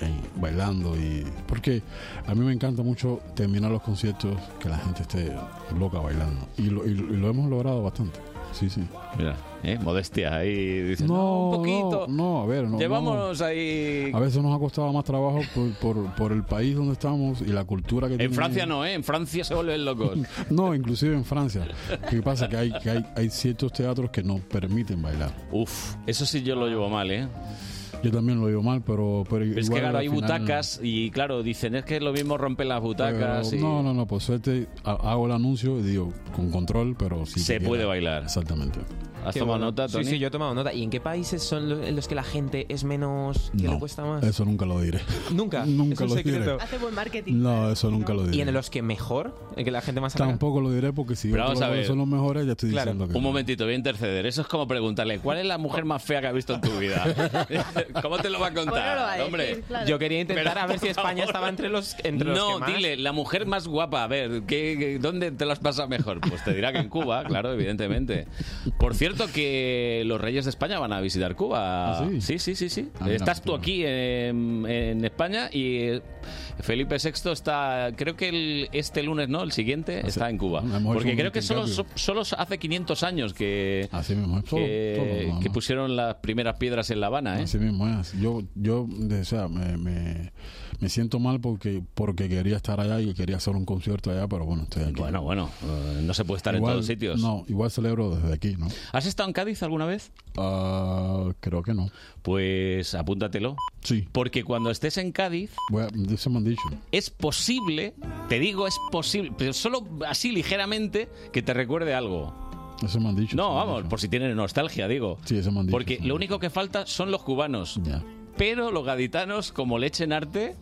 Speaker 22: en- en bailando, y porque a mí me encanta mucho terminar los conciertos que la gente esté loca bailando, y lo, y lo- y lo hemos logrado bastante, sí, sí.
Speaker 1: Mira, ¿eh? Modestia, ahí dices, no,
Speaker 22: No,
Speaker 1: un poquito.
Speaker 22: no, no, a ver, no,
Speaker 1: Llevámonos ahí...
Speaker 22: A veces nos ha costado más trabajo por, por- por el país donde estamos y la cultura que
Speaker 1: En Francia no, ¿eh? En Francia se vuelven locos.
Speaker 22: No, inclusive en Francia. ¿Qué pasa? Que hay, que hay, hay ciertos teatros que no permiten bailar.
Speaker 1: Uf, eso sí yo lo llevo mal, ¿eh?
Speaker 22: Yo también lo digo mal, pero... pero
Speaker 1: Pero es
Speaker 22: igual
Speaker 1: que claro,
Speaker 22: al
Speaker 1: hay
Speaker 22: final-
Speaker 1: butacas y claro, dicen, es que lo mismo rompen las butacas
Speaker 22: Pero-
Speaker 1: y...
Speaker 22: No, no, no, por suerte ha- hago el anuncio y digo, con control, pero sí.
Speaker 1: Se puede bailar.
Speaker 22: Exactamente.
Speaker 1: ¿Has tomado nota, Tony?
Speaker 10: Sí, sí, yo he tomado nota. ¿Y en qué países son los, en los que la gente es menos... que le cuesta más?
Speaker 22: Eso nunca lo diré.
Speaker 10: Nunca.
Speaker 22: Nunca
Speaker 10: es
Speaker 22: lo
Speaker 10: un secreto.
Speaker 22: diré. No, eso nunca lo diré.
Speaker 10: ¿Y en los que mejor? ¿En que la gente más...
Speaker 22: Tampoco lo diré porque si
Speaker 1: Pero
Speaker 22: yo te
Speaker 1: vamos
Speaker 22: lo
Speaker 1: a
Speaker 22: digo
Speaker 1: ver.
Speaker 22: son los mejores, ya estoy diciendo que...
Speaker 1: Un momentito, voy a interceder. Eso es como preguntarle, ¿cuál es la mujer más fea que has visto en tu vida? ¿Cómo te lo va a contar,
Speaker 10: Pues no lo va a decir,
Speaker 1: hombre?
Speaker 10: claro. Yo quería intentar a ver si España estaba entre los- entre los
Speaker 1: No,
Speaker 10: que más.
Speaker 1: dile, la mujer más guapa, a ver, ¿qué, qué- dónde te las pasa mejor? Pues te dirá que en Cuba, claro, evidentemente. Por cierto que los reyes de España van a visitar Cuba.
Speaker 22: ¿Ah, sí?
Speaker 1: sí, sí, sí. sí.
Speaker 22: Ah, mira,
Speaker 1: Estás
Speaker 22: pues
Speaker 1: tú aquí en, en España y eh, Felipe VI está, creo que el, este lunes, ¿no? El siguiente
Speaker 22: Ah,
Speaker 1: está en Cuba.
Speaker 22: hecho
Speaker 1: Porque
Speaker 22: un Ah,
Speaker 1: creo que solo,
Speaker 22: intercambio.
Speaker 1: solo hace 500 años que,
Speaker 22: Así mismo, es todo, todo, Ah,
Speaker 1: que,
Speaker 22: nada
Speaker 1: que
Speaker 22: más.
Speaker 1: pusieron las primeras piedras en La Habana, ¿eh?
Speaker 22: Así mismo es. Yo, yo o sea, me, me, me siento mal porque, porque quería estar allá y quería hacer un concierto allá, pero bueno, estoy aquí.
Speaker 1: Bueno, bueno, eh, no se puede estar
Speaker 22: Igual-
Speaker 1: en todos sitios.
Speaker 22: No, igual celebro desde aquí, ¿no?
Speaker 1: ¿Has estado en Cádiz alguna vez?
Speaker 22: Ah, creo que no.
Speaker 1: Pues apúntatelo.
Speaker 22: Sí.
Speaker 1: Porque cuando estés en Cádiz,
Speaker 22: Bueno, eso me han dicho.
Speaker 1: es posible, te digo, es posible, pero solo así ligeramente, que te recuerde algo.
Speaker 22: Eso me han dicho.
Speaker 1: No, vamos, por si tienen nostalgia, digo.
Speaker 22: Sí, eso me han dicho.
Speaker 1: Porque lo único que falta son los cubanos.
Speaker 22: Ya.
Speaker 1: Pero los gaditanos, como le echen arte,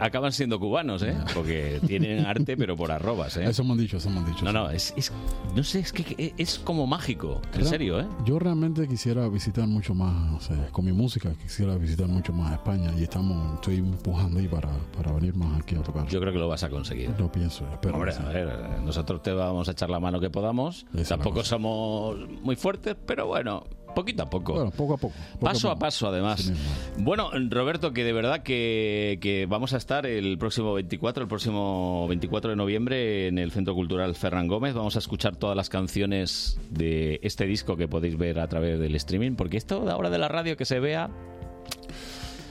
Speaker 1: acaban siendo cubanos, ¿eh? Porque tienen arte, pero por arrobas, ¿eh?
Speaker 22: Eso me han dicho, eso me han dicho.
Speaker 1: No, no, es, es- no sé, es que es como mágico, en
Speaker 22: Real-
Speaker 1: serio, ¿eh?
Speaker 22: Yo realmente quisiera visitar mucho más, o sea, con mi música quisiera visitar mucho más España y estamos, estoy empujando ahí para, para venir más aquí a tocar.
Speaker 1: Yo creo que lo vas a conseguir.
Speaker 22: Lo pienso, espero.
Speaker 1: Hombre,
Speaker 22: que
Speaker 1: a
Speaker 22: sí.
Speaker 1: ver, eh, nosotros te vamos a echar la mano que podamos. Tampoco somos muy fuertes, pero bueno, poquito a poco.
Speaker 22: Bueno, poco a poco. poco
Speaker 1: Paso a
Speaker 22: poco.
Speaker 1: paso, además. Bueno, Roberto, que de verdad que, que vamos a estar el próximo 24, el próximo 24 de noviembre en el Centro Cultural Ferran Gómez. Vamos a escuchar todas las canciones de este disco que podéis ver a través del streaming, porque esto de ahora de la radio que se vea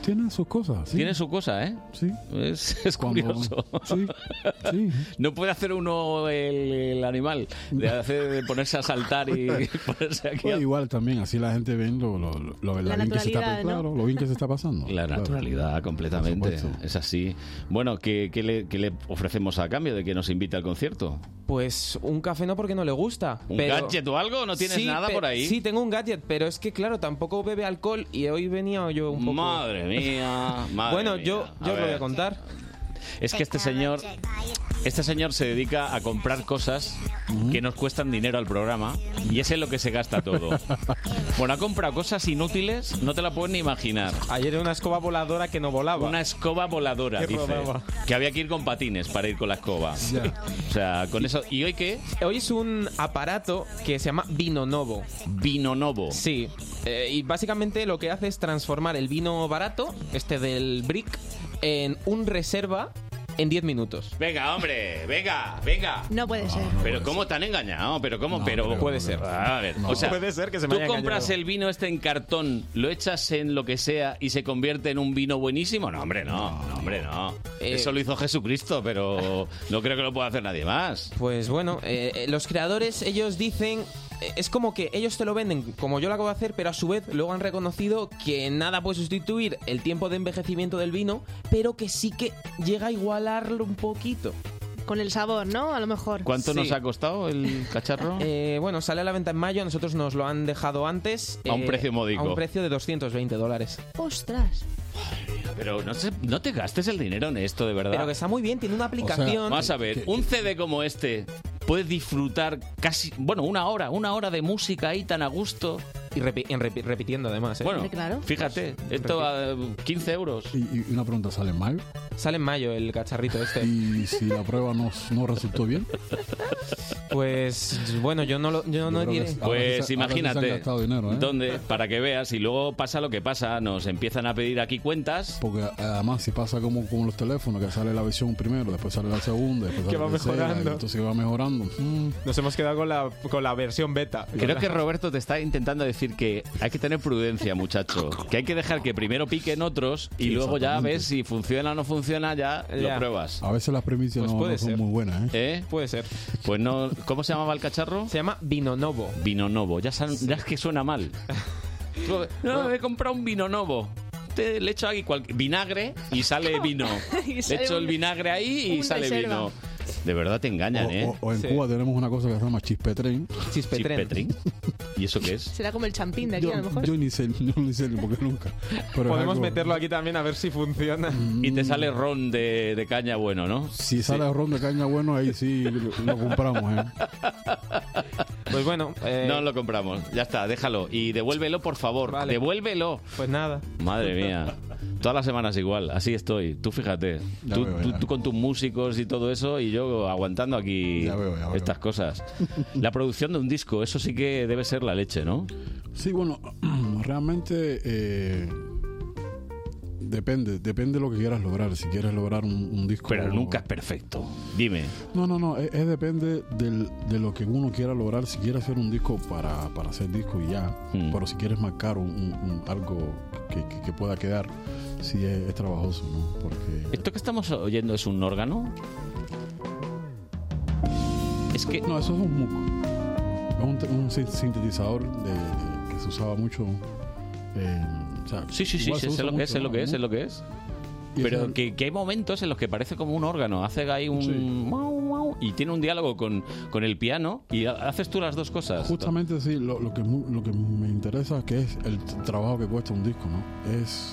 Speaker 22: Tienen sus cosas, sí.
Speaker 1: Tiene su cosa, ¿eh?
Speaker 22: Sí.
Speaker 1: Es, es
Speaker 22: Cuando-
Speaker 1: curioso.
Speaker 22: Sí,
Speaker 1: No puede hacer uno el, el animal, de, hacer- de ponerse a saltar y ponerse aquí
Speaker 22: Pues
Speaker 1: a...
Speaker 22: igual también, así la gente ve lo, lo, lo- lo-
Speaker 1: La
Speaker 22: bien que se está,
Speaker 1: naturalidad, ¿no?
Speaker 22: claro, lo bien que se está pasando.
Speaker 1: La
Speaker 22: Claro.
Speaker 1: naturalidad, completamente.
Speaker 22: Por supuesto.
Speaker 1: Es así. Bueno, ¿qué, qué le, qué le ofrecemos a cambio de que nos invite al concierto?
Speaker 10: Pues un café no porque no le gusta.
Speaker 1: ¿Un
Speaker 10: pero-
Speaker 1: gadget o algo? ¿No tienes
Speaker 10: Sí,
Speaker 1: nada
Speaker 10: pe-
Speaker 1: por ahí?
Speaker 10: Sí, tengo un gadget, pero es que claro, tampoco bebe alcohol y hoy venía yo un poco...
Speaker 1: Madre mía, madre
Speaker 10: bueno,
Speaker 1: mía.
Speaker 10: yo,
Speaker 1: A
Speaker 10: yo os lo voy
Speaker 1: ver.
Speaker 10: a contar.
Speaker 1: Es que este señor, este señor se dedica a comprar cosas que nos cuestan dinero al programa y ese es lo que se gasta todo. Bueno, ha comprado cosas inútiles, no te la puedes ni imaginar.
Speaker 10: Ayer una escoba voladora que no volaba.
Speaker 1: Una escoba voladora,
Speaker 10: Qué
Speaker 1: dice.
Speaker 10: programa.
Speaker 1: Que había que ir con patines para ir con la escoba. O sea, con eso. ¿Y hoy qué?
Speaker 10: Hoy es un aparato que se llama Vino Novo.
Speaker 1: Vino Novo.
Speaker 10: Sí. Eh, y básicamente lo que hace es transformar el vino barato, este del brick, en un reserva en 10 minutos.
Speaker 1: Venga, hombre, venga, venga.
Speaker 9: No puede ser.
Speaker 1: Pero cómo te han engañado, pero cómo, pero puede ser. A ver,
Speaker 10: No.
Speaker 1: o sea,
Speaker 10: Puede ser que se me
Speaker 1: tú
Speaker 10: haya
Speaker 1: compras
Speaker 10: engañado.
Speaker 1: el vino este en cartón, lo echas en lo que sea y se convierte en un vino buenísimo. No, hombre, no, no, hombre, no.
Speaker 10: Eh,
Speaker 1: Eso lo hizo Jesucristo, pero no creo que lo pueda hacer nadie más.
Speaker 10: Pues bueno, eh, eh, los creadores, ellos dicen. eh, Es como que ellos te lo venden como yo lo acabo de hacer, pero a su vez luego han reconocido que nada puede sustituir el tiempo de envejecimiento del vino, pero que sí que llega a igualarlo un poquito.
Speaker 9: Con el sabor, ¿no? A lo mejor.
Speaker 1: ¿Cuánto nos ha costado el cacharro?
Speaker 10: Eh, bueno, sale a la venta en mayo, a nosotros nos lo han dejado antes. eh,
Speaker 1: A un precio módico.
Speaker 10: A un precio de 220 dólares.
Speaker 9: Ostras.
Speaker 1: Pero no, se- no te gastes el dinero en esto, de verdad.
Speaker 10: Pero que está muy bien, tiene una aplicación.
Speaker 1: Vamos a ver, un CD como este puedes disfrutar casi, bueno, una hora, una hora de música ahí tan a gusto.
Speaker 10: Y repi- en repi- repitiendo además. ¿eh?
Speaker 1: Bueno, fíjate, esto a 15 euros.
Speaker 22: Y, y una pregunta, ¿sale en mayo?
Speaker 10: Sale en mayo el cacharrito este.
Speaker 22: Y si la prueba no, no resultó bien,
Speaker 10: Pues bueno, yo no lo yo no
Speaker 22: creo que ah,
Speaker 10: diré.
Speaker 22: sí.
Speaker 1: Pues
Speaker 22: Ahora sí se- ahora sí se han
Speaker 1: imagínate,
Speaker 22: gastado dinero, ¿eh?
Speaker 1: ¿dónde? Para que veas, y luego pasa lo que pasa, nos empiezan a pedir aquí cuentas.
Speaker 22: porque además si pasa como con los teléfonos, que sale la versión primero, después sale la segunda, después sale
Speaker 10: Que va
Speaker 22: la tercera,
Speaker 10: mejorando.
Speaker 22: y entonces que va mejorando. Mm.
Speaker 10: Nos hemos quedado con la, con la versión beta.
Speaker 1: Creo que Roberto te está intentando decir que hay que tener prudencia, muchacho. Que hay que dejar que primero piquen otros y
Speaker 22: Sí,
Speaker 1: luego ya ves si funciona o no funciona, ya,
Speaker 22: Ya.
Speaker 1: lo pruebas. Pues
Speaker 22: A veces las premisas no,
Speaker 1: puede
Speaker 22: no son
Speaker 1: ser.
Speaker 22: muy buenas, ¿eh?
Speaker 1: ¿Eh?
Speaker 10: Puede ser.
Speaker 1: Pues no. ¿Cómo se llamaba el cacharro?
Speaker 10: Se llama Vinonovo.
Speaker 1: Vinonovo. Ya, san- ya es que suena mal. Tú, No, me he comprado un Vinonovo. Te, le echo ahí cual- vinagre y sale vino.
Speaker 9: Y
Speaker 1: le
Speaker 9: sale
Speaker 1: echo el
Speaker 9: un-
Speaker 1: vinagre ahí y
Speaker 9: un
Speaker 1: sale
Speaker 9: reserva.
Speaker 1: vino. De verdad te engañan, ¿eh?
Speaker 22: O, o en Cuba tenemos una cosa que se llama chispetren.
Speaker 10: Chispetren.
Speaker 1: ¿Y eso qué es?
Speaker 9: Será como el champín de aquí, a lo mejor.
Speaker 22: Yo ni sé, yo ni sé porque nunca. Pero es
Speaker 10: Podemos
Speaker 22: algo-
Speaker 10: meterlo aquí también a ver si funciona.
Speaker 1: Y te sale ron de, de caña bueno, ¿no?
Speaker 22: Si sale ron de caña bueno, ahí sí lo, lo compramos, ¿eh?
Speaker 10: Pues bueno.
Speaker 1: No lo compramos. Ya está, déjalo. Y devuélvelo, por favor. Devuélvelo.
Speaker 10: Pues nada.
Speaker 1: Madre mía. Todas las semanas igual, así estoy. Tú fíjate.
Speaker 22: Ya
Speaker 1: Tú,
Speaker 22: veo,
Speaker 1: tú-
Speaker 22: ya.
Speaker 1: tú con tus músicos y todo eso y yo aguantando aquí estas cosas. La producción de un disco, eso sí que debe ser la leche, ¿no?
Speaker 22: Sí, bueno, realmente eh, depende, depende de lo que quieras lograr. Si quieres lograr un, un disco.
Speaker 1: Pero nunca es perfecto. Dime.
Speaker 22: No, no, no, es, es depende del- de lo que uno quiera lograr. Si quieres hacer un disco para, para hacer disco y ya,
Speaker 1: Mm.
Speaker 22: pero si quieres marcar un, un- un- algo que, que- que pueda quedar, sí es, es trabajoso, ¿no? Porque
Speaker 1: ¿Esto que estamos oyendo es un órgano? Es que.
Speaker 22: No, eso es un MOOC. Es un, te- un sin- sintetizador de, de- que se usaba mucho. eh, o sea,
Speaker 1: Sí, sí, sí,
Speaker 22: igual
Speaker 1: sí,
Speaker 22: se
Speaker 1: sé
Speaker 22: usa
Speaker 1: lo que es,
Speaker 22: mucho,
Speaker 1: sé lo
Speaker 22: ¿no?
Speaker 1: que es, sé lo que es. Pero que, que hay momentos en los que parece como un órgano. Hace ahí un. mau, mau, y tiene un diálogo con, con el piano y ha- haces tú las dos cosas.
Speaker 22: Justamente sí, lo, lo que, mu- lo que me interesa que es el t- trabajo que cuesta un disco, ¿no? Es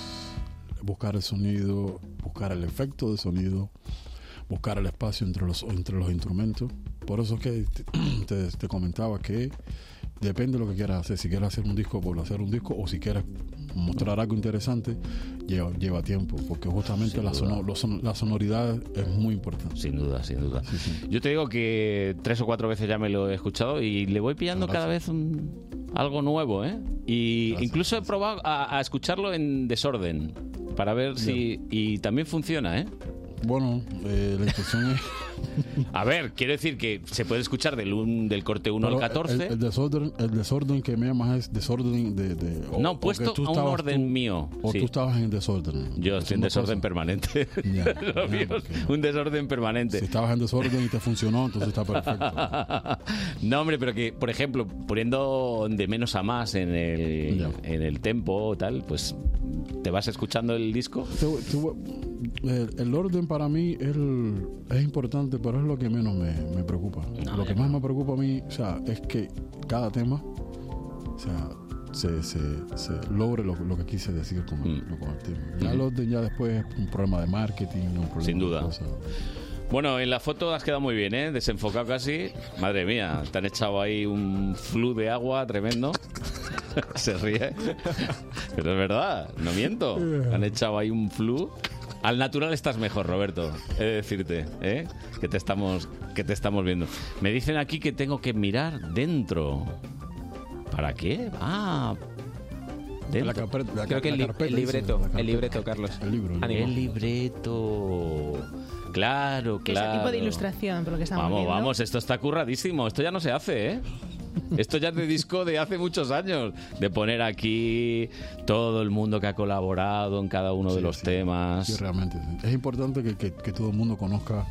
Speaker 22: buscar el sonido, buscar el efecto de sonido, buscar el espacio entre los, entre los instrumentos. Por eso es que te, te- te comentaba que depende de lo que quieras hacer. Si quieres hacer un disco por hacer un disco o si quieres mostrar algo interesante, lleva, lleva tiempo, porque justamente
Speaker 1: Sin
Speaker 22: la,
Speaker 1: duda.
Speaker 22: sono- lo son- la sonoridad es muy importante.
Speaker 1: Sin duda, sin duda. Yo te digo que tres o cuatro veces ya me lo he escuchado y le voy pillando cada vez un- algo nuevo, ¿eh? Y incluso he probado a, a escucharlo en desorden para ver si... Y también funciona, ¿eh?
Speaker 22: Bueno, eh, la intención es...
Speaker 1: A ver, quiero decir que se puede escuchar del, un- del corte 1 al
Speaker 22: Pero el-
Speaker 1: 14.
Speaker 22: El, desorden, el desorden que me llamas es desorden de... de- o- o
Speaker 1: no,
Speaker 22: que
Speaker 1: puesto
Speaker 22: tú
Speaker 1: a un
Speaker 22: estabas
Speaker 1: orden
Speaker 22: tú-
Speaker 1: mío.
Speaker 22: O
Speaker 1: sí.
Speaker 22: tú estabas en desorden.
Speaker 1: Yo estoy en
Speaker 22: haciendo
Speaker 1: desorden permanente. Lo mío es un desorden permanente.
Speaker 22: Si estabas en desorden y te funcionó, entonces está perfecto.
Speaker 1: no, hombre, pero que, por ejemplo, poniendo de menos a más en el, en el tempo o tal, pues te vas escuchando el disco.
Speaker 22: Te- te voy- el, el orden para mí es, el- es importante, pero es lo que menos me, me preocupa. lo que más me preocupa a mí, o sea, es que cada tema, o sea, se, se- se logre lo, lo que quise decir con, el- con el tema. Ya el
Speaker 1: Mm. Ujú.
Speaker 22: orden ya después es un problema de marketing, un problema
Speaker 1: Sin
Speaker 22: de
Speaker 1: duda.
Speaker 22: cosas.
Speaker 1: Bueno, en la foto has quedado muy bien, ¿eh? Desenfocado casi. Madre mía, te han echado ahí un flu de agua tremendo. Se ríe. Pero es verdad, no miento. Te Han echado ahí un flu. Al natural estás mejor, Roberto. He de decirte, ¿eh? Que te estamos, que te estamos viendo. Me dicen aquí que tengo que mirar dentro. ¿Para qué? Ah,
Speaker 10: La carpeta- la Creo car- que el la li- carpeta, el dice, libreto, la carpeta. el libreto, Carlos.
Speaker 22: El libro.
Speaker 10: el libro.
Speaker 1: El libreto. Claro, claro.
Speaker 9: Que es el tipo de ilustración, por lo que estamos
Speaker 1: Vamos,
Speaker 9: viendo.
Speaker 1: vamos, esto está curradísimo. Esto ya no se hace, ¿eh? Esto ya es de disco de hace muchos años. De poner aquí todo el mundo que ha colaborado en cada uno de los temas.
Speaker 22: Sí, realmente. sí. Es importante que, que- que todo el mundo conozca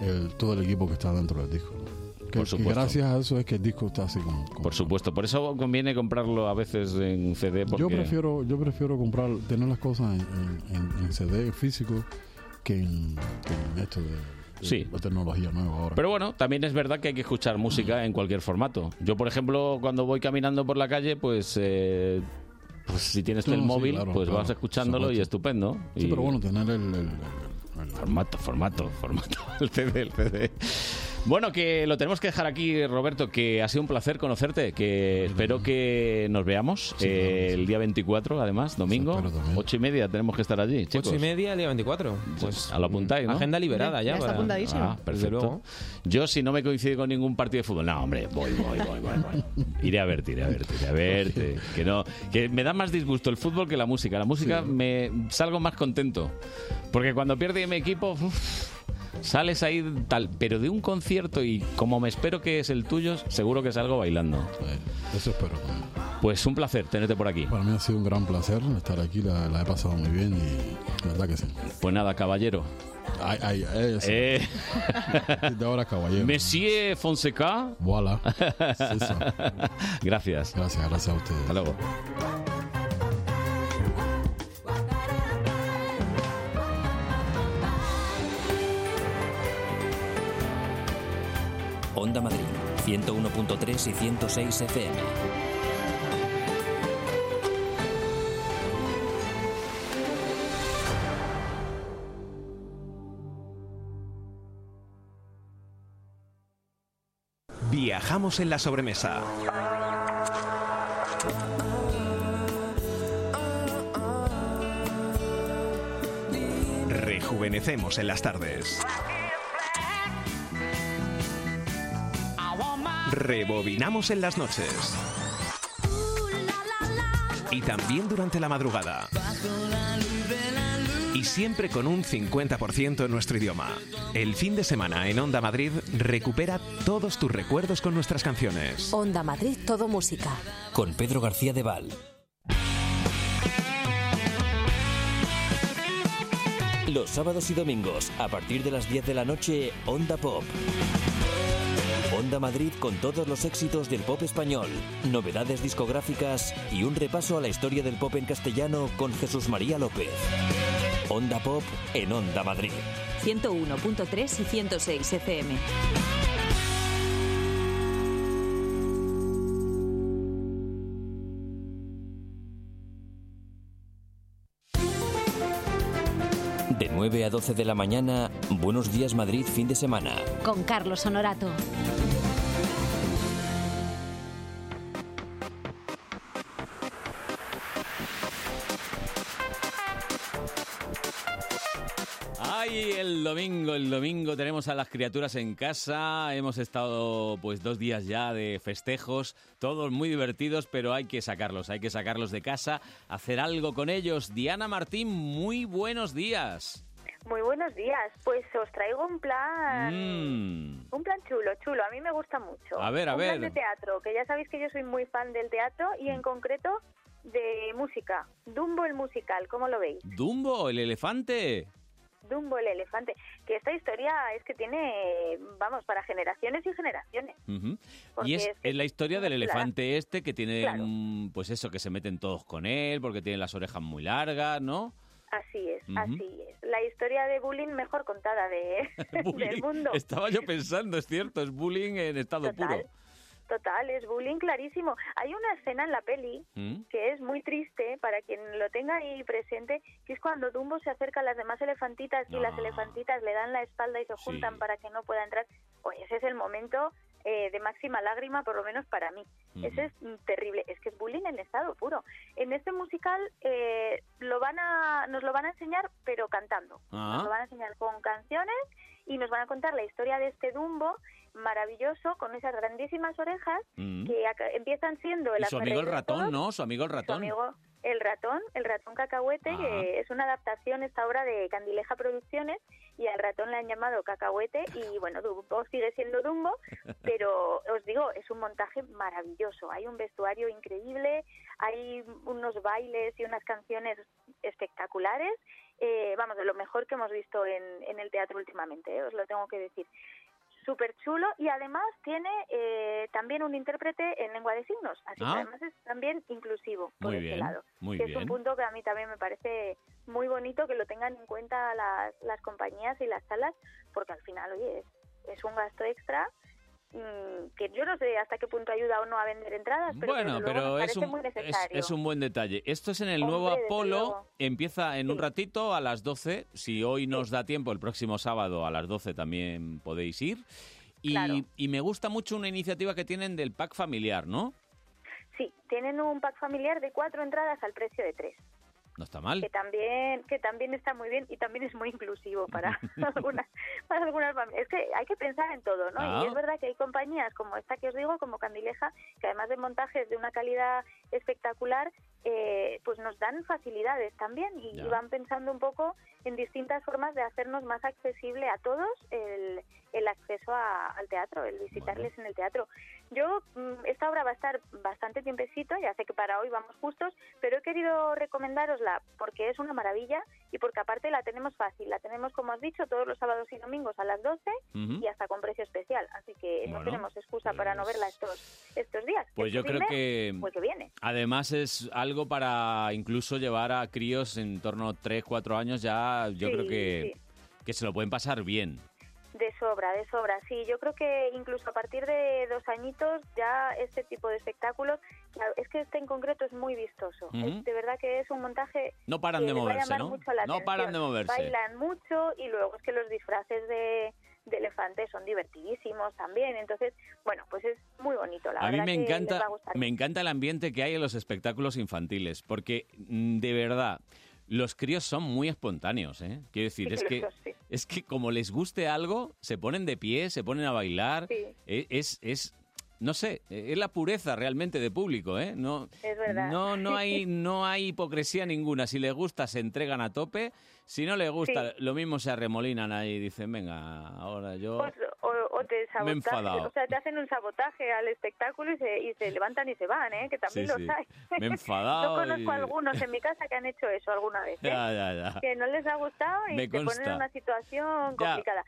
Speaker 22: el- todo el equipo que está dentro del disco. Que- que
Speaker 1: supuesto.
Speaker 22: gracias a eso es que el disco está así como...
Speaker 1: Por supuesto. Por eso conviene comprarlo a veces en CD. Porque...
Speaker 22: Yo prefiero, yo prefiero comprar, tener las cosas en, en- en CD físico que en, que en esto de, de
Speaker 1: Sí.
Speaker 22: la tecnología nueva ahora.
Speaker 1: Pero bueno, también es verdad que hay que escuchar música en cualquier formato. Yo, por ejemplo, cuando voy caminando por la calle, pues, eh, pues si tienes
Speaker 22: No,
Speaker 1: el
Speaker 22: sí,
Speaker 1: móvil,
Speaker 22: claro,
Speaker 1: pues
Speaker 22: claro,
Speaker 1: vas escuchándolo y
Speaker 22: supuesto.
Speaker 1: estupendo.
Speaker 22: sí,
Speaker 1: Y-
Speaker 22: pero bueno, tener el, el-
Speaker 1: Formato, formato, formato. El CD, el CD. Bueno, que lo tenemos que dejar aquí, Roberto, que ha sido un placer conocerte, que espero que nos veamos eh, el día 24, además, domingo, ocho y media tenemos que estar allí, chicos.
Speaker 10: Ocho y media, el día 24. Pues
Speaker 1: A lo apuntáis, ¿no?
Speaker 10: agenda liberada ya. para-
Speaker 1: Ah,
Speaker 10: desde
Speaker 1: perfecto.
Speaker 10: luego.
Speaker 1: Yo, si no me coincide con ningún partido de fútbol, no, hombre, voy, voy, voy, voy. voy. Iré a verte, iré a verte, iré a verte. Que no, que me da más disgusto el fútbol que la música. La música me salgo más contento. Porque cuando pierde mi equipo, uf, sales ahí tal. Pero de un concierto y como me espero que es el tuyo, seguro que salgo bailando.
Speaker 22: Eso espero.
Speaker 1: Pues un placer tenerte por aquí.
Speaker 22: Para mí ha sido un gran placer estar aquí, la, la he pasado muy bien y la verdad que sí.
Speaker 1: Pues nada, caballero.
Speaker 22: Ay, ay, ay, sí.
Speaker 1: Eh.
Speaker 22: De ahora caballero.
Speaker 1: Monsieur Fonseca.
Speaker 22: Voilà. Sí, sí.
Speaker 1: Gracias.
Speaker 22: Gracias, gracias a ustedes.
Speaker 1: Hasta luego.
Speaker 5: Onda Madrid, 101.3 y 106 FM.
Speaker 7: Viajamos en la sobremesa. Rejuvenecemos en las tardes. Rebobinamos en las noches. Y también durante la madrugada. Y siempre con un 50% en nuestro idioma. El fin de semana en Onda Madrid recupera todos tus recuerdos con nuestras canciones.
Speaker 16: Onda Madrid, todo música.
Speaker 5: Con Pedro García de Val. Los sábados y domingos, a partir de las 10 de la noche, Onda Pop. Onda Madrid con todos los éxitos del pop español, novedades discográficas y un repaso a la historia del pop en castellano con Jesús María López. Onda Pop en Onda Madrid.
Speaker 14: 101.3 y 106 FM.
Speaker 5: De 9 a 12 de la mañana, Buenos Días Madrid, fin de semana.
Speaker 11: Con Carlos Honorato.
Speaker 1: Ay, el domingo, el domingo tenemos a las criaturas en casa. Hemos estado pues dos días ya de festejos, todos muy divertidos, pero hay que sacarlos, hay que sacarlos de casa, hacer algo con ellos. Diana Martín, muy buenos días.
Speaker 21: Muy buenos días. Pues os traigo un plan.
Speaker 1: Mm.
Speaker 21: Un plan chulo, chulo. A mí me gusta mucho.
Speaker 1: A ver, a
Speaker 21: un
Speaker 1: ver.
Speaker 21: plan de teatro, que ya sabéis que yo soy muy fan del teatro y en concreto de música. Dumbo el musical, ¿cómo lo veis?
Speaker 1: Dumbo, el elefante.
Speaker 21: Dumbo el elefante. Que esta historia es que tiene, vamos, para generaciones y generaciones.
Speaker 1: Ujú.
Speaker 21: Porque
Speaker 1: Y es,
Speaker 21: es
Speaker 1: es la historia del
Speaker 21: claro.
Speaker 1: elefante este que tiene,
Speaker 21: Claro.
Speaker 1: mm, pues eso, que se meten todos con él porque tiene las orejas muy largas, ¿no?
Speaker 21: Así es,
Speaker 1: Ujú.
Speaker 21: así es. La historia de bullying mejor contada de, del mundo.
Speaker 1: Estaba yo pensando, es cierto, es bullying en estado
Speaker 21: Total.
Speaker 1: puro.
Speaker 21: Total, es bullying clarísimo. Hay una escena en la peli
Speaker 1: Mm.
Speaker 21: que es muy triste para quien lo tenga ahí presente, que es cuando Dumbo se acerca a las demás elefantitas y
Speaker 20: Ah.
Speaker 21: las elefantitas le dan la espalda y se juntan para que no pueda entrar. Oye, ese es el momento eh, de máxima lágrima, por lo menos para mí.
Speaker 20: Ujú.
Speaker 21: Ese es mm, terrible. Es que es bullying en estado puro. En este musical eh, lo van a, nos lo van a enseñar, pero cantando.
Speaker 20: Ah.
Speaker 21: Nos lo van a enseñar con canciones y nos van a contar la historia de este Dumbo maravilloso con esas grandísimas orejas
Speaker 1: Mm.
Speaker 21: que aca- empiezan siendo el
Speaker 1: Y su amigo
Speaker 21: azarreír
Speaker 1: el
Speaker 21: de
Speaker 1: ratón,
Speaker 21: todos,
Speaker 1: ¿no? Su amigo el
Speaker 21: su
Speaker 1: ratón.
Speaker 21: amigo el ratón, el ratón cacahuete,
Speaker 1: Ah.
Speaker 21: que es una adaptación esta obra de Candileja Producciones y al ratón le han llamado cacahuete y bueno, Dumbo sigue siendo Dumbo, pero os digo, es un montaje maravilloso, hay un vestuario increíble, hay unos bailes y unas canciones espectaculares, eh, vamos, de lo mejor que hemos visto en, en el teatro últimamente, eh, os lo tengo que decir. Súper chulo y además tiene eh, también un intérprete en lengua de signos, así
Speaker 1: Ah.
Speaker 21: que además es también inclusivo por
Speaker 1: Muy
Speaker 21: ese
Speaker 1: bien,
Speaker 21: lado.
Speaker 1: muy
Speaker 21: que es
Speaker 1: bien.
Speaker 21: un punto que a mí también me parece muy bonito que lo tengan en cuenta las, las compañías y las salas, porque al final, oye, es, es un gasto extra mm, que yo no sé hasta qué punto ayuda o no a vender entradas, pero
Speaker 1: Bueno,
Speaker 21: desde luego
Speaker 1: pero
Speaker 21: me
Speaker 1: es
Speaker 21: parece
Speaker 1: un,
Speaker 21: muy
Speaker 1: es,
Speaker 21: necesario.
Speaker 1: es un buen detalle. Esto es en el nuevo
Speaker 21: Hombre, desde
Speaker 1: Apolo,
Speaker 21: luego.
Speaker 1: empieza en un ratito a las 12. Si hoy nos da tiempo, el próximo sábado a las 12 también podéis ir. Y, y me gusta mucho una iniciativa que tienen del pack familiar, ¿no?
Speaker 21: Sí, tienen un pack familiar de cuatro entradas al precio de tres.
Speaker 1: No está mal.
Speaker 21: que también que también está muy bien y también es muy inclusivo para algunas para algunas familias. Es que hay que pensar en todo, ¿no?
Speaker 1: Ah.
Speaker 20: Claro.
Speaker 21: Y es verdad que hay compañías como esta que os digo, como Candileja, que además de montajes de una calidad espectacular, eh, pues nos dan facilidades también y, y
Speaker 20: Ya.
Speaker 21: van pensando un poco en distintas formas de hacernos más accesible a todos el, el acceso a- al teatro, el visitarles en el teatro. Yo, mm, esta obra va a estar bastante tiempecito, ya sé que para hoy vamos justos, pero he querido recomendárosla porque es una maravilla y porque aparte la tenemos fácil, la tenemos, como has dicho, todos los sábados y domingos a las 12
Speaker 1: Ujú.
Speaker 21: y hasta con precio especial, así que no
Speaker 1: Bueno,
Speaker 21: tenemos excusa para no verla estos, estos días.
Speaker 1: Pues yo
Speaker 21: Este
Speaker 1: creo
Speaker 21: fin de,
Speaker 1: que-
Speaker 21: pues que viene.
Speaker 1: Además es algo para incluso llevar a críos en torno a 3, 4 años ya, yo
Speaker 21: Sí,
Speaker 1: creo que,
Speaker 21: sí.
Speaker 1: que se lo pueden pasar bien.
Speaker 21: De sobra, de sobra. Sí, yo creo que incluso a partir de dos añitos ya este tipo de espectáculos, claro, es que este en concreto es muy vistoso.
Speaker 1: Ujú.
Speaker 21: Es de verdad que es un montaje...
Speaker 1: No paran
Speaker 21: que
Speaker 1: de
Speaker 21: les va a
Speaker 1: moverse,
Speaker 21: llamar
Speaker 1: ¿no?
Speaker 21: mucho la
Speaker 1: No paran de
Speaker 21: atención.
Speaker 1: moverse.
Speaker 21: Bailan mucho y luego es que los disfraces de, de elefantes son divertidísimos también. Entonces, bueno, pues es muy bonito. La
Speaker 1: a mí
Speaker 21: verdad
Speaker 1: me
Speaker 21: que les va
Speaker 1: encanta,
Speaker 21: a gustar
Speaker 1: me encanta el ambiente que hay en los espectáculos infantiles, porque mm, de verdad los críos son muy espontáneos, ¿eh? Quiero decir,
Speaker 21: Sí,
Speaker 1: es
Speaker 21: lo
Speaker 1: que
Speaker 21: son, sí.
Speaker 1: es que como les guste algo, se ponen de pie, se ponen a bailar,
Speaker 21: Sí.
Speaker 1: e- es es no sé, e, es la pureza realmente de público, ¿eh? No,
Speaker 21: Es verdad.
Speaker 1: no, no hay, no hay hipocresía ninguna. Si les gusta, se entregan a tope. Si no les gusta,
Speaker 21: Sí.
Speaker 1: lo mismo se arremolinan ahí y dicen, venga, ahora yo.
Speaker 21: Pues, o, o te
Speaker 1: Me he
Speaker 21: sabotaje,
Speaker 1: enfadado.
Speaker 21: o sea, te hacen un sabotaje al espectáculo y se, y se levantan y se van, ¿eh? que también
Speaker 1: Sí,
Speaker 21: los
Speaker 1: sí.
Speaker 21: hay.
Speaker 1: Me he enfadado
Speaker 21: Yo conozco
Speaker 1: y-
Speaker 21: algunos en mi casa que han hecho eso alguna vez. ¿eh?
Speaker 1: Ya, ya, ya.
Speaker 21: Que no les ha gustado y
Speaker 1: Me
Speaker 21: se ponen en
Speaker 1: consta.
Speaker 21: una situación
Speaker 1: Ya.
Speaker 21: complicada.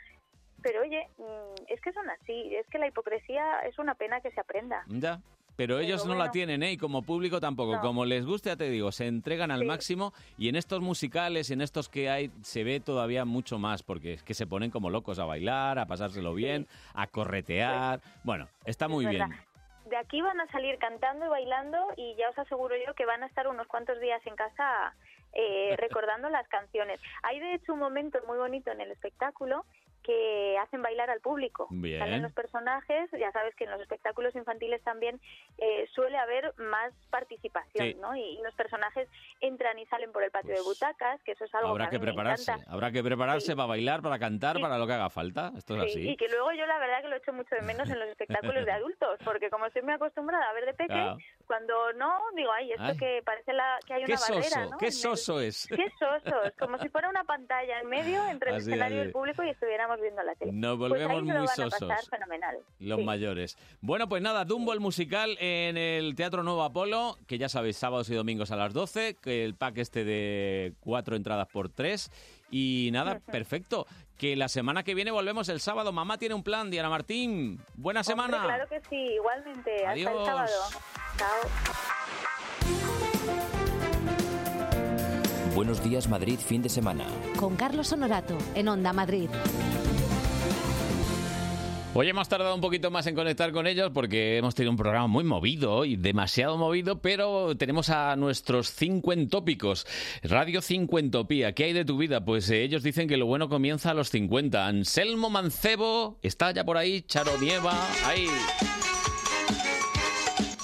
Speaker 21: Pero oye, mm, es que son así, es que la hipocresía es una pena que se aprenda.
Speaker 1: Ya. Pero ellos no la
Speaker 21: bueno.
Speaker 1: tienen, ¿eh? Y como público tampoco.
Speaker 21: No.
Speaker 1: Como les guste, ya te digo, se entregan al
Speaker 21: Sí.
Speaker 1: máximo. Y en estos musicales, en estos que hay, se ve todavía mucho más, porque es que se ponen como locos a bailar, a pasárselo bien, a corretear. Bueno, está muy bien.
Speaker 21: verdad. De aquí van a salir cantando y bailando y ya os aseguro yo que van a estar unos cuantos días en casa eh, recordando las canciones. Hay de hecho un momento muy bonito en el espectáculo que hacen bailar al público.
Speaker 1: Bien.
Speaker 21: Salen los personajes, ya sabes que en los espectáculos infantiles también eh, suele haber más participación,
Speaker 1: Sí. Pues
Speaker 21: ¿no? Y, y los personajes entran y salen por el patio de butacas, que eso es algo
Speaker 1: Habrá
Speaker 21: que,
Speaker 1: que
Speaker 21: a mí me
Speaker 1: prepararse,
Speaker 21: encanta.
Speaker 1: habrá que prepararse para bailar, para cantar,
Speaker 21: Sí.
Speaker 1: para lo que haga falta. Esto es
Speaker 21: Sí,
Speaker 1: así.
Speaker 21: y que luego yo la verdad que lo echo mucho de menos en los espectáculos de adultos, porque como estoy muy acostumbrada a ver de peque,
Speaker 1: Claro.
Speaker 21: cuando no, digo, ay, esto
Speaker 1: Ah. Ay.
Speaker 21: que parece la, que hay
Speaker 1: Qué
Speaker 21: una barrera,
Speaker 1: soso,
Speaker 21: ¿no?
Speaker 1: qué
Speaker 21: En el-
Speaker 1: soso es.
Speaker 21: Qué sosos, como si fuera una pantalla en medio entre el
Speaker 1: Así,
Speaker 21: escenario y
Speaker 1: así.
Speaker 21: el público y estuviéramos viendo la tele.
Speaker 1: Nos
Speaker 21: Pues
Speaker 1: volvemos
Speaker 21: ahí se lo van
Speaker 1: muy
Speaker 21: a pasar
Speaker 1: sosos.
Speaker 21: fenomenal.
Speaker 1: Los mayores. Bueno, pues nada, Dumbo el musical en el Teatro Nuevo Apolo, que ya sabéis, sábados y domingos a las 12, que el pack este de cuatro entradas por tres. Y nada, perfecto. Que la semana que viene volvemos el sábado. Mamá tiene un plan, Diana Martín. Buena semana.
Speaker 21: Hombre, claro que sí, igualmente. Hasta
Speaker 1: Adiós.
Speaker 21: el sábado. Chao.
Speaker 5: Buenos días Madrid fin de semana.
Speaker 11: Con Carlos Honorato en Onda Madrid.
Speaker 1: Hoy hemos tardado un poquito más en conectar con ellos porque hemos tenido un programa muy movido y demasiado movido, pero tenemos a nuestros cincuentópicos. Radio Cincuentopía, ¿qué hay de tu vida? Pues eh, ellos dicen que lo bueno comienza a los 50. Anselmo Mancebo está ya por ahí, Charo Nieva, ahí.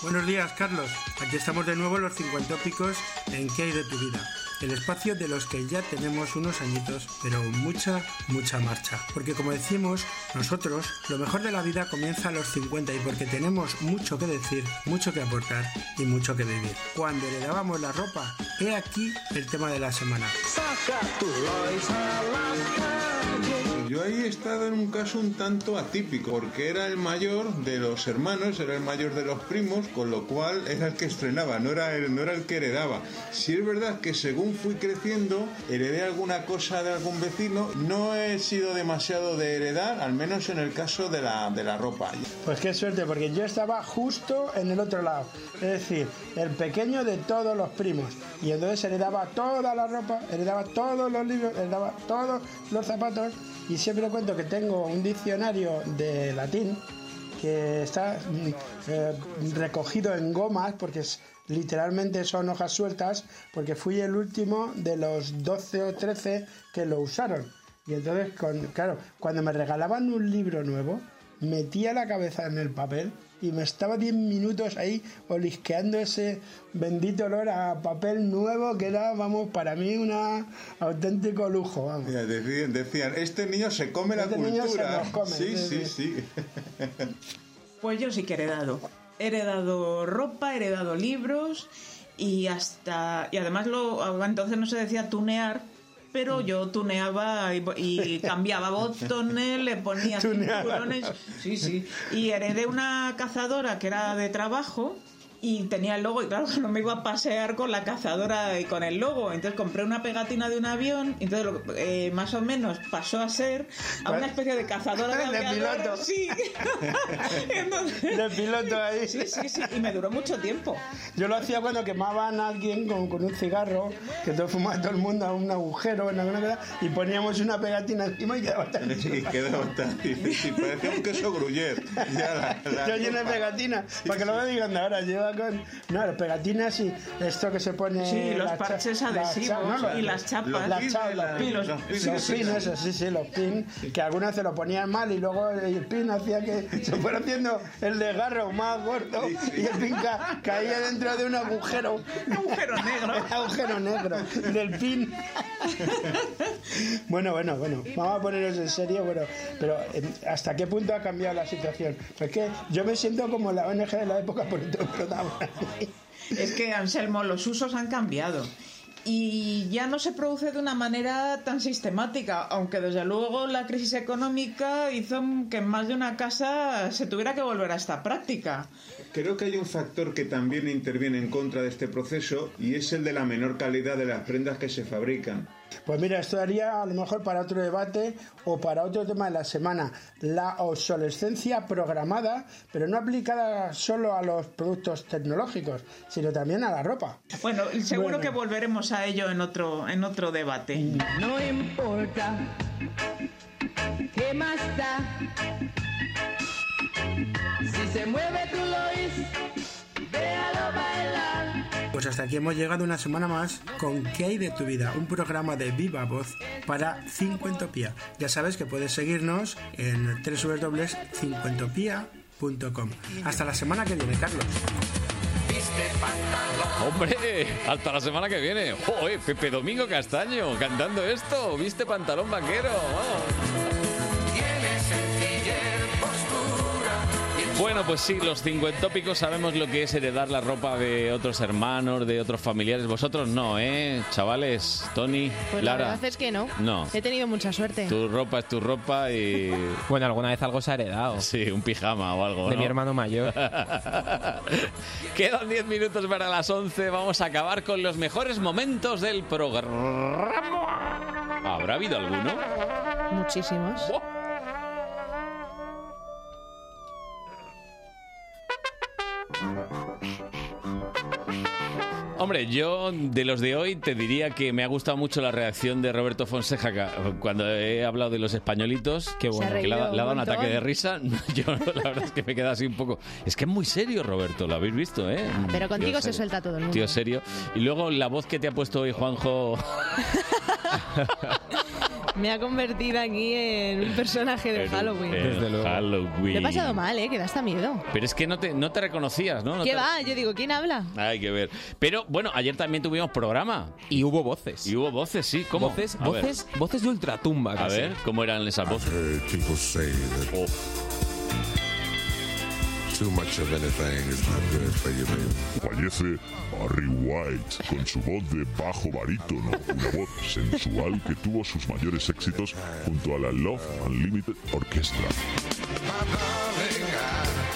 Speaker 20: Buenos días, Carlos. Aquí estamos de nuevo los cincuentópicos en ¿Qué hay de tu vida? El espacio de los que ya tenemos unos añitos, pero mucha, mucha marcha. Porque como decimos, nosotros, lo mejor de la vida comienza a los 50 y porque tenemos mucho que decir, mucho que aportar y mucho que vivir. Cuando heredábamos la ropa, he aquí el tema de la semana.
Speaker 33: Yo ahí he estado en un caso un tanto atípico, porque era el mayor de los hermanos, era el mayor de los primos, con lo cual era el que estrenaba, no era el, no era el que heredaba. Si es verdad que según fui creciendo, heredé alguna cosa de algún vecino, no he sido demasiado de heredar, al menos en el caso de la, de la ropa.
Speaker 20: Pues qué suerte, porque yo estaba justo en el otro lado, es decir, el pequeño de todos los primos. Y entonces heredaba toda la ropa, heredaba todos los libros, heredaba todos los zapatos. Y siempre cuento que tengo un diccionario de latín que está mm, eh, recogido en gomas, porque es- literalmente son hojas sueltas, porque fui el último de los 12 o 13 que lo usaron. Y entonces, con- claro, cuando me regalaban un libro nuevo, metía la cabeza en el papel y me estaba 10 minutos ahí olisqueando ese bendito olor a papel nuevo que era, vamos, para mí un auténtico lujo. Vamos.
Speaker 33: Mira, Decían, decían, este niño se come la
Speaker 20: Este niño se
Speaker 33: cultura.
Speaker 20: los come,
Speaker 33: sí,
Speaker 20: sí,
Speaker 33: sí, sí.
Speaker 34: Pues yo sí que he heredado. He heredado ropa, he heredado libros y hasta. Y además lo entonces no se decía tunear, pero
Speaker 20: Mm.
Speaker 34: yo tuneaba y, y cambiaba botones, le ponía
Speaker 20: Tuneaba.
Speaker 34: cinturones. Sí, sí. Y heredé una cazadora que era de trabajo. Y tenía el logo, y claro, no me iba a pasear con la cazadora y con el logo. Entonces compré una pegatina de un avión, entonces lo- eh, más o menos pasó a ser a una especie de cazadora de,
Speaker 20: De
Speaker 34: aviadores,
Speaker 20: piloto.
Speaker 34: Sí,
Speaker 20: De piloto ahí.
Speaker 34: Sí, sí, sí. Y me duró mucho tiempo.
Speaker 20: Yo lo hacía cuando quemaban a alguien con, con un cigarro, que todo fumaba todo el mundo a un agujero, en alguna cosa, y poníamos una pegatina encima y quedaba tan
Speaker 33: Y quedaba tan difícil. Parecía un queso gruyere. Ya la- la
Speaker 20: Yo lleno de
Speaker 33: ropa.
Speaker 20: pegatinas, para que lo vean digan, ahora lleva con. No, las pegatinas y esto que se pone.
Speaker 34: Sí, los
Speaker 20: las cha-
Speaker 34: parches
Speaker 20: las
Speaker 34: adhesivos
Speaker 20: cha- lo-
Speaker 34: y las chapas. Los
Speaker 20: Las
Speaker 34: pins,
Speaker 20: chapas, los
Speaker 34: la-
Speaker 20: pins,
Speaker 34: los
Speaker 20: los
Speaker 34: pins,
Speaker 20: pins,
Speaker 34: sí, sí.
Speaker 20: esos, sí, sí, los pins, que algunos se lo ponían mal y luego el pin hacía que se fuera haciendo el desgarro más gordo y el pin ca- caía dentro de un agujero.
Speaker 34: agujero negro.
Speaker 20: agujero negro del pin. Bueno, bueno, bueno, vamos a ponernos en serio, bueno, pero eh, ¿hasta qué punto ha cambiado la situación? Es que yo me siento como la ONG de la época por
Speaker 34: Es que, Anselmo, los usos han cambiado. Y ya no se produce de una manera tan sistemática, aunque desde luego la crisis económica hizo que en más de una casa se tuviera que volver a esta práctica.
Speaker 33: Creo que hay un factor que también interviene en contra de este proceso y es el de la menor calidad de las prendas que se fabrican.
Speaker 20: Pues mira, esto daría a lo mejor para otro debate o para otro tema de la semana. La obsolescencia programada, pero no aplicada solo a los productos tecnológicos, sino también a la ropa.
Speaker 34: Bueno, seguro
Speaker 20: Bueno.
Speaker 34: que volveremos a ello en otro, en otro debate.
Speaker 8: No importa qué más da. Si se mueve tu Lois, déjalo bailar.
Speaker 20: Pues hasta aquí hemos llegado una semana más con ¿Qué hay de tu vida? Un programa de viva voz para Cincuentopía. Ya sabes que puedes seguirnos en www.cincuentopía.com. Hasta la semana que viene, Carlos.
Speaker 1: Hombre, hasta la semana que viene. ¡Joder, Pepe Domingo Castaño cantando esto! ¿Viste pantalón vaquero?
Speaker 35: Tiene sencillez, postura y en su
Speaker 1: Bueno, pues sí, los cincuentópicos sabemos lo que es heredar la ropa de otros hermanos, de otros familiares. Vosotros no, ¿eh? Chavales, Tony,
Speaker 7: Pues la
Speaker 1: Lara.
Speaker 7: verdad es que no.
Speaker 1: No.
Speaker 7: He tenido mucha suerte.
Speaker 1: Tu ropa es tu ropa y...
Speaker 10: Bueno, alguna vez algo se ha heredado.
Speaker 1: Sí, un pijama o algo.
Speaker 10: De mi
Speaker 1: ¿no?
Speaker 10: hermano mayor.
Speaker 1: Quedan 10 minutos para las 11. Vamos a acabar con los mejores momentos del programa. ¿Habrá habido alguno?
Speaker 7: Muchísimos.
Speaker 1: Hombre, yo de los de hoy te diría que me ha gustado mucho la reacción de Roberto Fonseca ca- cuando he hablado de los españolitos. Qué
Speaker 10: bueno. Se ha
Speaker 1: Que le ha,
Speaker 10: reído
Speaker 1: le ha dado
Speaker 10: un
Speaker 1: un ataque
Speaker 10: montón.
Speaker 1: de risa. Yo la verdad es que me queda así un poco. Es que es muy serio, Roberto, lo habéis visto, ¿eh?
Speaker 7: Ah, Pero
Speaker 1: Tío
Speaker 7: contigo se
Speaker 1: serio.
Speaker 7: suelta todo el mundo.
Speaker 1: Tío serio. Y luego la voz que te ha puesto hoy Juanjo.
Speaker 7: Me ha convertido aquí en un personaje de
Speaker 1: en-
Speaker 7: Halloween.
Speaker 1: en Halloween.
Speaker 7: Lo he pasado mal, ¿eh? Que da hasta miedo.
Speaker 1: Pero es que no te, no te reconocías, ¿no? No
Speaker 7: ¿Qué
Speaker 1: te-
Speaker 7: va? Yo digo, ¿quién habla?
Speaker 1: Hay que ver. Pero bueno, ayer también tuvimos programa.
Speaker 10: Y hubo voces.
Speaker 1: Y hubo voces, sí. ¿Cómo?
Speaker 10: Voces,
Speaker 1: A ver.
Speaker 10: voces, Ah, voces de ultratumba.
Speaker 1: A
Speaker 10: casi.
Speaker 1: ver, ¿cómo eran esas voces? Oh.
Speaker 36: Heard people say that too much of anything is not good for you, baby.
Speaker 23: Fallece Barry White con su voz de bajo barítono, una voz sensual que tuvo sus mayores éxitos junto a la Love Unlimited Orchestra.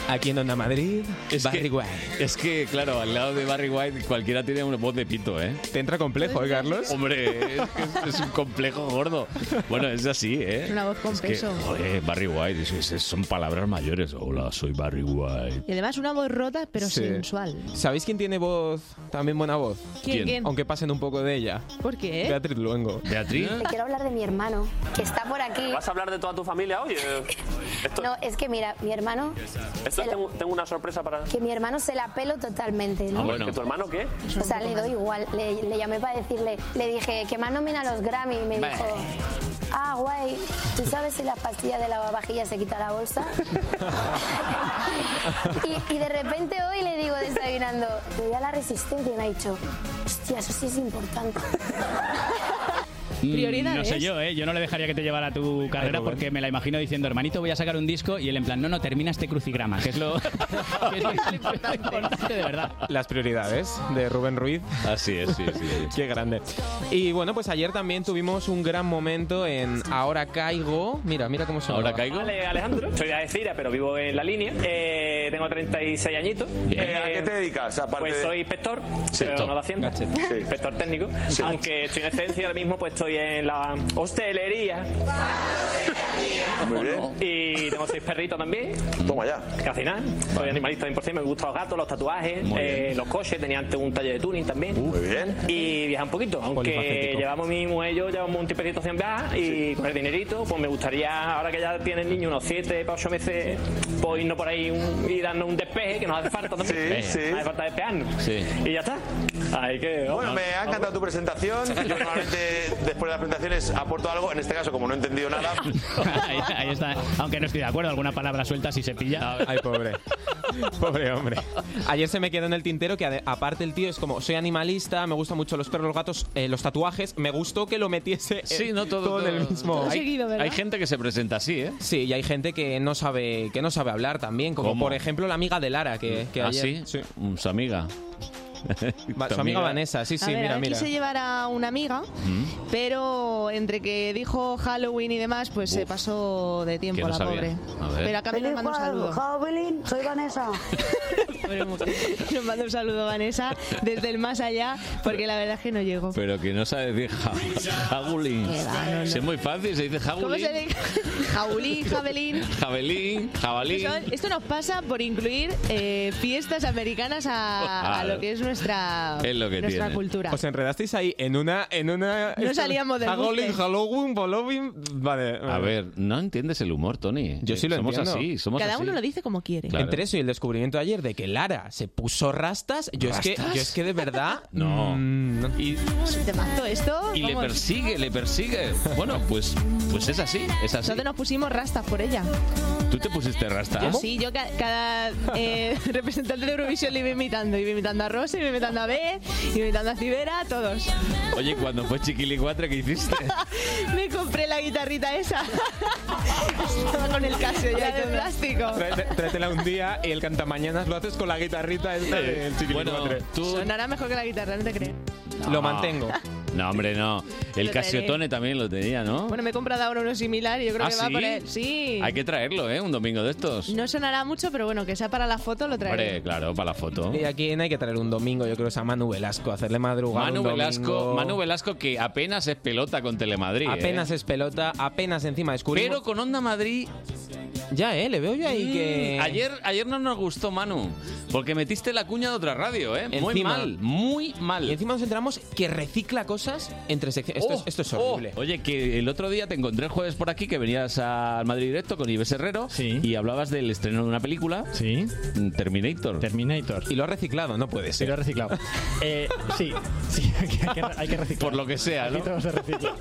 Speaker 10: Aquí en Onda Madrid, Barry White.
Speaker 1: Es que, claro, al lado de Barry White cualquiera tiene una voz de pito, ¿eh?
Speaker 10: Te entra complejo, ¿eh, Carlos?
Speaker 1: Hombre, es, que es- es un complejo gordo. Bueno, es así, ¿eh?
Speaker 7: Es una voz con
Speaker 1: Es que,
Speaker 7: peso.
Speaker 1: joder, Barry White, es- es- son palabras mayores. Hola, soy Barry White.
Speaker 7: Y además una voz rota, pero
Speaker 10: Sí.
Speaker 7: sensual.
Speaker 10: ¿Sabéis quién tiene voz, también buena voz?
Speaker 7: ¿Quién, ¿Quién? quién?
Speaker 10: Aunque pasen un poco de ella.
Speaker 7: ¿Por
Speaker 37: ¿Eh?
Speaker 7: qué?
Speaker 10: Beatriz Luengo.
Speaker 1: ¿Beatriz?
Speaker 37: Te quiero hablar de mi hermano, que está por aquí.
Speaker 13: ¿Vas a hablar de toda tu familia hoy? Eh, Esto,
Speaker 37: No, es que mira, mi hermano,
Speaker 13: esto tengo, tengo una sorpresa para...
Speaker 37: que mi hermano se la pelo totalmente, ¿no?
Speaker 13: Ah, ¿Que ¿Tu hermano qué?
Speaker 37: O sea, le doy igual. Le, le llamé para decirle, le dije que más nomina los Grammy y me
Speaker 13: Bah.
Speaker 37: dijo, ah, guay, ¿tú sabes si la pastilla de lavavajillas se quita la bolsa? y, y de repente hoy le digo desayunando, le voy a la resistencia y me ha dicho, hostia, eso sí es importante.
Speaker 5: Mm,
Speaker 37: Prioridades.
Speaker 5: No sé yo, ¿eh? Yo no le dejaría que te llevara tu carrera porque me la imagino diciendo, hermanito, voy a sacar un disco y él en plan, no, no, termina este crucigrama, que es lo, que es lo importante de verdad.
Speaker 10: Las prioridades de Rubén Ruiz.
Speaker 1: Así es, sí, sí.
Speaker 10: Qué grande. Y bueno, pues ayer también tuvimos un gran momento en Ahora Caigo. Mira, mira cómo sonaba.
Speaker 13: Ale- Alejandro, soy de Algeciras, pero vivo en la línea. Eh, tengo 36 añitos.
Speaker 31: Eh, ¿A qué te dedicas? Aparte
Speaker 13: Pues
Speaker 31: de-
Speaker 13: soy inspector, pero
Speaker 31: top.
Speaker 13: no de Hacienda,
Speaker 31: Sí.
Speaker 13: inspector técnico.
Speaker 31: Sí.
Speaker 13: Aunque estoy en excedencia ahora mismo, pues estoy en la hostelería.
Speaker 31: Muy bien.
Speaker 13: Y tengo seis perritos también.
Speaker 31: Toma ya.
Speaker 13: Casi nada. Soy animalista 100%, me gustan los gatos, los tatuajes,
Speaker 31: Muy
Speaker 13: eh,
Speaker 31: bien.
Speaker 13: los coches. Tenía antes un taller de tuning también.
Speaker 31: Muy bien.
Speaker 13: Y viajar un poquito, aunque
Speaker 31: Polifacético.
Speaker 13: Eh, llevamos mi mujer y yo, llevamos un tiempecito sin viajar y con el dinerito, pues me gustaría, ahora que ya tiene el niño unos 7 para 8 meses, pues irnos por ahí un- y darnos un despeje que nos hace falta
Speaker 31: Sí,
Speaker 13: también.
Speaker 31: sí.
Speaker 13: Hace falta despejarnos.
Speaker 31: Sí.
Speaker 13: Y ya está. Hay que.
Speaker 31: Bueno, me ha encantado tu presentación. Yo normalmente después de las presentaciones aporto algo. En este caso, como no he entendido nada,
Speaker 5: ahí, ahí está. Aunque no estoy de acuerdo, alguna palabra suelta si se pilla.
Speaker 10: Ay, pobre. Pobre hombre. Ayer se me quedó en el tintero que ade- aparte el tío es como, soy animalista, me gustan mucho los perros, los gatos, eh, los tatuajes. Me gustó que lo metiese eh,
Speaker 1: Sí, no todo,
Speaker 10: en el
Speaker 1: todo-
Speaker 10: mismo.
Speaker 1: todo
Speaker 10: Hay-
Speaker 1: seguido, ¿verdad? hay gente que se presenta así, ¿eh?
Speaker 10: Sí, y hay gente que no sabe, que no sabe hablar también, como
Speaker 1: ¿Cómo?
Speaker 10: por ejemplo la amiga de Lara, que, que
Speaker 1: ¿Ah,
Speaker 10: ayer-
Speaker 1: sí? Mm, Su amiga.
Speaker 10: Va- su amiga Vanessa, sí,
Speaker 7: a ver, a ver, quise llevar a una amiga,
Speaker 1: Mm.
Speaker 7: pero entre que dijo Halloween y demás, pues se pasó de
Speaker 1: que
Speaker 7: tiempo
Speaker 1: no
Speaker 7: la
Speaker 1: sabía.
Speaker 7: pobre.
Speaker 1: A ver.
Speaker 7: Pero acá nos manda un saludo.
Speaker 38: Javelin, soy Vanessa.
Speaker 7: Nos manda un saludo, Vanessa, desde el más allá, porque la verdad es que no llego.
Speaker 1: Pero que no sabe decir ja- Jagulín.
Speaker 7: Qué va, no, no.
Speaker 1: Si es muy fácil, se dice Jagulín.
Speaker 7: ¿Cómo se dice? Jaulí, Javelín.
Speaker 1: Jabelín, jabalín.
Speaker 7: Son- Esto nos pasa por incluir eh, fiestas americanas a, a lo que es nuestra, nuestra cultura.
Speaker 1: Pues
Speaker 10: Os enredasteis ahí en una... En una
Speaker 7: No salíamos del
Speaker 10: Halloween,
Speaker 7: búnker.
Speaker 10: Halloween, Halloween... Vale,
Speaker 1: A ver, no entiendes el humor, Tony.
Speaker 10: Yo sí lo
Speaker 1: somos
Speaker 10: entiendo.
Speaker 1: así, somos
Speaker 7: Cada
Speaker 1: así.
Speaker 7: uno lo dice como quiere.
Speaker 10: Entre eso y el descubrimiento de ayer de que Lara se puso rastas, yo, Es, que,
Speaker 1: ¿Rastas?
Speaker 10: yo es que Mm. de verdad...
Speaker 1: No. Y,
Speaker 7: ¿Te mato esto?
Speaker 1: y le
Speaker 7: Vamos.
Speaker 1: persigue, le persigue. Bueno, pues, pues es así, es así.
Speaker 7: Nosotros nos pusimos rastas por ella.
Speaker 1: Tú te pusiste rasta.
Speaker 7: Yo sí, yo ca- cada eh, representante de Eurovisión le iba imitando. Iba imitando a Rosa, iba imitando a B, iba imitando a Cibera, a todos.
Speaker 1: Oye, cuando fue Chiquili 4, ¿qué hiciste?
Speaker 7: Me compré la guitarrita esa. Estaba con el casio ya de plástico.
Speaker 10: Tráete- Tráetela un día y el cantamañanas lo haces con la guitarrita esta del Chiquilicuatre.
Speaker 7: Sonará mejor que la guitarra, no te crees.
Speaker 10: Lo mantengo.
Speaker 1: No, hombre, no. El
Speaker 7: Lo
Speaker 1: casiotone también lo tenía, ¿no?
Speaker 7: Bueno, me he comprado ahora uno similar y yo creo
Speaker 1: ¿Ah,
Speaker 7: que va
Speaker 1: sí?
Speaker 7: por él. Sí.
Speaker 1: Hay que traerlo, ¿eh? Un domingo de estos.
Speaker 7: No sonará mucho, pero bueno, que sea para la foto lo traeré.
Speaker 1: Hombre, claro, para la foto.
Speaker 10: Y aquí hay que traer un domingo, yo creo que es a Manu Velasco, hacerle madrugar
Speaker 1: Manu
Speaker 10: un
Speaker 1: Velasco,
Speaker 10: domingo.
Speaker 1: Manu Velasco que apenas es pelota con Telemadrid. ¿eh?
Speaker 10: Apenas es pelota, apenas encima descubrimos...
Speaker 1: Pero con Onda Madrid...
Speaker 10: Ya, eh, le veo yo ahí
Speaker 1: Mm,
Speaker 10: que...
Speaker 1: Ayer, ayer no nos gustó Manu, porque metiste la cuña de otra radio, ¿eh? Muy
Speaker 10: Encima.
Speaker 1: mal, muy mal.
Speaker 10: Y encima nos enteramos que recicla cosas entre secciones. Esto, es, esto es horrible.
Speaker 1: Oh, oye, que el otro día te encontré el jueves por aquí, que venías al Madrid Directo con Ives Herrero y hablabas del estreno de una película.
Speaker 19: Sí.
Speaker 1: Terminator.
Speaker 19: Terminator.
Speaker 10: Y lo ha reciclado, no puede ser.
Speaker 19: lo ha reciclado. Eh, sí, sí, hay que, hay que- hay que reciclar.
Speaker 1: Por lo que sea,
Speaker 19: Aquí
Speaker 1: ¿no?
Speaker 19: todo se recicla.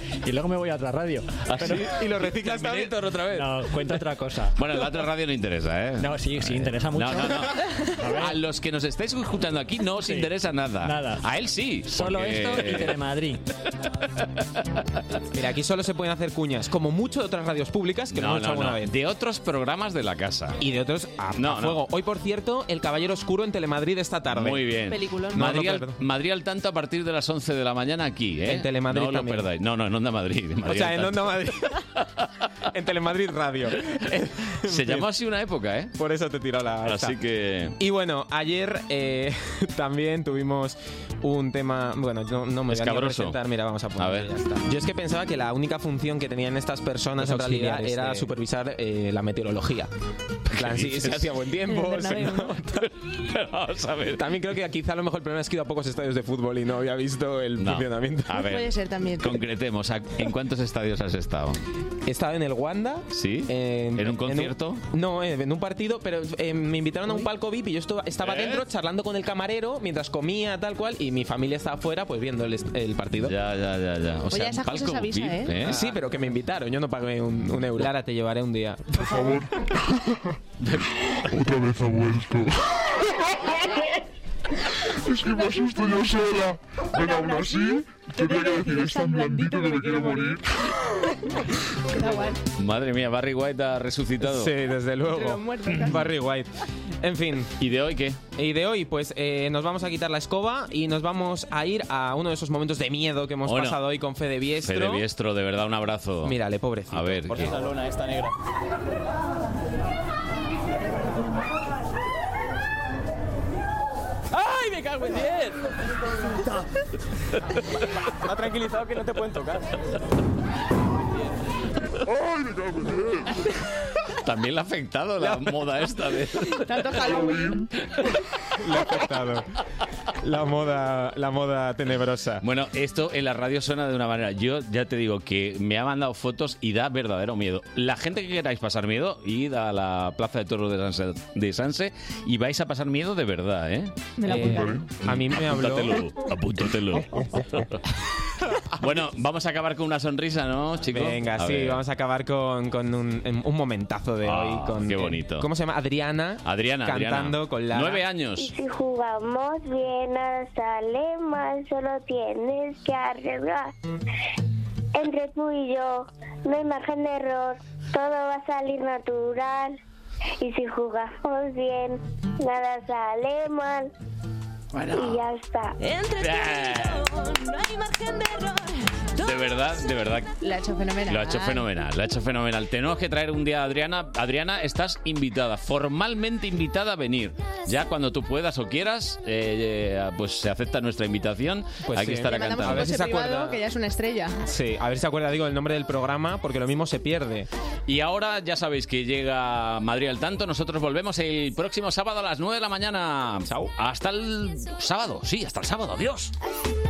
Speaker 19: Sí. Y luego me voy a otra radio.
Speaker 1: ¿Ah, sí?
Speaker 10: Y lo reciclas también.
Speaker 1: Terminator otra vez.
Speaker 19: No, cuenta otra cosa.
Speaker 1: Bueno, la otra radio no interesa, ¿eh?
Speaker 19: No, sí, sí, interesa mucho.
Speaker 1: No, no, no. A, los que nos estáis escuchando aquí no os interesa nada.
Speaker 19: Nada.
Speaker 1: A él sí.
Speaker 19: Solo
Speaker 1: porque-
Speaker 19: esto
Speaker 5: Eh,
Speaker 19: y Telemadrid.
Speaker 10: Mira, aquí solo se pueden hacer cuñas, como mucho de otras radios públicas que lo
Speaker 1: No,
Speaker 10: hemos hecho
Speaker 1: no,
Speaker 10: alguna
Speaker 1: no.
Speaker 10: vez.
Speaker 1: De otros programas de la casa.
Speaker 10: Y de otros a,
Speaker 1: No,
Speaker 10: a
Speaker 1: no.
Speaker 10: fuego. Hoy, por cierto, El Caballero Oscuro en Telemadrid esta tarde.
Speaker 1: Muy bien.
Speaker 10: Peliculón.
Speaker 1: Madrid,
Speaker 10: No, no,
Speaker 1: al,
Speaker 10: perdón.
Speaker 1: Madrid al tanto a partir de las 11 de la mañana aquí, ¿eh?
Speaker 10: En Telemadrid
Speaker 1: No lo
Speaker 10: también.
Speaker 1: perdáis. No, no, en Onda Madrid.
Speaker 10: O
Speaker 1: Madrid
Speaker 10: sea,
Speaker 1: al
Speaker 10: en
Speaker 1: tanto.
Speaker 10: Onda Madrid. en Telemadrid Radio.
Speaker 1: Se llamó así una época, ¿eh?
Speaker 10: Por eso te tiró la... esta.
Speaker 1: Así que...
Speaker 10: Y bueno, ayer eh, también tuvimos un tema. Bueno, no, no me voy a ni
Speaker 1: Escabroso.
Speaker 10: presentar. Mira, vamos a poner.
Speaker 1: A ver.
Speaker 10: ya está. Yo es que pensaba que la única función que tenían estas personas
Speaker 19: Los
Speaker 10: en realidad
Speaker 19: auxiliares
Speaker 10: era
Speaker 19: de-
Speaker 10: supervisar eh, la meteorología. En plan, si, si
Speaker 19: dices?
Speaker 10: hacía buen tiempo.
Speaker 19: El
Speaker 10: si
Speaker 19: Bernabéu.
Speaker 10: no, tal. También creo que quizá a lo mejor el problema es que he ido a pocos estadios de fútbol y no había visto el
Speaker 1: No.
Speaker 10: funcionamiento.
Speaker 1: A ver.
Speaker 7: Puede ser también.
Speaker 1: Concretemos, ¿a- ¿en cuántos estadios has estado?
Speaker 10: He estado en el Wanda.
Speaker 1: ¿Sí?
Speaker 10: En,
Speaker 1: ¿En un concierto?
Speaker 10: no, eh, en un partido, pero eh, me invitaron a un palco VIP y yo estu- estaba
Speaker 1: ¿Eh?
Speaker 10: dentro charlando con el camarero mientras comía, tal cual, y mi familia estaba afuera, pues viendo el, est- el partido.
Speaker 1: Ya, ya, ya, ya. O
Speaker 7: Oye,
Speaker 1: sea,
Speaker 7: esas
Speaker 1: un palco
Speaker 7: cosas avisa,
Speaker 1: VIP,
Speaker 7: ¿eh?
Speaker 1: ¿eh?
Speaker 10: Sí, pero que me invitaron, yo no pagué un, un euro. Lara, te llevaré un día.
Speaker 8: Por favor. Otra vez ha vuelto. Es que me asusto yo sola. Pero aún así, tenía que decir, es este tan blandito que me quiero morir.
Speaker 1: Madre mía, Barry White ha resucitado.
Speaker 10: Sí, desde luego.
Speaker 7: los muertos, casi.
Speaker 10: Barry White. En fin.
Speaker 1: ¿Y de hoy qué?
Speaker 10: Y de hoy, pues eh, nos vamos a quitar la escoba y nos vamos a ir a uno de esos momentos de miedo que hemos
Speaker 1: Bueno.
Speaker 10: pasado hoy con Fede Biestro.
Speaker 1: Fede Biestro, de verdad, un abrazo.
Speaker 10: Mírale, pobrecito.
Speaker 1: A ver, ¿qué?
Speaker 19: lona esta negra.
Speaker 10: ¡Ay, me cago en 10! Me ha tranquilizado que no te pueden tocar.
Speaker 8: ¡Ay, me cago en él!
Speaker 1: también le ha afectado la moda esta de...
Speaker 7: Tanto Halloween.
Speaker 10: Le ha afectado. La moda, la moda tenebrosa.
Speaker 1: Bueno, esto en la radio suena de una manera. Yo ya te digo que me ha mandado fotos y da verdadero miedo. La gente que queráis pasar miedo, id a la Plaza de Toros de Sanse, de Sanse y vais a pasar miedo de verdad, ¿eh?
Speaker 7: Me la
Speaker 10: Eh,
Speaker 7: apuntaré.
Speaker 10: a mí me habló.
Speaker 1: Apúntatelo, apúntatelo. bueno, vamos a acabar con una sonrisa, ¿no, chicos?
Speaker 10: Venga, sí, vamos a acabar con, con un, en- un momomentazo de
Speaker 1: Ah,
Speaker 10: hoy. Con,
Speaker 1: qué bonito.
Speaker 10: ¿Cómo se llama? Adriana.
Speaker 1: Adriana, Adriana.
Speaker 10: Cantando con Lara.
Speaker 1: Nueve
Speaker 14: Y
Speaker 1: años.
Speaker 14: si jugamos bien hasta le mal, solo tienes que arriesgar. Entre tú y yo, no hay margen de error, todo va a salir natural. Y si jugamos bien, nada sale mal. Y ya está.
Speaker 7: Entre tú y yo, no hay margen de error.
Speaker 1: De verdad, de verdad.
Speaker 7: Lo ha hecho fenomenal.
Speaker 1: Lo ha hecho fenomenal, lo ha hecho fenomenal. Tenemos que traer un día a Adriana. Adriana, estás invitada, formalmente invitada a venir. Ya cuando tú puedas o quieras, eh, eh, pues se acepta nuestra invitación.
Speaker 10: Pues
Speaker 1: Hay que
Speaker 10: sí.
Speaker 1: estar
Speaker 10: Le
Speaker 1: a
Speaker 10: mandamos
Speaker 1: cantar.
Speaker 10: un A ver si
Speaker 7: José
Speaker 10: se acuerda.
Speaker 7: Privado, que ya es una estrella.
Speaker 10: Sí, a ver si se acuerda, digo, el nombre del programa, porque lo mismo se pierde.
Speaker 1: Y ahora ya sabéis que llega Madrid al tanto. Nosotros volvemos el próximo sábado a las 9 de la mañana. Hasta el sábado. Sí, hasta el sábado. Adiós.
Speaker 2: Adiós.